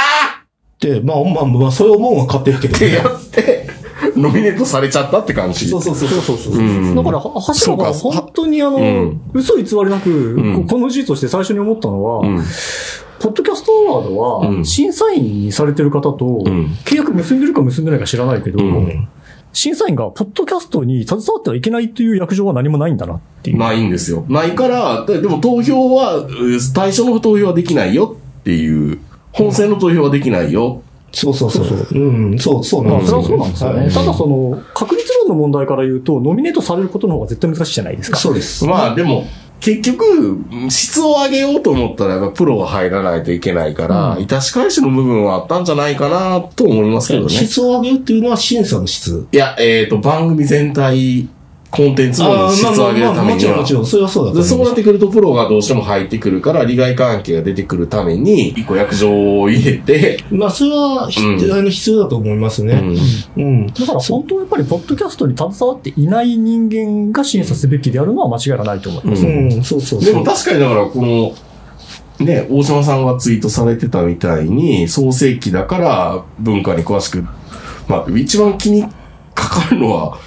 Speaker 3: で、まあまあまあ、それをもう勝手やけど
Speaker 2: って
Speaker 3: ね
Speaker 2: や。って、ノミネートされちゃったって感じ。
Speaker 3: そうそうそう。そうそうそうう。
Speaker 2: ん。
Speaker 4: だから、は橋場が
Speaker 2: そうか
Speaker 4: 本当にあの、
Speaker 2: うん
Speaker 4: 嘘偽りなく、
Speaker 2: うん
Speaker 4: ここの事実として最初に思ったのは、
Speaker 2: うん。
Speaker 4: ポッドキャストアワードは、
Speaker 2: うん
Speaker 4: 審査員にされてる方と、
Speaker 2: ん
Speaker 4: 契約結んでるか結んでないか知らないけど、
Speaker 2: うん
Speaker 4: 審査員がポッドキャストに携わってはいけないという役場は何もないんだなっていう。
Speaker 2: ないんですよ。ないから、ででも投票は、うー対象の投票はできないよっていう、本選の投票はできないよ。
Speaker 3: そうそうそう。うん、そうそう
Speaker 4: ま
Speaker 3: な
Speaker 4: あ、
Speaker 3: んです
Speaker 4: そ
Speaker 3: よ
Speaker 4: れはそうなんですよね。
Speaker 3: はい
Speaker 4: ただその、確率論の問題から言うと、ノミネートされることの方が絶対難しいじゃないですか。
Speaker 3: そうです。
Speaker 2: まあでも、結局、質を上げようと思ったら、やっぱプロが入らないといけないから、
Speaker 4: うん
Speaker 2: いたし返しの部分はあったんじゃないかなと思いますけどね。
Speaker 3: 質を上げるっていうのは審査の質。
Speaker 2: いや、えっ、と、番組全体、コンテンツの質を上げるため
Speaker 3: もち
Speaker 2: に
Speaker 3: ろん
Speaker 2: は
Speaker 3: もち。ろん、それはそうだと
Speaker 2: で
Speaker 3: 思います
Speaker 2: そうなってくると、プロがどうしても入ってくるから、利害関係が出てくるために、一個役場を入れて、
Speaker 3: まあ、それはひ、
Speaker 2: うん
Speaker 3: あの必要だと思います
Speaker 2: う
Speaker 3: ね。
Speaker 2: ん
Speaker 3: うん。
Speaker 4: だから本当はやっぱり、ポッドキャストに携わっていない人間が審査すべきであるのは間違いがないと思います。
Speaker 3: うん、そうそうそ
Speaker 2: で
Speaker 3: う。
Speaker 2: も確かにだから、この、ね、大島さんがツイートされてたみたいに、創世記だから文化に詳しく、まあ、一番気にかかるのは、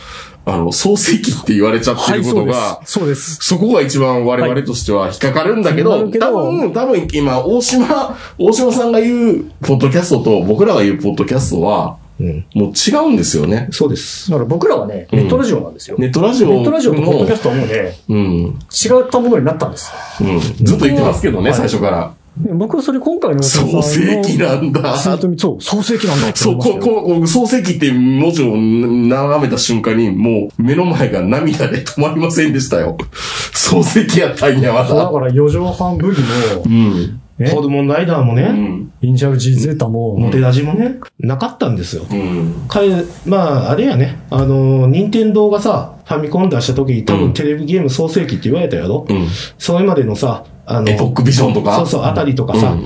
Speaker 2: あの、創世記って言われちゃってることが、
Speaker 4: そうです。
Speaker 2: そこが一番我々としては引っかかるんだけど、
Speaker 4: はい引っかか
Speaker 2: 多
Speaker 4: るけ
Speaker 2: 分、多分今、大島、大島さんが言うポッドキャストと僕らが言うポッドキャストは、
Speaker 3: うん。
Speaker 2: もう違うんですよね。
Speaker 3: そうです。
Speaker 4: だから僕らはね、ネットラジオなんですよ。
Speaker 2: ネットラジオ
Speaker 4: ネットラジオとポッドキャ
Speaker 2: の、
Speaker 4: ストはもうね、
Speaker 2: うん、うん、
Speaker 4: 違ったものになったんです。
Speaker 2: ずっと言ってますけどね、
Speaker 4: はい
Speaker 2: 最初から。
Speaker 4: 僕はそれ今回の
Speaker 2: 創世記なんだ。
Speaker 4: ツイート見そう、創世記なんだって
Speaker 2: そ
Speaker 4: 思
Speaker 2: う、
Speaker 4: いました
Speaker 2: こ、
Speaker 4: よ
Speaker 2: こ、こ創世記って文字を眺めた瞬間に、もう目の前が涙で止まりませんでしたよ。創世記やったんや、ま
Speaker 4: そうだ
Speaker 2: だ。
Speaker 4: から4畳半ブギの
Speaker 2: う、ん。
Speaker 4: え
Speaker 3: ホルモンライダーも
Speaker 2: う
Speaker 3: ね、
Speaker 2: ん。
Speaker 4: イニシャル G ゼータも、
Speaker 3: モテラジもね、なかったんですよ。
Speaker 2: うん。
Speaker 3: 彼、まあ、あれやね、あの、任天堂がさ、ファミコン出した時に多
Speaker 2: うん
Speaker 3: 分テレビゲーム創世記って言われたやろ、
Speaker 2: うん。
Speaker 3: それまでのさ、あの、
Speaker 2: エポックビジョンとか。
Speaker 3: そうそう、あたりとか
Speaker 2: うん
Speaker 3: さ、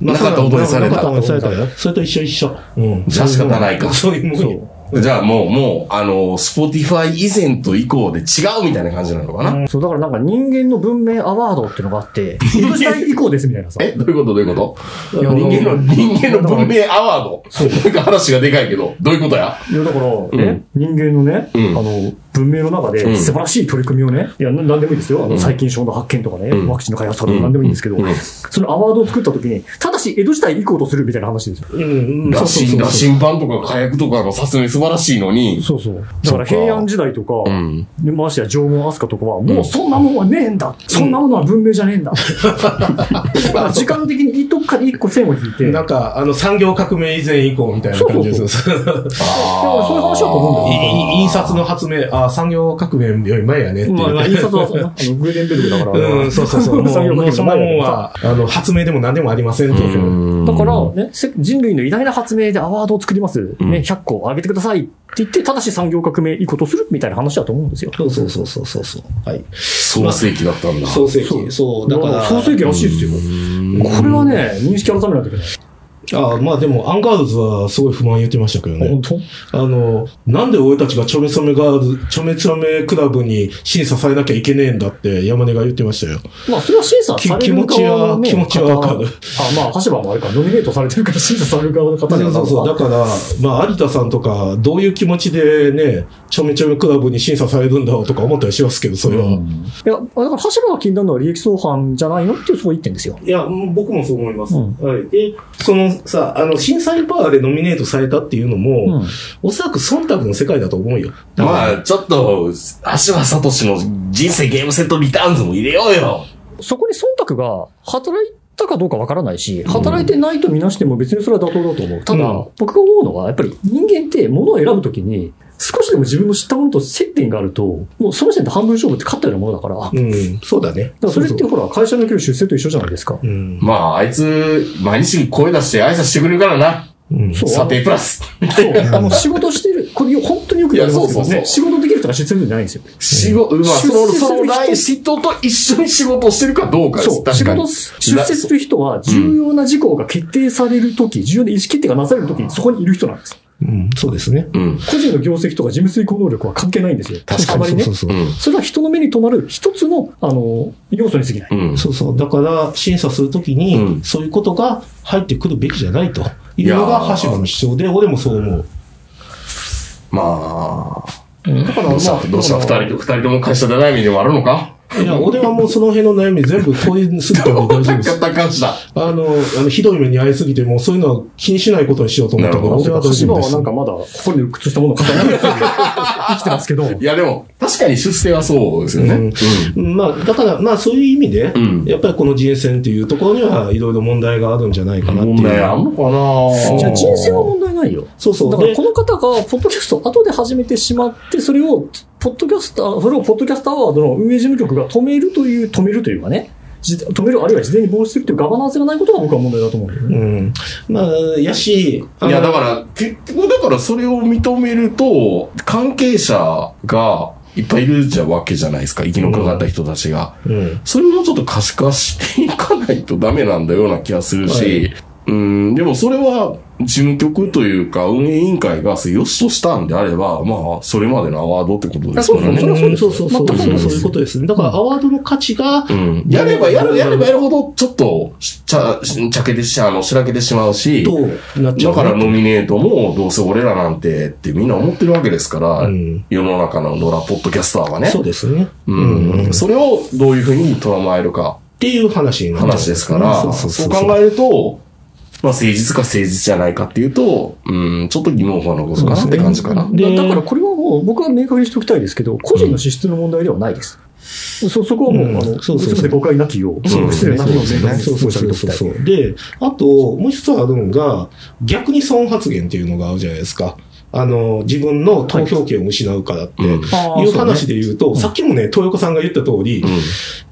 Speaker 2: うん。なかったことにされ
Speaker 3: なかった
Speaker 2: た
Speaker 3: こ。とにされたよ。それと一緒一緒。うん。
Speaker 2: じゃあ仕方ないか
Speaker 3: そういうもんよ。
Speaker 2: じゃあもう、もう、あの、スポティファイ以前と以降で違うみたいな感じなのかな。
Speaker 4: そう、だからなんか人間の文明アワードっていうのがあ って、今年代以降ですみたいなさ。
Speaker 2: えどういうことどういうこ
Speaker 4: い
Speaker 2: と
Speaker 4: や
Speaker 2: 人間の、人間の文明アワード。
Speaker 4: そう
Speaker 2: なんか話がでかいけど、どういうことや
Speaker 4: いや、だから、
Speaker 2: ん
Speaker 4: ね、人間のね、
Speaker 2: うん
Speaker 4: あの、文明の中
Speaker 2: うん
Speaker 4: で素晴らしい取り組みをね、いや、ななんでもいいですよ。あ
Speaker 2: う
Speaker 4: の
Speaker 2: ん
Speaker 4: 細菌症の発見とかね、
Speaker 2: うん
Speaker 4: ワクチンの開発とかでもなんでもいいんですけど、
Speaker 2: うん
Speaker 4: そのアワードを作った時に、ただし江戸時代以降とするみたいな話ですよ。
Speaker 3: うん、うん。
Speaker 2: 羅針、羅
Speaker 3: う。
Speaker 2: 針盤とか火薬とかの説明素晴らしいのに。
Speaker 4: そうそう。だから平安時代とか、
Speaker 2: ん。
Speaker 4: でましてや縄文飛鳥とかは、もうそんなもんはねえんだ、そんなものは文明じゃ ねえんだ、だから時間的にどっかで一個線を引いて、
Speaker 3: なんか、あの、産業革命以前以降みたいな感じですよ。
Speaker 2: あー
Speaker 4: そういう話だと思うんだよ
Speaker 3: いい印刷の発明、あ産業革命より前やねっていう。
Speaker 4: まあまあ、印刷 はそんなあのグーデンベルグだから、
Speaker 3: うん、そうそう そう。も
Speaker 4: 産業
Speaker 3: う、
Speaker 4: 革
Speaker 3: も
Speaker 4: 命
Speaker 3: う
Speaker 4: じ
Speaker 3: そ
Speaker 4: ゃ
Speaker 3: ん
Speaker 4: な
Speaker 3: ないも
Speaker 4: よね
Speaker 3: んは、あの、発明でも何でもありませんっていう。
Speaker 2: うん
Speaker 4: だから、ね、せ人類の偉大な発明でアワードを作ります、ね、100個あげてくださいって言って、ただし産業革命いいことするみたいな話だと思うんですよ。
Speaker 3: そうそうそうそうそうそう。はい。
Speaker 2: 創世紀だったんだ。
Speaker 3: 創世記。そう、だから。
Speaker 4: 創世紀らしいですよ。これはね、認識改めないといけない。
Speaker 3: あまあでも、アンガールズはすごい不満言ってましたけど
Speaker 4: あ
Speaker 3: ね
Speaker 4: 本。当
Speaker 3: あの、なんで俺たちがちょめそめガール、ちょめちょめクラブに審査されなきゃいけねえんだって山根が言ってましたよ。
Speaker 4: まあ、それは審査される側の、ね、
Speaker 3: 気気持ちは気持ちはわかる
Speaker 4: 方あ、まあ、橋場もあれか、ノミネートされてるから審査される側の方に
Speaker 3: そ
Speaker 4: は
Speaker 3: うそうそう。だから、まあ、有田さんとか、どういう気持ちでね、ちょめちょめクラブに審査されるんだろうとか思ったりしますけど、それは。
Speaker 4: いや、だから橋場が気になるのは利益相反じゃないのっていうそこ一点ですよ。
Speaker 3: いや、もう僕もそう思います。
Speaker 4: うん
Speaker 3: はい。で、そのさ、あの、審査員パワーでノミネートされたっていうのも、おそらく忖度の世界だと思うよ。
Speaker 2: まあ、ちょっと、橋場聡の人生ゲームセットリターンズも入れようよ。
Speaker 4: そこに忖度が働いたかどうかわからないし、働いてないとみなしても別にそれは妥当だと思う。ただ、
Speaker 3: うん
Speaker 4: 僕が思うのは、やっぱり人間って物を選ぶときに、少しでも自分の知ったものと接点があると、もうその時点で半分勝負って勝ったようなものだから、だか
Speaker 3: うん、そうだね。
Speaker 4: らそれってほら、会社における出世と一緒じゃない ですか。
Speaker 3: うん。
Speaker 2: まあ、あいつ、毎日声出して挨拶してくれるからな。
Speaker 3: うん
Speaker 4: そう
Speaker 2: 査定プラス。
Speaker 4: そう。あの、仕事してる、これ本当によく言われますけど
Speaker 2: いやそうそうそ
Speaker 4: ね、
Speaker 2: う
Speaker 4: 仕事できる人が出世するんじゃないんですよ。
Speaker 2: 仕事、まあ、
Speaker 4: 出世
Speaker 2: その、
Speaker 4: する
Speaker 2: その
Speaker 4: 人
Speaker 2: ライン、人と一緒に仕事をしてるかどうかです。
Speaker 4: そう。
Speaker 2: 確
Speaker 4: 仕
Speaker 2: か
Speaker 4: 事
Speaker 2: に。
Speaker 4: す、出世する人は、重要な事項が決定されるとき、重要な意思決定がなされるとき、そこにいる人なんです。
Speaker 3: うん、そうですね。
Speaker 2: うん。
Speaker 4: 個人の業績とか事務遂行能力は関係ないんですよ。
Speaker 3: 確か
Speaker 4: あま
Speaker 3: に。
Speaker 4: りね
Speaker 3: そ。うそう
Speaker 2: う
Speaker 3: そう。
Speaker 2: ん。
Speaker 4: それは人の目に留まる一つの、あの、要素に過ぎない。
Speaker 2: うん。
Speaker 3: そうそう。だから、審査するときに、
Speaker 2: うん
Speaker 3: そういうことが入ってくるべきじゃないというの
Speaker 2: いや
Speaker 3: が
Speaker 2: ー
Speaker 3: 橋場の主張で、俺もそう思う。
Speaker 2: まあ、
Speaker 4: だから、ま
Speaker 2: どうした
Speaker 4: あ、
Speaker 2: どうした
Speaker 4: だ
Speaker 2: 二
Speaker 4: から
Speaker 2: 人と、二人とも会社で悩みでもあるのか
Speaker 3: いや、俺はもうその辺の悩み全部問いすぎても大丈夫 です。
Speaker 2: った感じだ。
Speaker 3: あの、あのひどい目に遭いすぎて、もうそういうのは気にしないことにしようと思ったから、
Speaker 2: なるほ
Speaker 3: 俺は大
Speaker 4: 橋
Speaker 3: 丈
Speaker 4: 場
Speaker 3: 夫で
Speaker 4: は
Speaker 3: す
Speaker 4: なん。かまだ、ここに靴下ものを固めて生きてますけど、
Speaker 2: いや、でも、確かに出世はそうですよね。
Speaker 3: うんまあ、だから、まあそういう意味で、
Speaker 2: うん
Speaker 3: やっぱりこの人選っていうところには、いろいろ問題があるんじゃないかなっていう。
Speaker 2: 問題あんのかな
Speaker 4: じゃあ人生は問題ないよ。
Speaker 3: そうそう。
Speaker 4: だから
Speaker 3: で
Speaker 4: この方が、ポッドキャストを後で始めてしまって、それを、ポッドキャスト、それをポッドキャストアワードの運営事務局が止めるという、止めるというかね、じ止める、あるいは事前に防止するというガバナンスがないことが僕は問題だと思うんだよね。
Speaker 3: うん。まあ、やし、あ
Speaker 2: い
Speaker 3: の
Speaker 2: や、だから、結局、だからそれを認めると、関係者がいっぱいいるじゃわけじゃないですか。生き残った人たちが。
Speaker 3: うん。
Speaker 2: それもちょっと可視化していかないとダメなんだような気がするし、
Speaker 3: は
Speaker 2: うん、でもそれは事務局というか運営委員会がそれ良しとしたんであれば、まあ、それまでのアワードってことですから
Speaker 4: あ
Speaker 2: ね。
Speaker 4: れはそうです
Speaker 3: そうそうそう。
Speaker 4: 全くそう
Speaker 2: です
Speaker 3: そういうことですね。だから、アワードの価値が、
Speaker 2: うん、やればやる、やればやるほど、ちょっと、ちゃ、ちゃけてし、あの、しらけてしまうし、
Speaker 3: どうなっちゃ
Speaker 2: だ
Speaker 3: う
Speaker 2: か
Speaker 3: の
Speaker 2: らノミネートも、どうせ俺らなんてってみんな思ってるわけですから、
Speaker 3: うん
Speaker 2: 世の中の野良ポッドキャスターはね。
Speaker 3: そうですね。
Speaker 2: うんそれをどういうふうに捉まえるか、
Speaker 3: っていう話になっちゃう
Speaker 2: 話ですから、
Speaker 3: そ
Speaker 2: そうう
Speaker 3: そうそう。
Speaker 2: 考えると、まあ、誠実か誠実じゃないかっていうと、うん、ちょっと疑問符は残すかなって感じかな。
Speaker 3: で
Speaker 4: だだからこれはもう僕は明確にしておきたいですけど、個人の資質の問題ではないです。そ、そこはもう、
Speaker 3: うん
Speaker 4: あの、
Speaker 3: そうそうそう
Speaker 4: すべて誤解なきよう、
Speaker 2: そう
Speaker 4: 失礼なきよう、
Speaker 3: そうそうそうそうそう。で、あと、もう一つあるのが、逆に損発言っていうのがあるじゃないですか。あの、自分の投票権を失うからって。
Speaker 2: うん
Speaker 4: ああ
Speaker 3: いう
Speaker 4: そうね
Speaker 3: 話で言うと、さっきもね、豊岡さんが言った通り、
Speaker 2: うん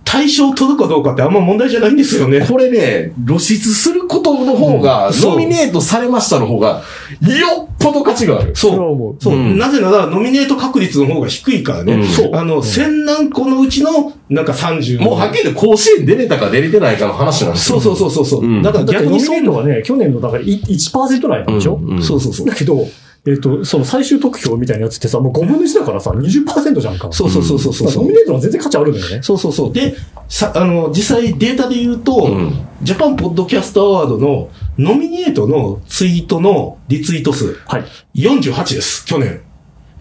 Speaker 3: 対象取るかどうかってあんま問題じゃないんです よね。
Speaker 2: これね、露出することの方が、
Speaker 3: うんそう
Speaker 2: ノミネートされましたの方が、よっぽど価値がある。
Speaker 10: それは
Speaker 3: そう。
Speaker 10: 思う。
Speaker 3: そう。
Speaker 2: うん
Speaker 3: なぜなら、ノミネート確率の方が低いからね。
Speaker 2: うん
Speaker 3: そう。あの、千何個のうちの、なんか30。
Speaker 2: もうはっきり甲子園出れたか出れてないかの話なんですよ。
Speaker 3: そうそうそうそうそう。
Speaker 2: うん
Speaker 3: だから
Speaker 4: だって
Speaker 3: 逆
Speaker 4: ノ
Speaker 3: に
Speaker 4: ミ
Speaker 3: そ
Speaker 4: ネートはね、去年のだからい1%ないなんでしょ、
Speaker 2: うんうん
Speaker 3: そうそうそう。
Speaker 4: だけど、えっ、と、その最終得票みたいなやつってさ、もう5分の1だからさ、20%じゃんか。
Speaker 3: そうそうそうそうそう
Speaker 4: だか
Speaker 3: そ
Speaker 4: ら
Speaker 3: う
Speaker 4: ノミ。ネートは全然価値あるんだよね。
Speaker 3: そうそうそう。で、さ、あの、実際データで言うと、
Speaker 2: うん
Speaker 3: ジャパンポッドキャストアワードのノミネートのツイートのリツイート数、
Speaker 4: はい。
Speaker 3: 48です、去年。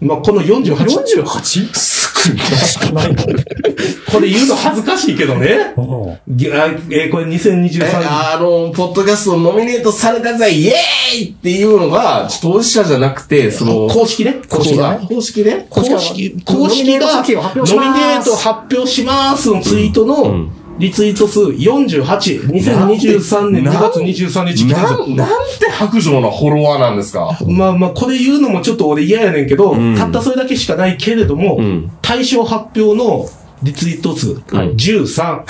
Speaker 3: まあ、この48、
Speaker 4: 48? 少ないの。
Speaker 3: これ言うの恥ずかしいけどね。
Speaker 4: うん
Speaker 3: ぎあえーこれ
Speaker 2: え
Speaker 3: 2023
Speaker 2: あの、ポッドキャストノミネートされたぜ、イエーイっていうのが、当事者じゃなくて、その、
Speaker 3: 公式ね。公式
Speaker 2: あ
Speaker 3: が。
Speaker 2: 公式ね。
Speaker 3: 公
Speaker 4: 公
Speaker 3: 式
Speaker 4: 式
Speaker 3: が、公式が、ノミネ
Speaker 4: ノミネート作品を発表します
Speaker 3: ート発表しますのツイート
Speaker 2: う
Speaker 3: の
Speaker 2: ん
Speaker 3: リツイート数48、2023年2月23日来た
Speaker 2: な
Speaker 3: ぞ。
Speaker 2: ん、なんて白状なフォロワーなんですか
Speaker 3: まあまあ、これ言うのもちょっと俺嫌やねんけど、
Speaker 2: ん
Speaker 3: たったそれだけしかないけれども、
Speaker 2: ん
Speaker 3: 対象発表のリツイート数、13。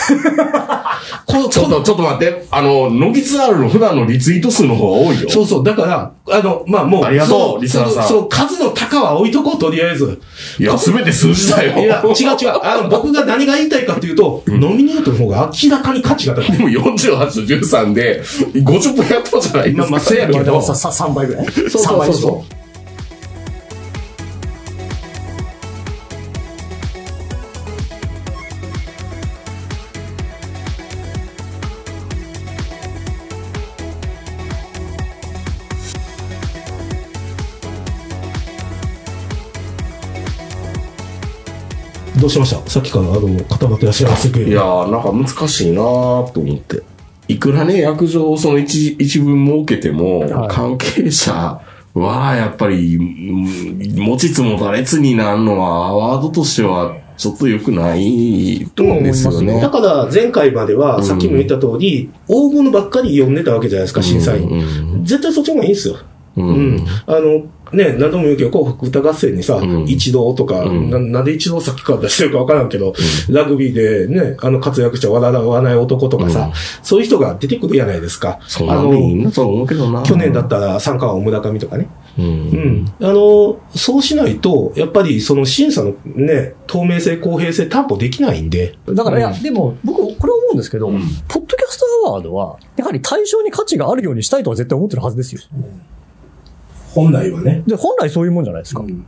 Speaker 3: この
Speaker 2: ちょっと、ちょっと待って。あの、ノギツアールの普段のリツイート数の方が多いよ。
Speaker 3: そうそう、だから、あの、まあもう、
Speaker 2: ありがとう
Speaker 3: そ
Speaker 2: リスナーさん
Speaker 3: そう、そう数の高は置いとこう、とりあえず。
Speaker 2: いや、すべて数字だよ。
Speaker 3: いや、違う違う。あの、僕が何が言いたいかっていうと、ノミネートの方が明らかに価値が高い。
Speaker 2: でも48と13で、50分やったじゃないですか。
Speaker 3: まあまあそうやけ
Speaker 4: いや、で
Speaker 3: ど
Speaker 4: もさ、さ3倍ぐらい。
Speaker 3: そう
Speaker 4: 3
Speaker 3: そうそ
Speaker 4: 倍
Speaker 3: う
Speaker 4: でしょ
Speaker 3: そう。どうしましたさっきからあの固まってらっしゃいますけど
Speaker 2: いやー、なんか難しいなーと思って。いくらね、役場をその一一文設けても、
Speaker 10: はい
Speaker 2: 関係者はやっぱり、うん持ちつ持たれつになるのは、アワードとしてはちょっと良くないと思うんですよね。
Speaker 3: だから前回までは、さっきも言った通り、大物ばっかり呼んでたわけじゃないですか、審査員。
Speaker 2: うんうん
Speaker 3: 絶対そっちの方がいいんですよ。
Speaker 2: う
Speaker 3: うんん。あの、ね、何度も言うけど、紅白歌合戦にさ、
Speaker 2: うん
Speaker 3: 一同とか、
Speaker 2: うん
Speaker 3: ななんで一同さっきから出してるかわからんけど、ラグビーでね、あの活躍した笑わない男とかさ、
Speaker 2: うん
Speaker 3: そういう人が出てくるじゃないですか。
Speaker 2: そん
Speaker 3: あ
Speaker 2: なんでいい
Speaker 3: の、
Speaker 2: んだとは思うけどな。
Speaker 3: 去年だったら三冠王村上とかね。
Speaker 2: うん。
Speaker 3: うん。あの、そうしないと、やっぱりその審査のね、透明性、公平性担保できないんで。
Speaker 5: だから、いや
Speaker 3: う、
Speaker 5: でも、僕、これ思うんですけど、
Speaker 2: うん
Speaker 5: ポッドキャストアワードは、やはり対象に価値があるようにしたいとは絶対思ってるはずですよ。
Speaker 11: 本来はね。
Speaker 5: で、本来そういうもんじゃないですか。
Speaker 11: ん。
Speaker 5: だか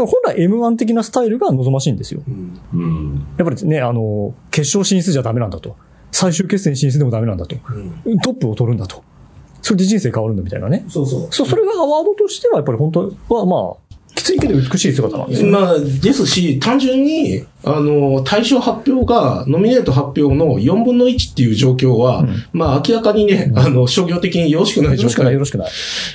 Speaker 5: ら本来 M1 的なスタイルが望ましいんですよ。
Speaker 11: うん。
Speaker 2: うん。
Speaker 5: やっぱりね、あの、決勝進出じゃダメなんだと。最終決戦進出でもダメなんだと。
Speaker 11: うん
Speaker 5: トップを取るんだと。それで人生変わるんだみたいなね。
Speaker 11: そうそう。
Speaker 5: そう、それがアワードとしては、やっぱり本当は、まあ、きついけど美しい姿なんですよ。
Speaker 3: まあ、ですし、単純に、あの、対象発表が、ノミネート発表の4分の1っていう状況は、
Speaker 5: うん
Speaker 3: まあ、明らかにね、あの、商業的によろしくない
Speaker 5: よ
Speaker 3: 状
Speaker 5: ろしくない、よ
Speaker 3: 況。
Speaker 5: ろしくない。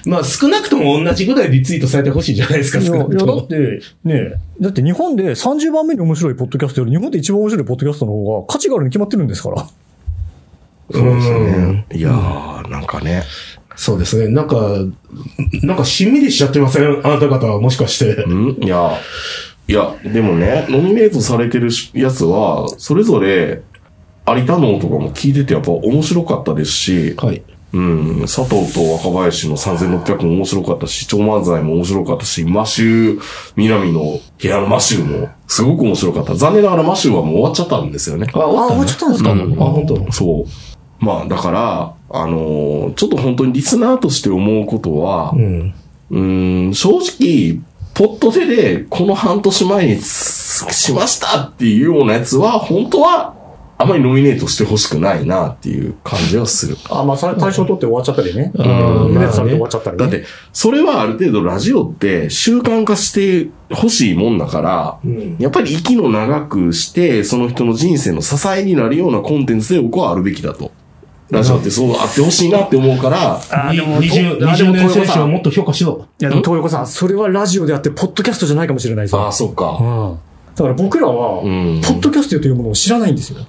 Speaker 3: まあ、少なくとも同じぐらいリツイートされてほしいじゃないですか、
Speaker 5: い
Speaker 3: 少
Speaker 5: や、い
Speaker 3: な
Speaker 5: や
Speaker 3: くと
Speaker 5: だ
Speaker 3: も
Speaker 5: っ。て、ねえだって日本で30番目に面白いポッドキャストより、日本で一番面白いポッドキャストの方が価値があるに決まってるんですから。
Speaker 3: そうですね。
Speaker 2: いやー、なんかね。
Speaker 3: そうですね。なんか、なんかしんみりしちゃってませんあなた方はもしかして。
Speaker 2: うんいや、いや、でもね、ノミネートされてるしやつは、それぞれ、有田のとかも聞いててやっぱ面白かったですし、
Speaker 3: はい。
Speaker 2: うん、佐藤と若林の3600も面白かったし、超漫才も面白かったし、マシュー、南の部屋のマシューもすごく面白かった。残念ながらマシューはもう終わっちゃったんですよね。
Speaker 3: あ、終わっちゃっ
Speaker 5: ちょっと
Speaker 2: う
Speaker 3: たのあ、
Speaker 2: ん、
Speaker 3: 本当。
Speaker 2: そう。まあ、だから、あのーちょっと本当にリスナーとして思うことは、
Speaker 3: うん。
Speaker 2: うーん、正直、ポットでで、この半年前につしましたっていうようなやつは、本当は、あまりノミネートしてほしくないなっていう感じはする。
Speaker 4: あ、まあ、さ対象取って終わっちゃったりね。
Speaker 3: う
Speaker 2: うん
Speaker 3: ん。
Speaker 4: 胸
Speaker 3: ま
Speaker 4: をさ
Speaker 3: あね
Speaker 4: れて終わっちゃったりね。
Speaker 2: だって、それはある程度ラジオって習慣化してほしいもんだから、
Speaker 11: うん。
Speaker 2: やっぱり息の長くして、その人の人生の支えになるようなコンテンツで僕はあるべきだと。ラジオってそうあってほしいなって思うから、
Speaker 4: あーでも、と
Speaker 3: 20
Speaker 4: あーでも
Speaker 3: 20年選
Speaker 4: 東横
Speaker 3: 手
Speaker 4: さ
Speaker 3: は
Speaker 4: ん。
Speaker 3: もっと評価しろ。
Speaker 4: いや、でも、東横さん、それはラジオであって、ポッドキャストじゃないかもしれないですよ
Speaker 2: ああ、そっか。
Speaker 4: うん。だから僕らは、
Speaker 2: うん。
Speaker 4: ポッドキャストというものを知らないんですよ。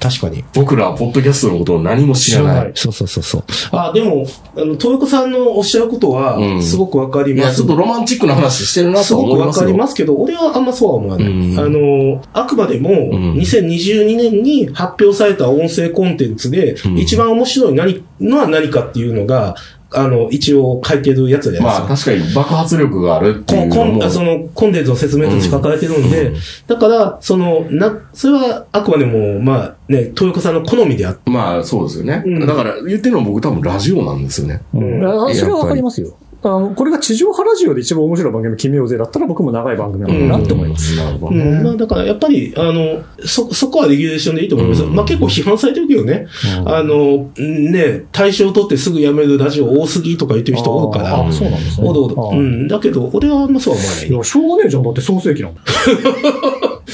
Speaker 3: 確かに。
Speaker 2: 僕らはポッドキャストのことを何も知らない。
Speaker 3: そうそうそうそう。あ、でも、あの、豊子さんのおっしゃること
Speaker 2: う
Speaker 3: は、
Speaker 2: ん
Speaker 3: すごくわかり
Speaker 2: い
Speaker 3: ま
Speaker 2: や、ち
Speaker 3: す。
Speaker 2: ょっとロマンチックな話してるな
Speaker 3: す
Speaker 2: とは
Speaker 3: ごく
Speaker 2: 思い
Speaker 3: わ
Speaker 2: ます
Speaker 3: か
Speaker 2: よ。
Speaker 3: りますけど、俺はあんまそうは思わない。
Speaker 2: うん
Speaker 3: あの、あくまでも、
Speaker 2: ん
Speaker 3: 2022年に発表された音声コンテンツで、
Speaker 2: うん
Speaker 3: 一番面白い何のは何かっていうのが、あの、一応書いてるやつじゃないです
Speaker 2: まあ、
Speaker 3: か。
Speaker 2: 確かに爆発力があるって
Speaker 3: コ
Speaker 2: いう
Speaker 3: ン
Speaker 2: の
Speaker 3: コ
Speaker 2: も
Speaker 3: ンあ。そのコンテンツの説明として書かれてるんで、
Speaker 2: うん
Speaker 3: だから、その、な、それはあくまでも、まあね、豊子さんの好みであって、
Speaker 2: まあ、そうですよね。
Speaker 3: うん
Speaker 2: だから、言ってるのは僕多分ラジオなんですよね。
Speaker 5: うん、いやそれはわかりますよ。あの、これが地上波ラジオで一番面白い番組決めようぜだったら僕も長い番組なんだなって思います。
Speaker 2: す。なるほど
Speaker 3: うんまあ
Speaker 2: ね。
Speaker 3: だからやっぱり、あの、そ、そこはレギュレーションでいいと思います。
Speaker 2: うん
Speaker 3: まあ結構批判されてるけどね。
Speaker 5: うん
Speaker 3: あの、ね、対象取ってすぐ辞めるラジオ多すぎとか言ってる人おるから。
Speaker 5: ああ、そうなんですね。
Speaker 3: おどおど。
Speaker 5: ああ
Speaker 3: うん。だけど、俺はあんまそうは思わない
Speaker 4: い
Speaker 3: よ。
Speaker 4: や、しょうがねえじゃん。だって創世記なんだ。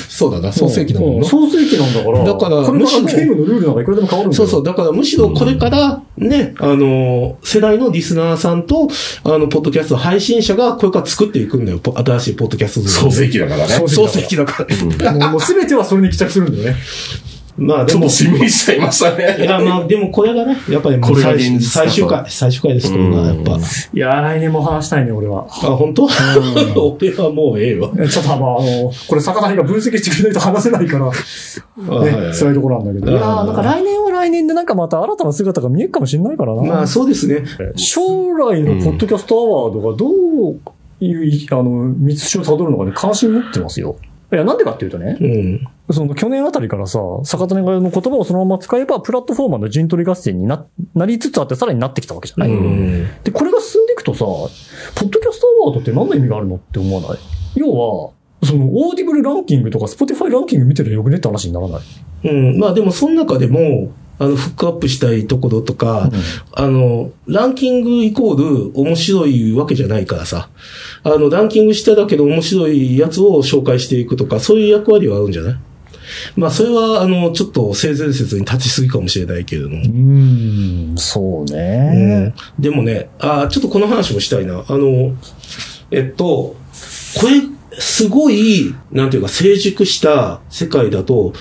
Speaker 3: そうだな、
Speaker 4: う創世記なんだから。
Speaker 3: だから
Speaker 4: これ
Speaker 3: む
Speaker 4: か
Speaker 3: し
Speaker 4: ら
Speaker 3: ろ
Speaker 4: ゲームのルールなんかいくらでも変わるんだ。
Speaker 3: そうそうう。だからむしろこれから、ね、あの、世代のリスナーさんと、あの、ポッドキャスト配信者がこれから作っていくんだよ。ポ新しいポッドキャスト像
Speaker 2: 創世記だからね。
Speaker 3: 創世記だから。
Speaker 4: もうもう全てはそれに帰着するんだよね。
Speaker 3: まあで
Speaker 2: ちょっ
Speaker 3: も
Speaker 2: と、しみりしちゃいました
Speaker 3: い
Speaker 2: ね。
Speaker 3: やまあでもこれがね、やっぱりも
Speaker 2: こ
Speaker 3: う
Speaker 2: れが
Speaker 3: 最
Speaker 2: 現実だ
Speaker 3: 最終回、最終回ですから
Speaker 2: うん
Speaker 3: やっぱ。
Speaker 4: いや、来年も話したいね、俺は。
Speaker 3: あ、本当 俺はもうええわ。
Speaker 4: えちょっとまあ、あの、これ坂谷が分析してくれないと話せないから、ね、辛いところなんだけ
Speaker 5: い
Speaker 4: ど。
Speaker 5: やーなんか来年は来年でなんかまた新たな姿が見えるかもしれないからな。
Speaker 3: まあそうですね。
Speaker 5: 将来のポッドキャストアワードがどういう、あの、道筋をたどるのかね、関心持ってますよ。いや、なんでかっていうとね、
Speaker 3: うん。
Speaker 5: その去年あたりからさ、坂谷の言葉をそのまま使えば、プラットフォーマーの陣取り合戦にななりつつあって、さらになってきたわけじゃない、
Speaker 3: うん
Speaker 5: で、これが進んでいくとさ、ポッドキャストアワードって何の意味があるのって思わない要は、その、オーディブルランキングとか、スポティファイランキング見てるよくねって話にならない。
Speaker 3: うん。まあでも、その中でも、あの、フックアップしたいところとか、あの、ランキングイコール面白いわけじゃないからさ。あの、ランキングしただけど面白いやつを紹介していくとか、そういう役割はあるんじゃないまあ、それは、あの、ちょっと性善説に立ちすぎかもしれないけれども。
Speaker 5: うん、そう
Speaker 3: うん
Speaker 5: ね。
Speaker 3: でもね、あーちょっとこの話もしたいな。あの、えっと、これ、すごい、なんていうか、成熟した世界だと、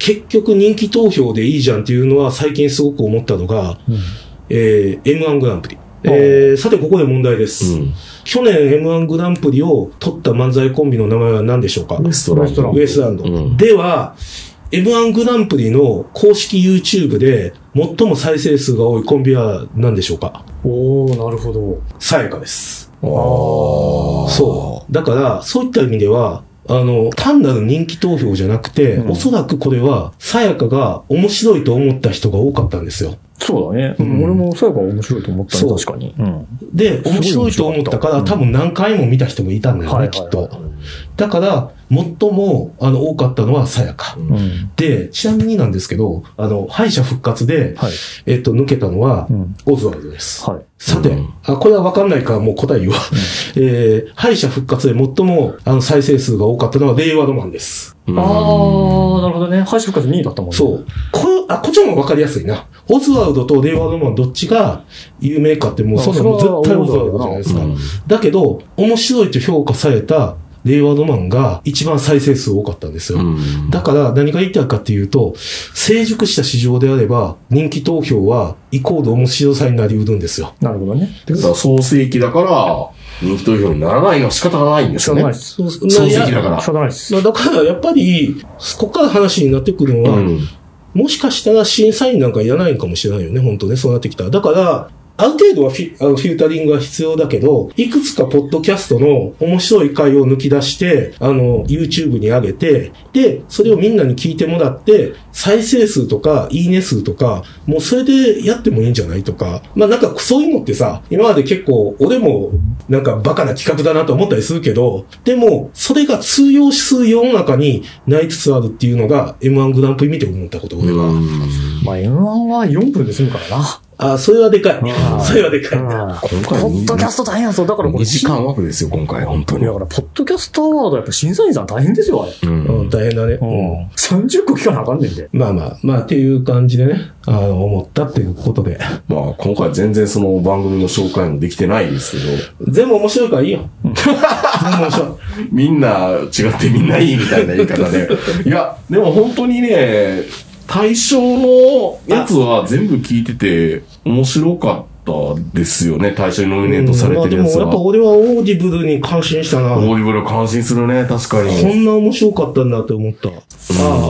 Speaker 3: 結局人気投票でいいじゃんっていうのは最近すごく思ったのが、えー、M1 グランプリ。えー、さてここで問題です。
Speaker 2: うん。
Speaker 3: 去年 M1 グランプリを取った漫才コンビの名前は何でしょうか
Speaker 2: レストラン。
Speaker 4: レストラン
Speaker 3: ウエストランド。
Speaker 2: うん
Speaker 3: では、M1 グランプリの公式 YouTube で最も再生数が多いコンビは何でしょうか
Speaker 4: おおなるほど。
Speaker 3: さやかです。
Speaker 2: ああ。
Speaker 3: そう。だから、そういった意味では、あの、単なる人気投票じゃなくて、
Speaker 4: うん
Speaker 3: おそらくこれは、さやかが面白いと思った人が多かったんですよ。
Speaker 4: そうだね。
Speaker 3: うん
Speaker 4: 俺もそういえば面白いと思った
Speaker 3: そ
Speaker 4: ね、
Speaker 3: う
Speaker 4: 確かに。うん。
Speaker 3: で、面白いと思ったから、
Speaker 4: 面白
Speaker 3: 多
Speaker 4: かった
Speaker 3: 分何回も見た人もいたんだよね、
Speaker 4: はいはいは
Speaker 3: き
Speaker 4: い
Speaker 3: っと。だから、最も、あの、多かったのはさやか。
Speaker 4: うん。
Speaker 3: で、ちなみになんですけど、あの、敗者復活で、
Speaker 4: はい。
Speaker 3: えっと、抜けたのは
Speaker 4: う、ん。
Speaker 3: オズワルドです。
Speaker 4: はい。
Speaker 3: さて、
Speaker 2: うん
Speaker 3: あ、これはわかんないからもう答え言うわ。 えー、敗者復活で最も、あの、再生数が多かったのは令和ロマンです。
Speaker 2: うん
Speaker 4: ああなるほどね。敗者復活2位だったもんね。
Speaker 3: そう。これ、あ、こっちの方がわかりやすいな。オズワルドと令和ロマンどっちが有名かってもう、
Speaker 4: あ
Speaker 3: そんなの
Speaker 4: それは
Speaker 3: 絶対オズワルドじゃないですか。だけど、面白いと評価された令和ロマンが一番再生数多かったんですよ。
Speaker 2: うん
Speaker 3: だから何が言いたいかっていうと、成熟した市場であれば、人気投票はイコール面白さになりうるんですよ。
Speaker 4: なるほどね。
Speaker 1: だから創世記だから、人気投票にならないのは仕方がないんです
Speaker 4: 仕
Speaker 1: よ
Speaker 4: 方
Speaker 1: ね
Speaker 4: ない。です。
Speaker 3: そう
Speaker 1: 創
Speaker 3: い
Speaker 1: 世
Speaker 3: や
Speaker 1: 記だから。
Speaker 4: 仕方ないです。
Speaker 3: だからやっぱり、ここから話になってくるのは、
Speaker 1: うん
Speaker 3: もしかしたら審査員なんかいらないのかもしれないよね、本当ね、そうなってきたら。だから、ある程度はフィあのフィルタリングは必要だけど、いくつかポッドキャストの面白い回を抜き出して、あの、YouTube に上げて、で、それをみんなに聞いてもらって、再生数とか、いいね数とか、もうそれでやってもいいんじゃないとか、まあなんかそういうのってさ、今まで結構、俺もなんかバカな企画だなと思ったりするけど、でも、それが通用する世の中になりつつあるっていうのが、M1 グランプリ見て思ったこと、俺は。
Speaker 4: まあ M1 は4分で済むからな。
Speaker 3: あ、それはでかい。それはでかい。
Speaker 2: 今
Speaker 4: ポ
Speaker 2: 回
Speaker 4: ッドキャスト大変なんですよ。だからこ
Speaker 2: 2
Speaker 4: れ、
Speaker 2: 時間枠ですよ、今回、本当
Speaker 4: い
Speaker 2: に
Speaker 4: やだ。から、ポッドキャストアワードやっぱ審査員さん大変ですよ、あれ。
Speaker 2: うん
Speaker 3: うん、大変だね。
Speaker 4: うん。30個聞かなあかんねんで。
Speaker 3: まあまあ、まあっていう感じでね、あの、思ったっていうことで。
Speaker 2: まあ、今回全然その番組の紹介もできてないですけど、
Speaker 3: 全部面白いからいいよ。全部面白
Speaker 2: みんな違ってみんないいみたいな言い方 で。いや、でも本当にね、対象のやつは全部聞いてて面白かったですよね。対象にノミネートさ
Speaker 3: い。
Speaker 2: れ
Speaker 3: まあ
Speaker 2: て
Speaker 3: で
Speaker 2: るや
Speaker 3: も
Speaker 2: つ
Speaker 3: やっぱ
Speaker 2: は。
Speaker 3: 俺はオーディブルに感心したな。
Speaker 2: オ
Speaker 3: こ
Speaker 2: ーディブル感心するね、確かに。
Speaker 3: んな面白かったんだって思った。あ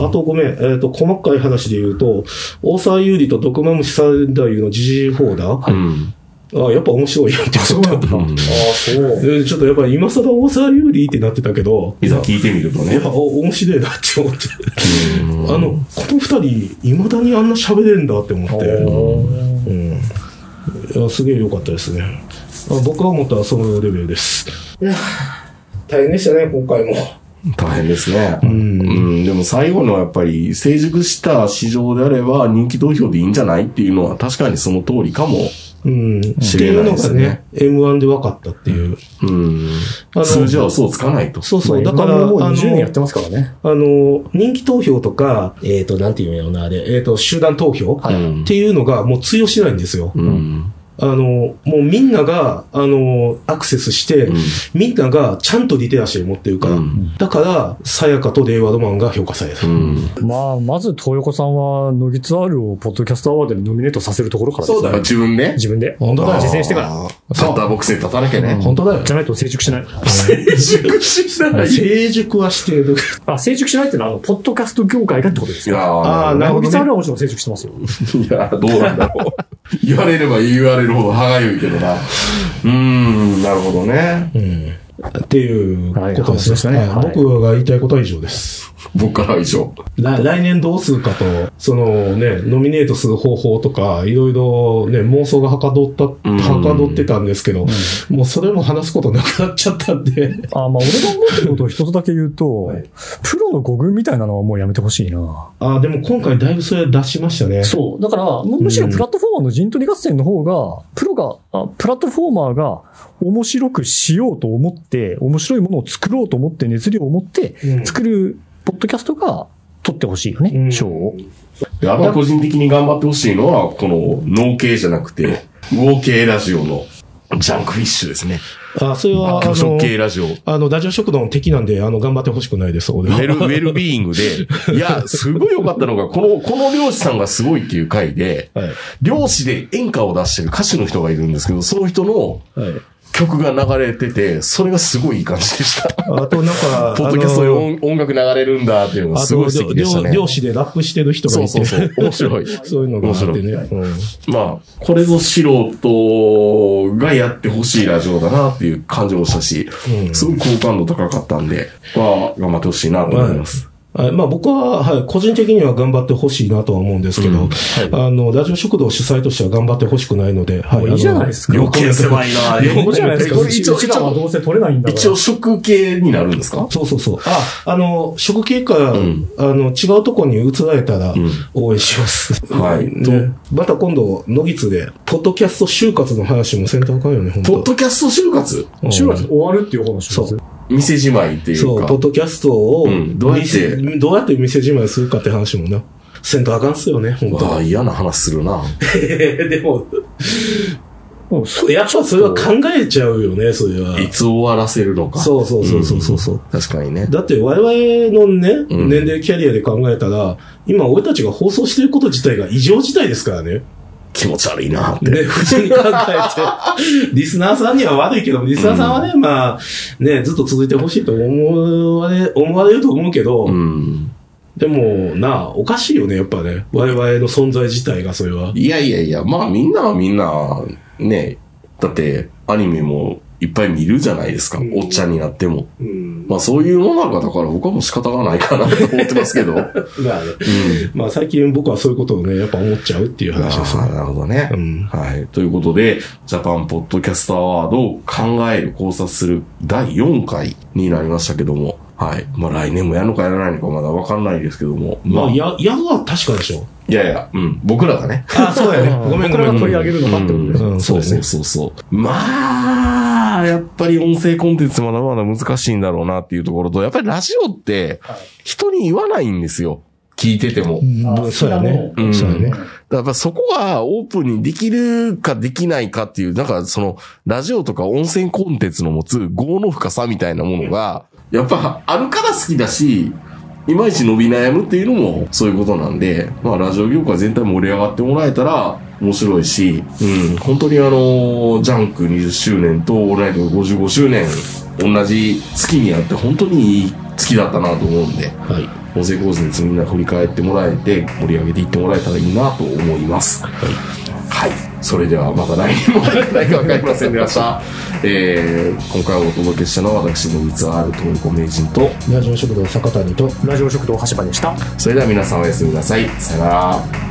Speaker 3: あ、あとごめん。えっ、と、細かい話で言うと、大沢優里と毒マムシ三太夫のジジイフォーダー。
Speaker 2: うん。
Speaker 3: ああ、やっぱ面白いよって思った。
Speaker 2: うん
Speaker 4: そう。
Speaker 3: えーちょっとやっぱり今更大沢優里ってなってたけど、
Speaker 2: いざ聞いてみると
Speaker 3: い
Speaker 2: ね
Speaker 3: や、。お面白いなって思って。あの、この二人、未だにあんな喋れんだって思って。うん。いや、すげえ良かったですね。あ僕が思ったらそのレベルです。いや、大変でしたね、今回も。
Speaker 2: 大変ですね。
Speaker 3: ん
Speaker 2: うん。でも最後のやっぱり成熟した市場であれば人気投票でいいんじゃないっていうのは確かにその通りかも。
Speaker 3: うん。って
Speaker 2: 知
Speaker 3: い
Speaker 2: れない
Speaker 3: うの
Speaker 2: で
Speaker 3: が
Speaker 2: す
Speaker 3: ね
Speaker 2: ね、
Speaker 3: M1 で分かったっていう。
Speaker 2: うん。
Speaker 3: あの
Speaker 2: 数字は嘘をつかないと。
Speaker 3: そうそう、だ
Speaker 4: だ
Speaker 3: か、
Speaker 4: からら、もう
Speaker 3: あの
Speaker 4: 20年やってますからね。
Speaker 3: あの、人気投票とか、えっ、と、なんていうんやろな、あれ、えっ、と、集団投票、
Speaker 2: い
Speaker 3: っていうのがもう通用しないんですよ。
Speaker 2: うん。
Speaker 3: あの、もうみんなが、あの、アクセスして、
Speaker 2: うん
Speaker 3: みんながちゃんとリテラシーを持ってるから、
Speaker 2: うん
Speaker 3: だから、さやかと令和ロマンが評価された。
Speaker 2: うん。
Speaker 5: まあ、まず、東横さんは、乃木ツアールをポッドキャストアワードにノミネートさせるところからです
Speaker 1: だから自分ね。
Speaker 5: 自分で。
Speaker 3: 本当だよ
Speaker 5: 実践してから。
Speaker 1: シャッターボックスに立たなきゃね。
Speaker 3: 本当だよ
Speaker 5: じ。ゃないと成熟しない。
Speaker 3: 成熟はしてる。
Speaker 5: あ、成熟しないってのは、あの、ポッドキャスト業界がってことです
Speaker 2: い
Speaker 5: よ。
Speaker 2: やー
Speaker 3: あーなる
Speaker 5: 乃
Speaker 3: ほど
Speaker 5: 木
Speaker 3: ね
Speaker 5: ツアールはもちろん成熟してますよ。
Speaker 2: いやーどう なんだろ
Speaker 1: 言われれば言われるほど歯がゆいけどな。
Speaker 2: う。うん、なるほどね。
Speaker 3: うん。っていうことで
Speaker 5: はい話
Speaker 3: すね。
Speaker 5: でしたね
Speaker 3: はい僕が言いたいことは以上です。
Speaker 1: 僕からは以上。
Speaker 3: 来来年どうするかと、そのね、ノミネートする方法とか、いろいろね、妄想がはかどった、
Speaker 2: ん
Speaker 3: はかどってたんですけど、もうそれも話すことなくなっちゃったんで。
Speaker 5: あ、まあ、俺が思ってることを一つだけ言うと、
Speaker 3: はい
Speaker 5: プロの五軍みたいなのはもうやめてほしいな。
Speaker 3: ああ、でも今回だいぶそれ出しましたね。
Speaker 5: そう。だから、むむしろプラットフォーマーの陣取り合戦の方が、プロが、あプラットフォーマーが面白くしようと思って、面白いものを作ろうと思って、熱量を持って、
Speaker 3: うん
Speaker 5: 作るポッドキャストが取ってほしいよ
Speaker 3: うん
Speaker 5: ね、賞、を。
Speaker 1: であの個人的に頑張ってほしいのは、この、脳系じゃなくて、合系ラジオの
Speaker 2: ジャンクフィッシュですね。
Speaker 3: あ、それは、あ
Speaker 2: 拒食系
Speaker 3: の、
Speaker 2: ラジオ。
Speaker 3: あの、ラジオ食堂の敵なんで、あの、頑張ってほしくないです、そこで
Speaker 2: ウ
Speaker 3: は。
Speaker 2: ェル、ウェルビーイングで、いや、すごい良かったのが、この、この漁師さんがすごいっていう回で、
Speaker 3: はい。
Speaker 2: 漁師で演歌を出してる歌手の人がいるんですけど、その人の
Speaker 3: はい。
Speaker 2: 曲が流れてて、それがすごいいい感じでした。
Speaker 3: あと、なんか、
Speaker 2: ポッドキャストで音音楽流れるんだっていうの
Speaker 3: あ
Speaker 2: が
Speaker 3: の
Speaker 2: すごい素敵でした
Speaker 3: あと、
Speaker 2: ね。
Speaker 3: 漁漁師でラップしてる人がい
Speaker 2: そう
Speaker 3: て。
Speaker 2: そうそう。面白い。
Speaker 3: そういうのがあってね。うん
Speaker 2: まあ、これぞ素人がやってほしいラジオだなっていう感じもしたし、
Speaker 3: うん
Speaker 2: すごく好感度高かったんで、まあ、頑張ってほしいなと思います。
Speaker 3: はいまあ僕は、はい、個人的には頑張ってほしいなとは思うんですけど、あの、ラジオ食堂主催としては頑張ってほしくないので、はい。
Speaker 4: いいじゃないですか。
Speaker 2: 余計狭いな
Speaker 3: 旅行じゃないですか
Speaker 2: これ一応、
Speaker 4: うち
Speaker 2: 一
Speaker 4: らは
Speaker 2: 応、
Speaker 4: どうせ取れないんだから。
Speaker 2: 一応食系になるんですか
Speaker 3: そうそうそう。あ、あの、食経過、
Speaker 2: ん
Speaker 3: あの、違うとこに移られたら
Speaker 2: ん、
Speaker 3: 応援します。
Speaker 2: はい
Speaker 3: ね、また今度、野木津で、ポッドキャスト就活の話もせんとあかんよね、本当
Speaker 2: ポッドキャスト就活
Speaker 4: 中学終わるっていう方の就活。
Speaker 2: 店じまいってい
Speaker 3: そうう、
Speaker 2: か
Speaker 3: ポッ。ドキャストを、
Speaker 2: うんどうやって
Speaker 3: 店どうやって店じまいするかって話もな、せんとあかんっすよね、本
Speaker 2: あ
Speaker 3: 当
Speaker 2: あ、嫌な話するな。
Speaker 3: でも、
Speaker 4: もうそ
Speaker 3: やっぱそれは考えちゃうよね、それは。
Speaker 2: いつ終わらせるのか。
Speaker 3: そうそうそうそうそうそう。
Speaker 2: 確かにね。
Speaker 3: だって我々のね、
Speaker 2: うん
Speaker 3: 年齢キャリアで考えたら、今俺たちが放送してること自体が異常事態ですからね。
Speaker 2: 気持ち悪いなって。
Speaker 3: ね、普通に考えて。リスナーさんには悪いけど、リスナーさんはね、まあ、ね、ずっと続いてほしいと思われ、思われると思うけど、
Speaker 2: うん。
Speaker 3: でも、なあ、おかしいよね、やっぱね。我々の存在自体が、それは。
Speaker 2: いやいやいや、まあみんなはみんな、ね、だってアニメもいっぱい見るじゃないですか。
Speaker 3: うん
Speaker 2: おっちゃんになっても。
Speaker 3: うん。
Speaker 2: まあそういうものがだから他も仕方がないかなと思ってます けど。うん。
Speaker 3: まあね、まあ最近僕はそういうことをね、やっぱ思っちゃうっていう話です
Speaker 2: ああ、
Speaker 3: ね。
Speaker 2: なるほどね。
Speaker 3: うん
Speaker 2: はい。ということで、ジャパンポッドキャストアワードを考える、考察する第4回になりましたけども。はい。まあ来年もやるのかやらないのかまだわかんないですけども。
Speaker 3: ま
Speaker 2: まあ、
Speaker 3: あ、
Speaker 2: いや
Speaker 3: や、やるは確かでしょ。
Speaker 2: いや、うん。僕らがね。
Speaker 3: あ、そうだ よね。ごめんごめん。
Speaker 4: 取り上げるのかってことです。
Speaker 3: うんうん
Speaker 2: そうそうそうそう。まあ、やっぱり音声コンテンツまだまだ難しいんだろうなっていうところと、やっぱりラジオって人に言わないんですよ。聞いてても。
Speaker 3: うんそうやね。
Speaker 2: うん
Speaker 3: そうやね。
Speaker 2: だからそこはオープンにできるかできないかっていう、なんかその、ラジオとか音声コンテンツの持つ業の深さみたいなものが、やっぱあるから好きだし、いまいち伸び悩むっていうのもそういうことなんで、まあラジオ業界全体盛り上がってもらえたら面白いし、うん、本当にあの、ジャンク20周年とオールナイト55周年、同じ月にあって本当にいい月だったなと思うんで、
Speaker 3: はい。
Speaker 2: 音声コースにみんな振り返ってもらえて盛り上げていってもらえたらいいなと思いますはい、それではまた来年も会えないか分かりませんでした、えー、今回お届けしたのは私の器ある東横名人と
Speaker 3: ラジオ食堂坂谷と
Speaker 4: ラジオ食堂橋場でした。
Speaker 2: それでは皆さんおやすみなさいさよなら